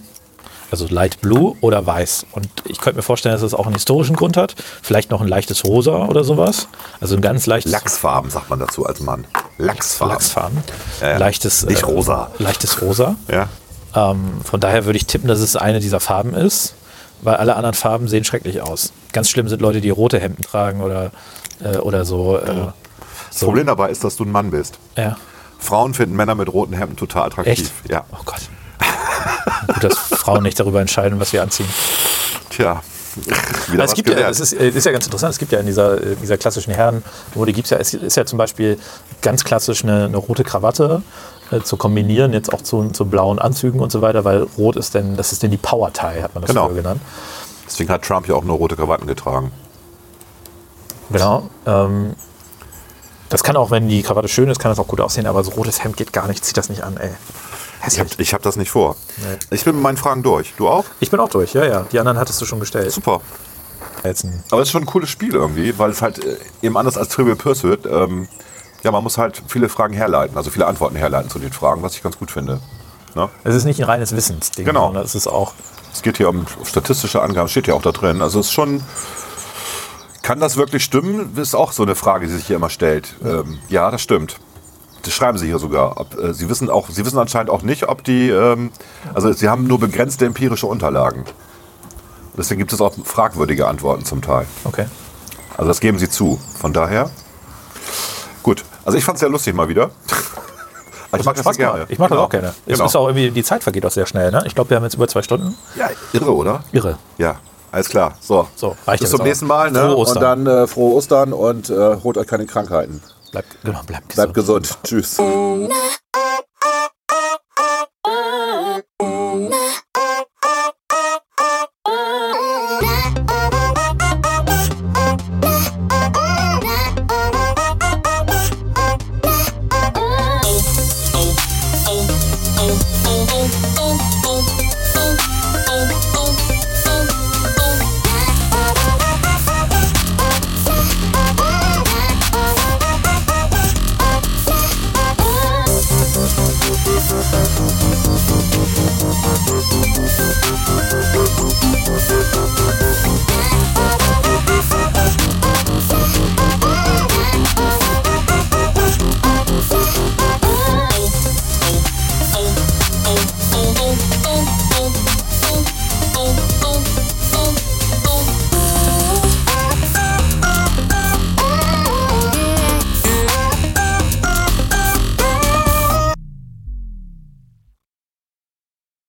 Speaker 2: also light blue oder weiß. Und ich könnte mir vorstellen, dass das auch einen historischen Grund hat. Vielleicht noch ein leichtes Rosa oder sowas. Also ein ganz leichtes
Speaker 1: Lachsfarben sagt man dazu als Mann. Lachsfarben.
Speaker 2: Lachsfarben.
Speaker 1: Ja, ja.
Speaker 2: Leichtes, äh,
Speaker 1: Nicht rosa.
Speaker 2: Leichtes Rosa.
Speaker 1: Ja.
Speaker 2: Ähm, von daher würde ich tippen, dass es eine dieser Farben ist, weil alle anderen Farben sehen schrecklich aus. Ganz schlimm sind Leute, die rote Hemden tragen oder, äh, oder so. Äh,
Speaker 1: Das Problem dabei ist, dass du ein Mann bist.
Speaker 2: ja.
Speaker 1: Frauen finden Männer mit roten Hemden total attraktiv.
Speaker 2: Echt?
Speaker 1: Ja.
Speaker 2: Oh Gott. Gut, dass Frauen nicht darüber entscheiden, was wir anziehen. *laughs*
Speaker 1: Tja. Wieder
Speaker 2: Also es
Speaker 1: was
Speaker 2: gibt ja,
Speaker 1: gelernt.
Speaker 2: das ist, äh, ist ja ganz interessant, es gibt ja in dieser, äh, dieser klassischen Herrenmode, gibt ja, es ist ja zum Beispiel ganz klassisch eine, eine rote Krawatte äh, zu kombinieren, jetzt auch zu, zu blauen Anzügen und so weiter, weil rot ist denn, das ist denn die Power-Tie, hat man das
Speaker 1: Genau.
Speaker 2: früher genannt.
Speaker 1: Deswegen hat Trump ja auch nur rote Krawatten getragen.
Speaker 2: Genau. Ähm, das kann auch, wenn die Krawatte schön ist, kann das auch gut aussehen, aber so rotes Hemd geht gar nicht, zieht das nicht an, ey.
Speaker 1: Ich
Speaker 2: Hässlich.
Speaker 1: habe ich hab das nicht vor. Ich bin mit meinen Fragen durch. Du auch?
Speaker 2: Ich bin auch durch, ja, ja. Die anderen hattest du schon gestellt.
Speaker 1: Super.
Speaker 2: Jetzt ein-
Speaker 1: Aber es ist schon ein cooles Spiel irgendwie, weil es halt äh, eben anders als Trivial Pursuit. Ähm, ja, man muss halt viele Fragen herleiten, also viele Antworten herleiten zu den Fragen, was ich ganz gut finde. Ne?
Speaker 2: Es ist nicht ein reines Wissensding,
Speaker 1: Genau.
Speaker 2: sondern es ist auch.
Speaker 1: Es geht hier um statistische Angaben, steht ja auch da drin. Also es ist schon. Kann das wirklich stimmen? Ist auch so eine Frage, die sich hier immer stellt. Ähm, ja, das stimmt. Das schreiben sie hier sogar. Ob, äh, sie, wissen auch, sie wissen anscheinend auch nicht, ob die. Ähm, also sie haben nur begrenzte empirische Unterlagen. Deswegen gibt es auch fragwürdige Antworten zum Teil.
Speaker 2: Okay.
Speaker 1: Also das geben sie zu. Von daher. Gut. Also ich fand es sehr lustig mal wieder. ich mag das sehr gerne.
Speaker 2: Also Ich mag das
Speaker 1: Genau.
Speaker 2: auch gerne. Es
Speaker 1: Genau.
Speaker 2: ist auch irgendwie, die Zeit vergeht auch sehr schnell, ne? Ich glaube, wir haben jetzt über zwei Stunden.
Speaker 1: ja, irre, oder?
Speaker 2: Irre.
Speaker 1: Ja. Alles klar. So.
Speaker 2: So, reicht
Speaker 1: Bis
Speaker 2: jetzt
Speaker 1: zum
Speaker 2: auch.
Speaker 1: nächsten Mal. Ne?
Speaker 2: Frohe Ostern.
Speaker 1: Und dann äh, frohe Ostern und äh, holt euch keine Krankheiten. *laughs*
Speaker 2: Bleibt, genau, bleibt gesund.
Speaker 1: Bleibt gesund. Tschüss.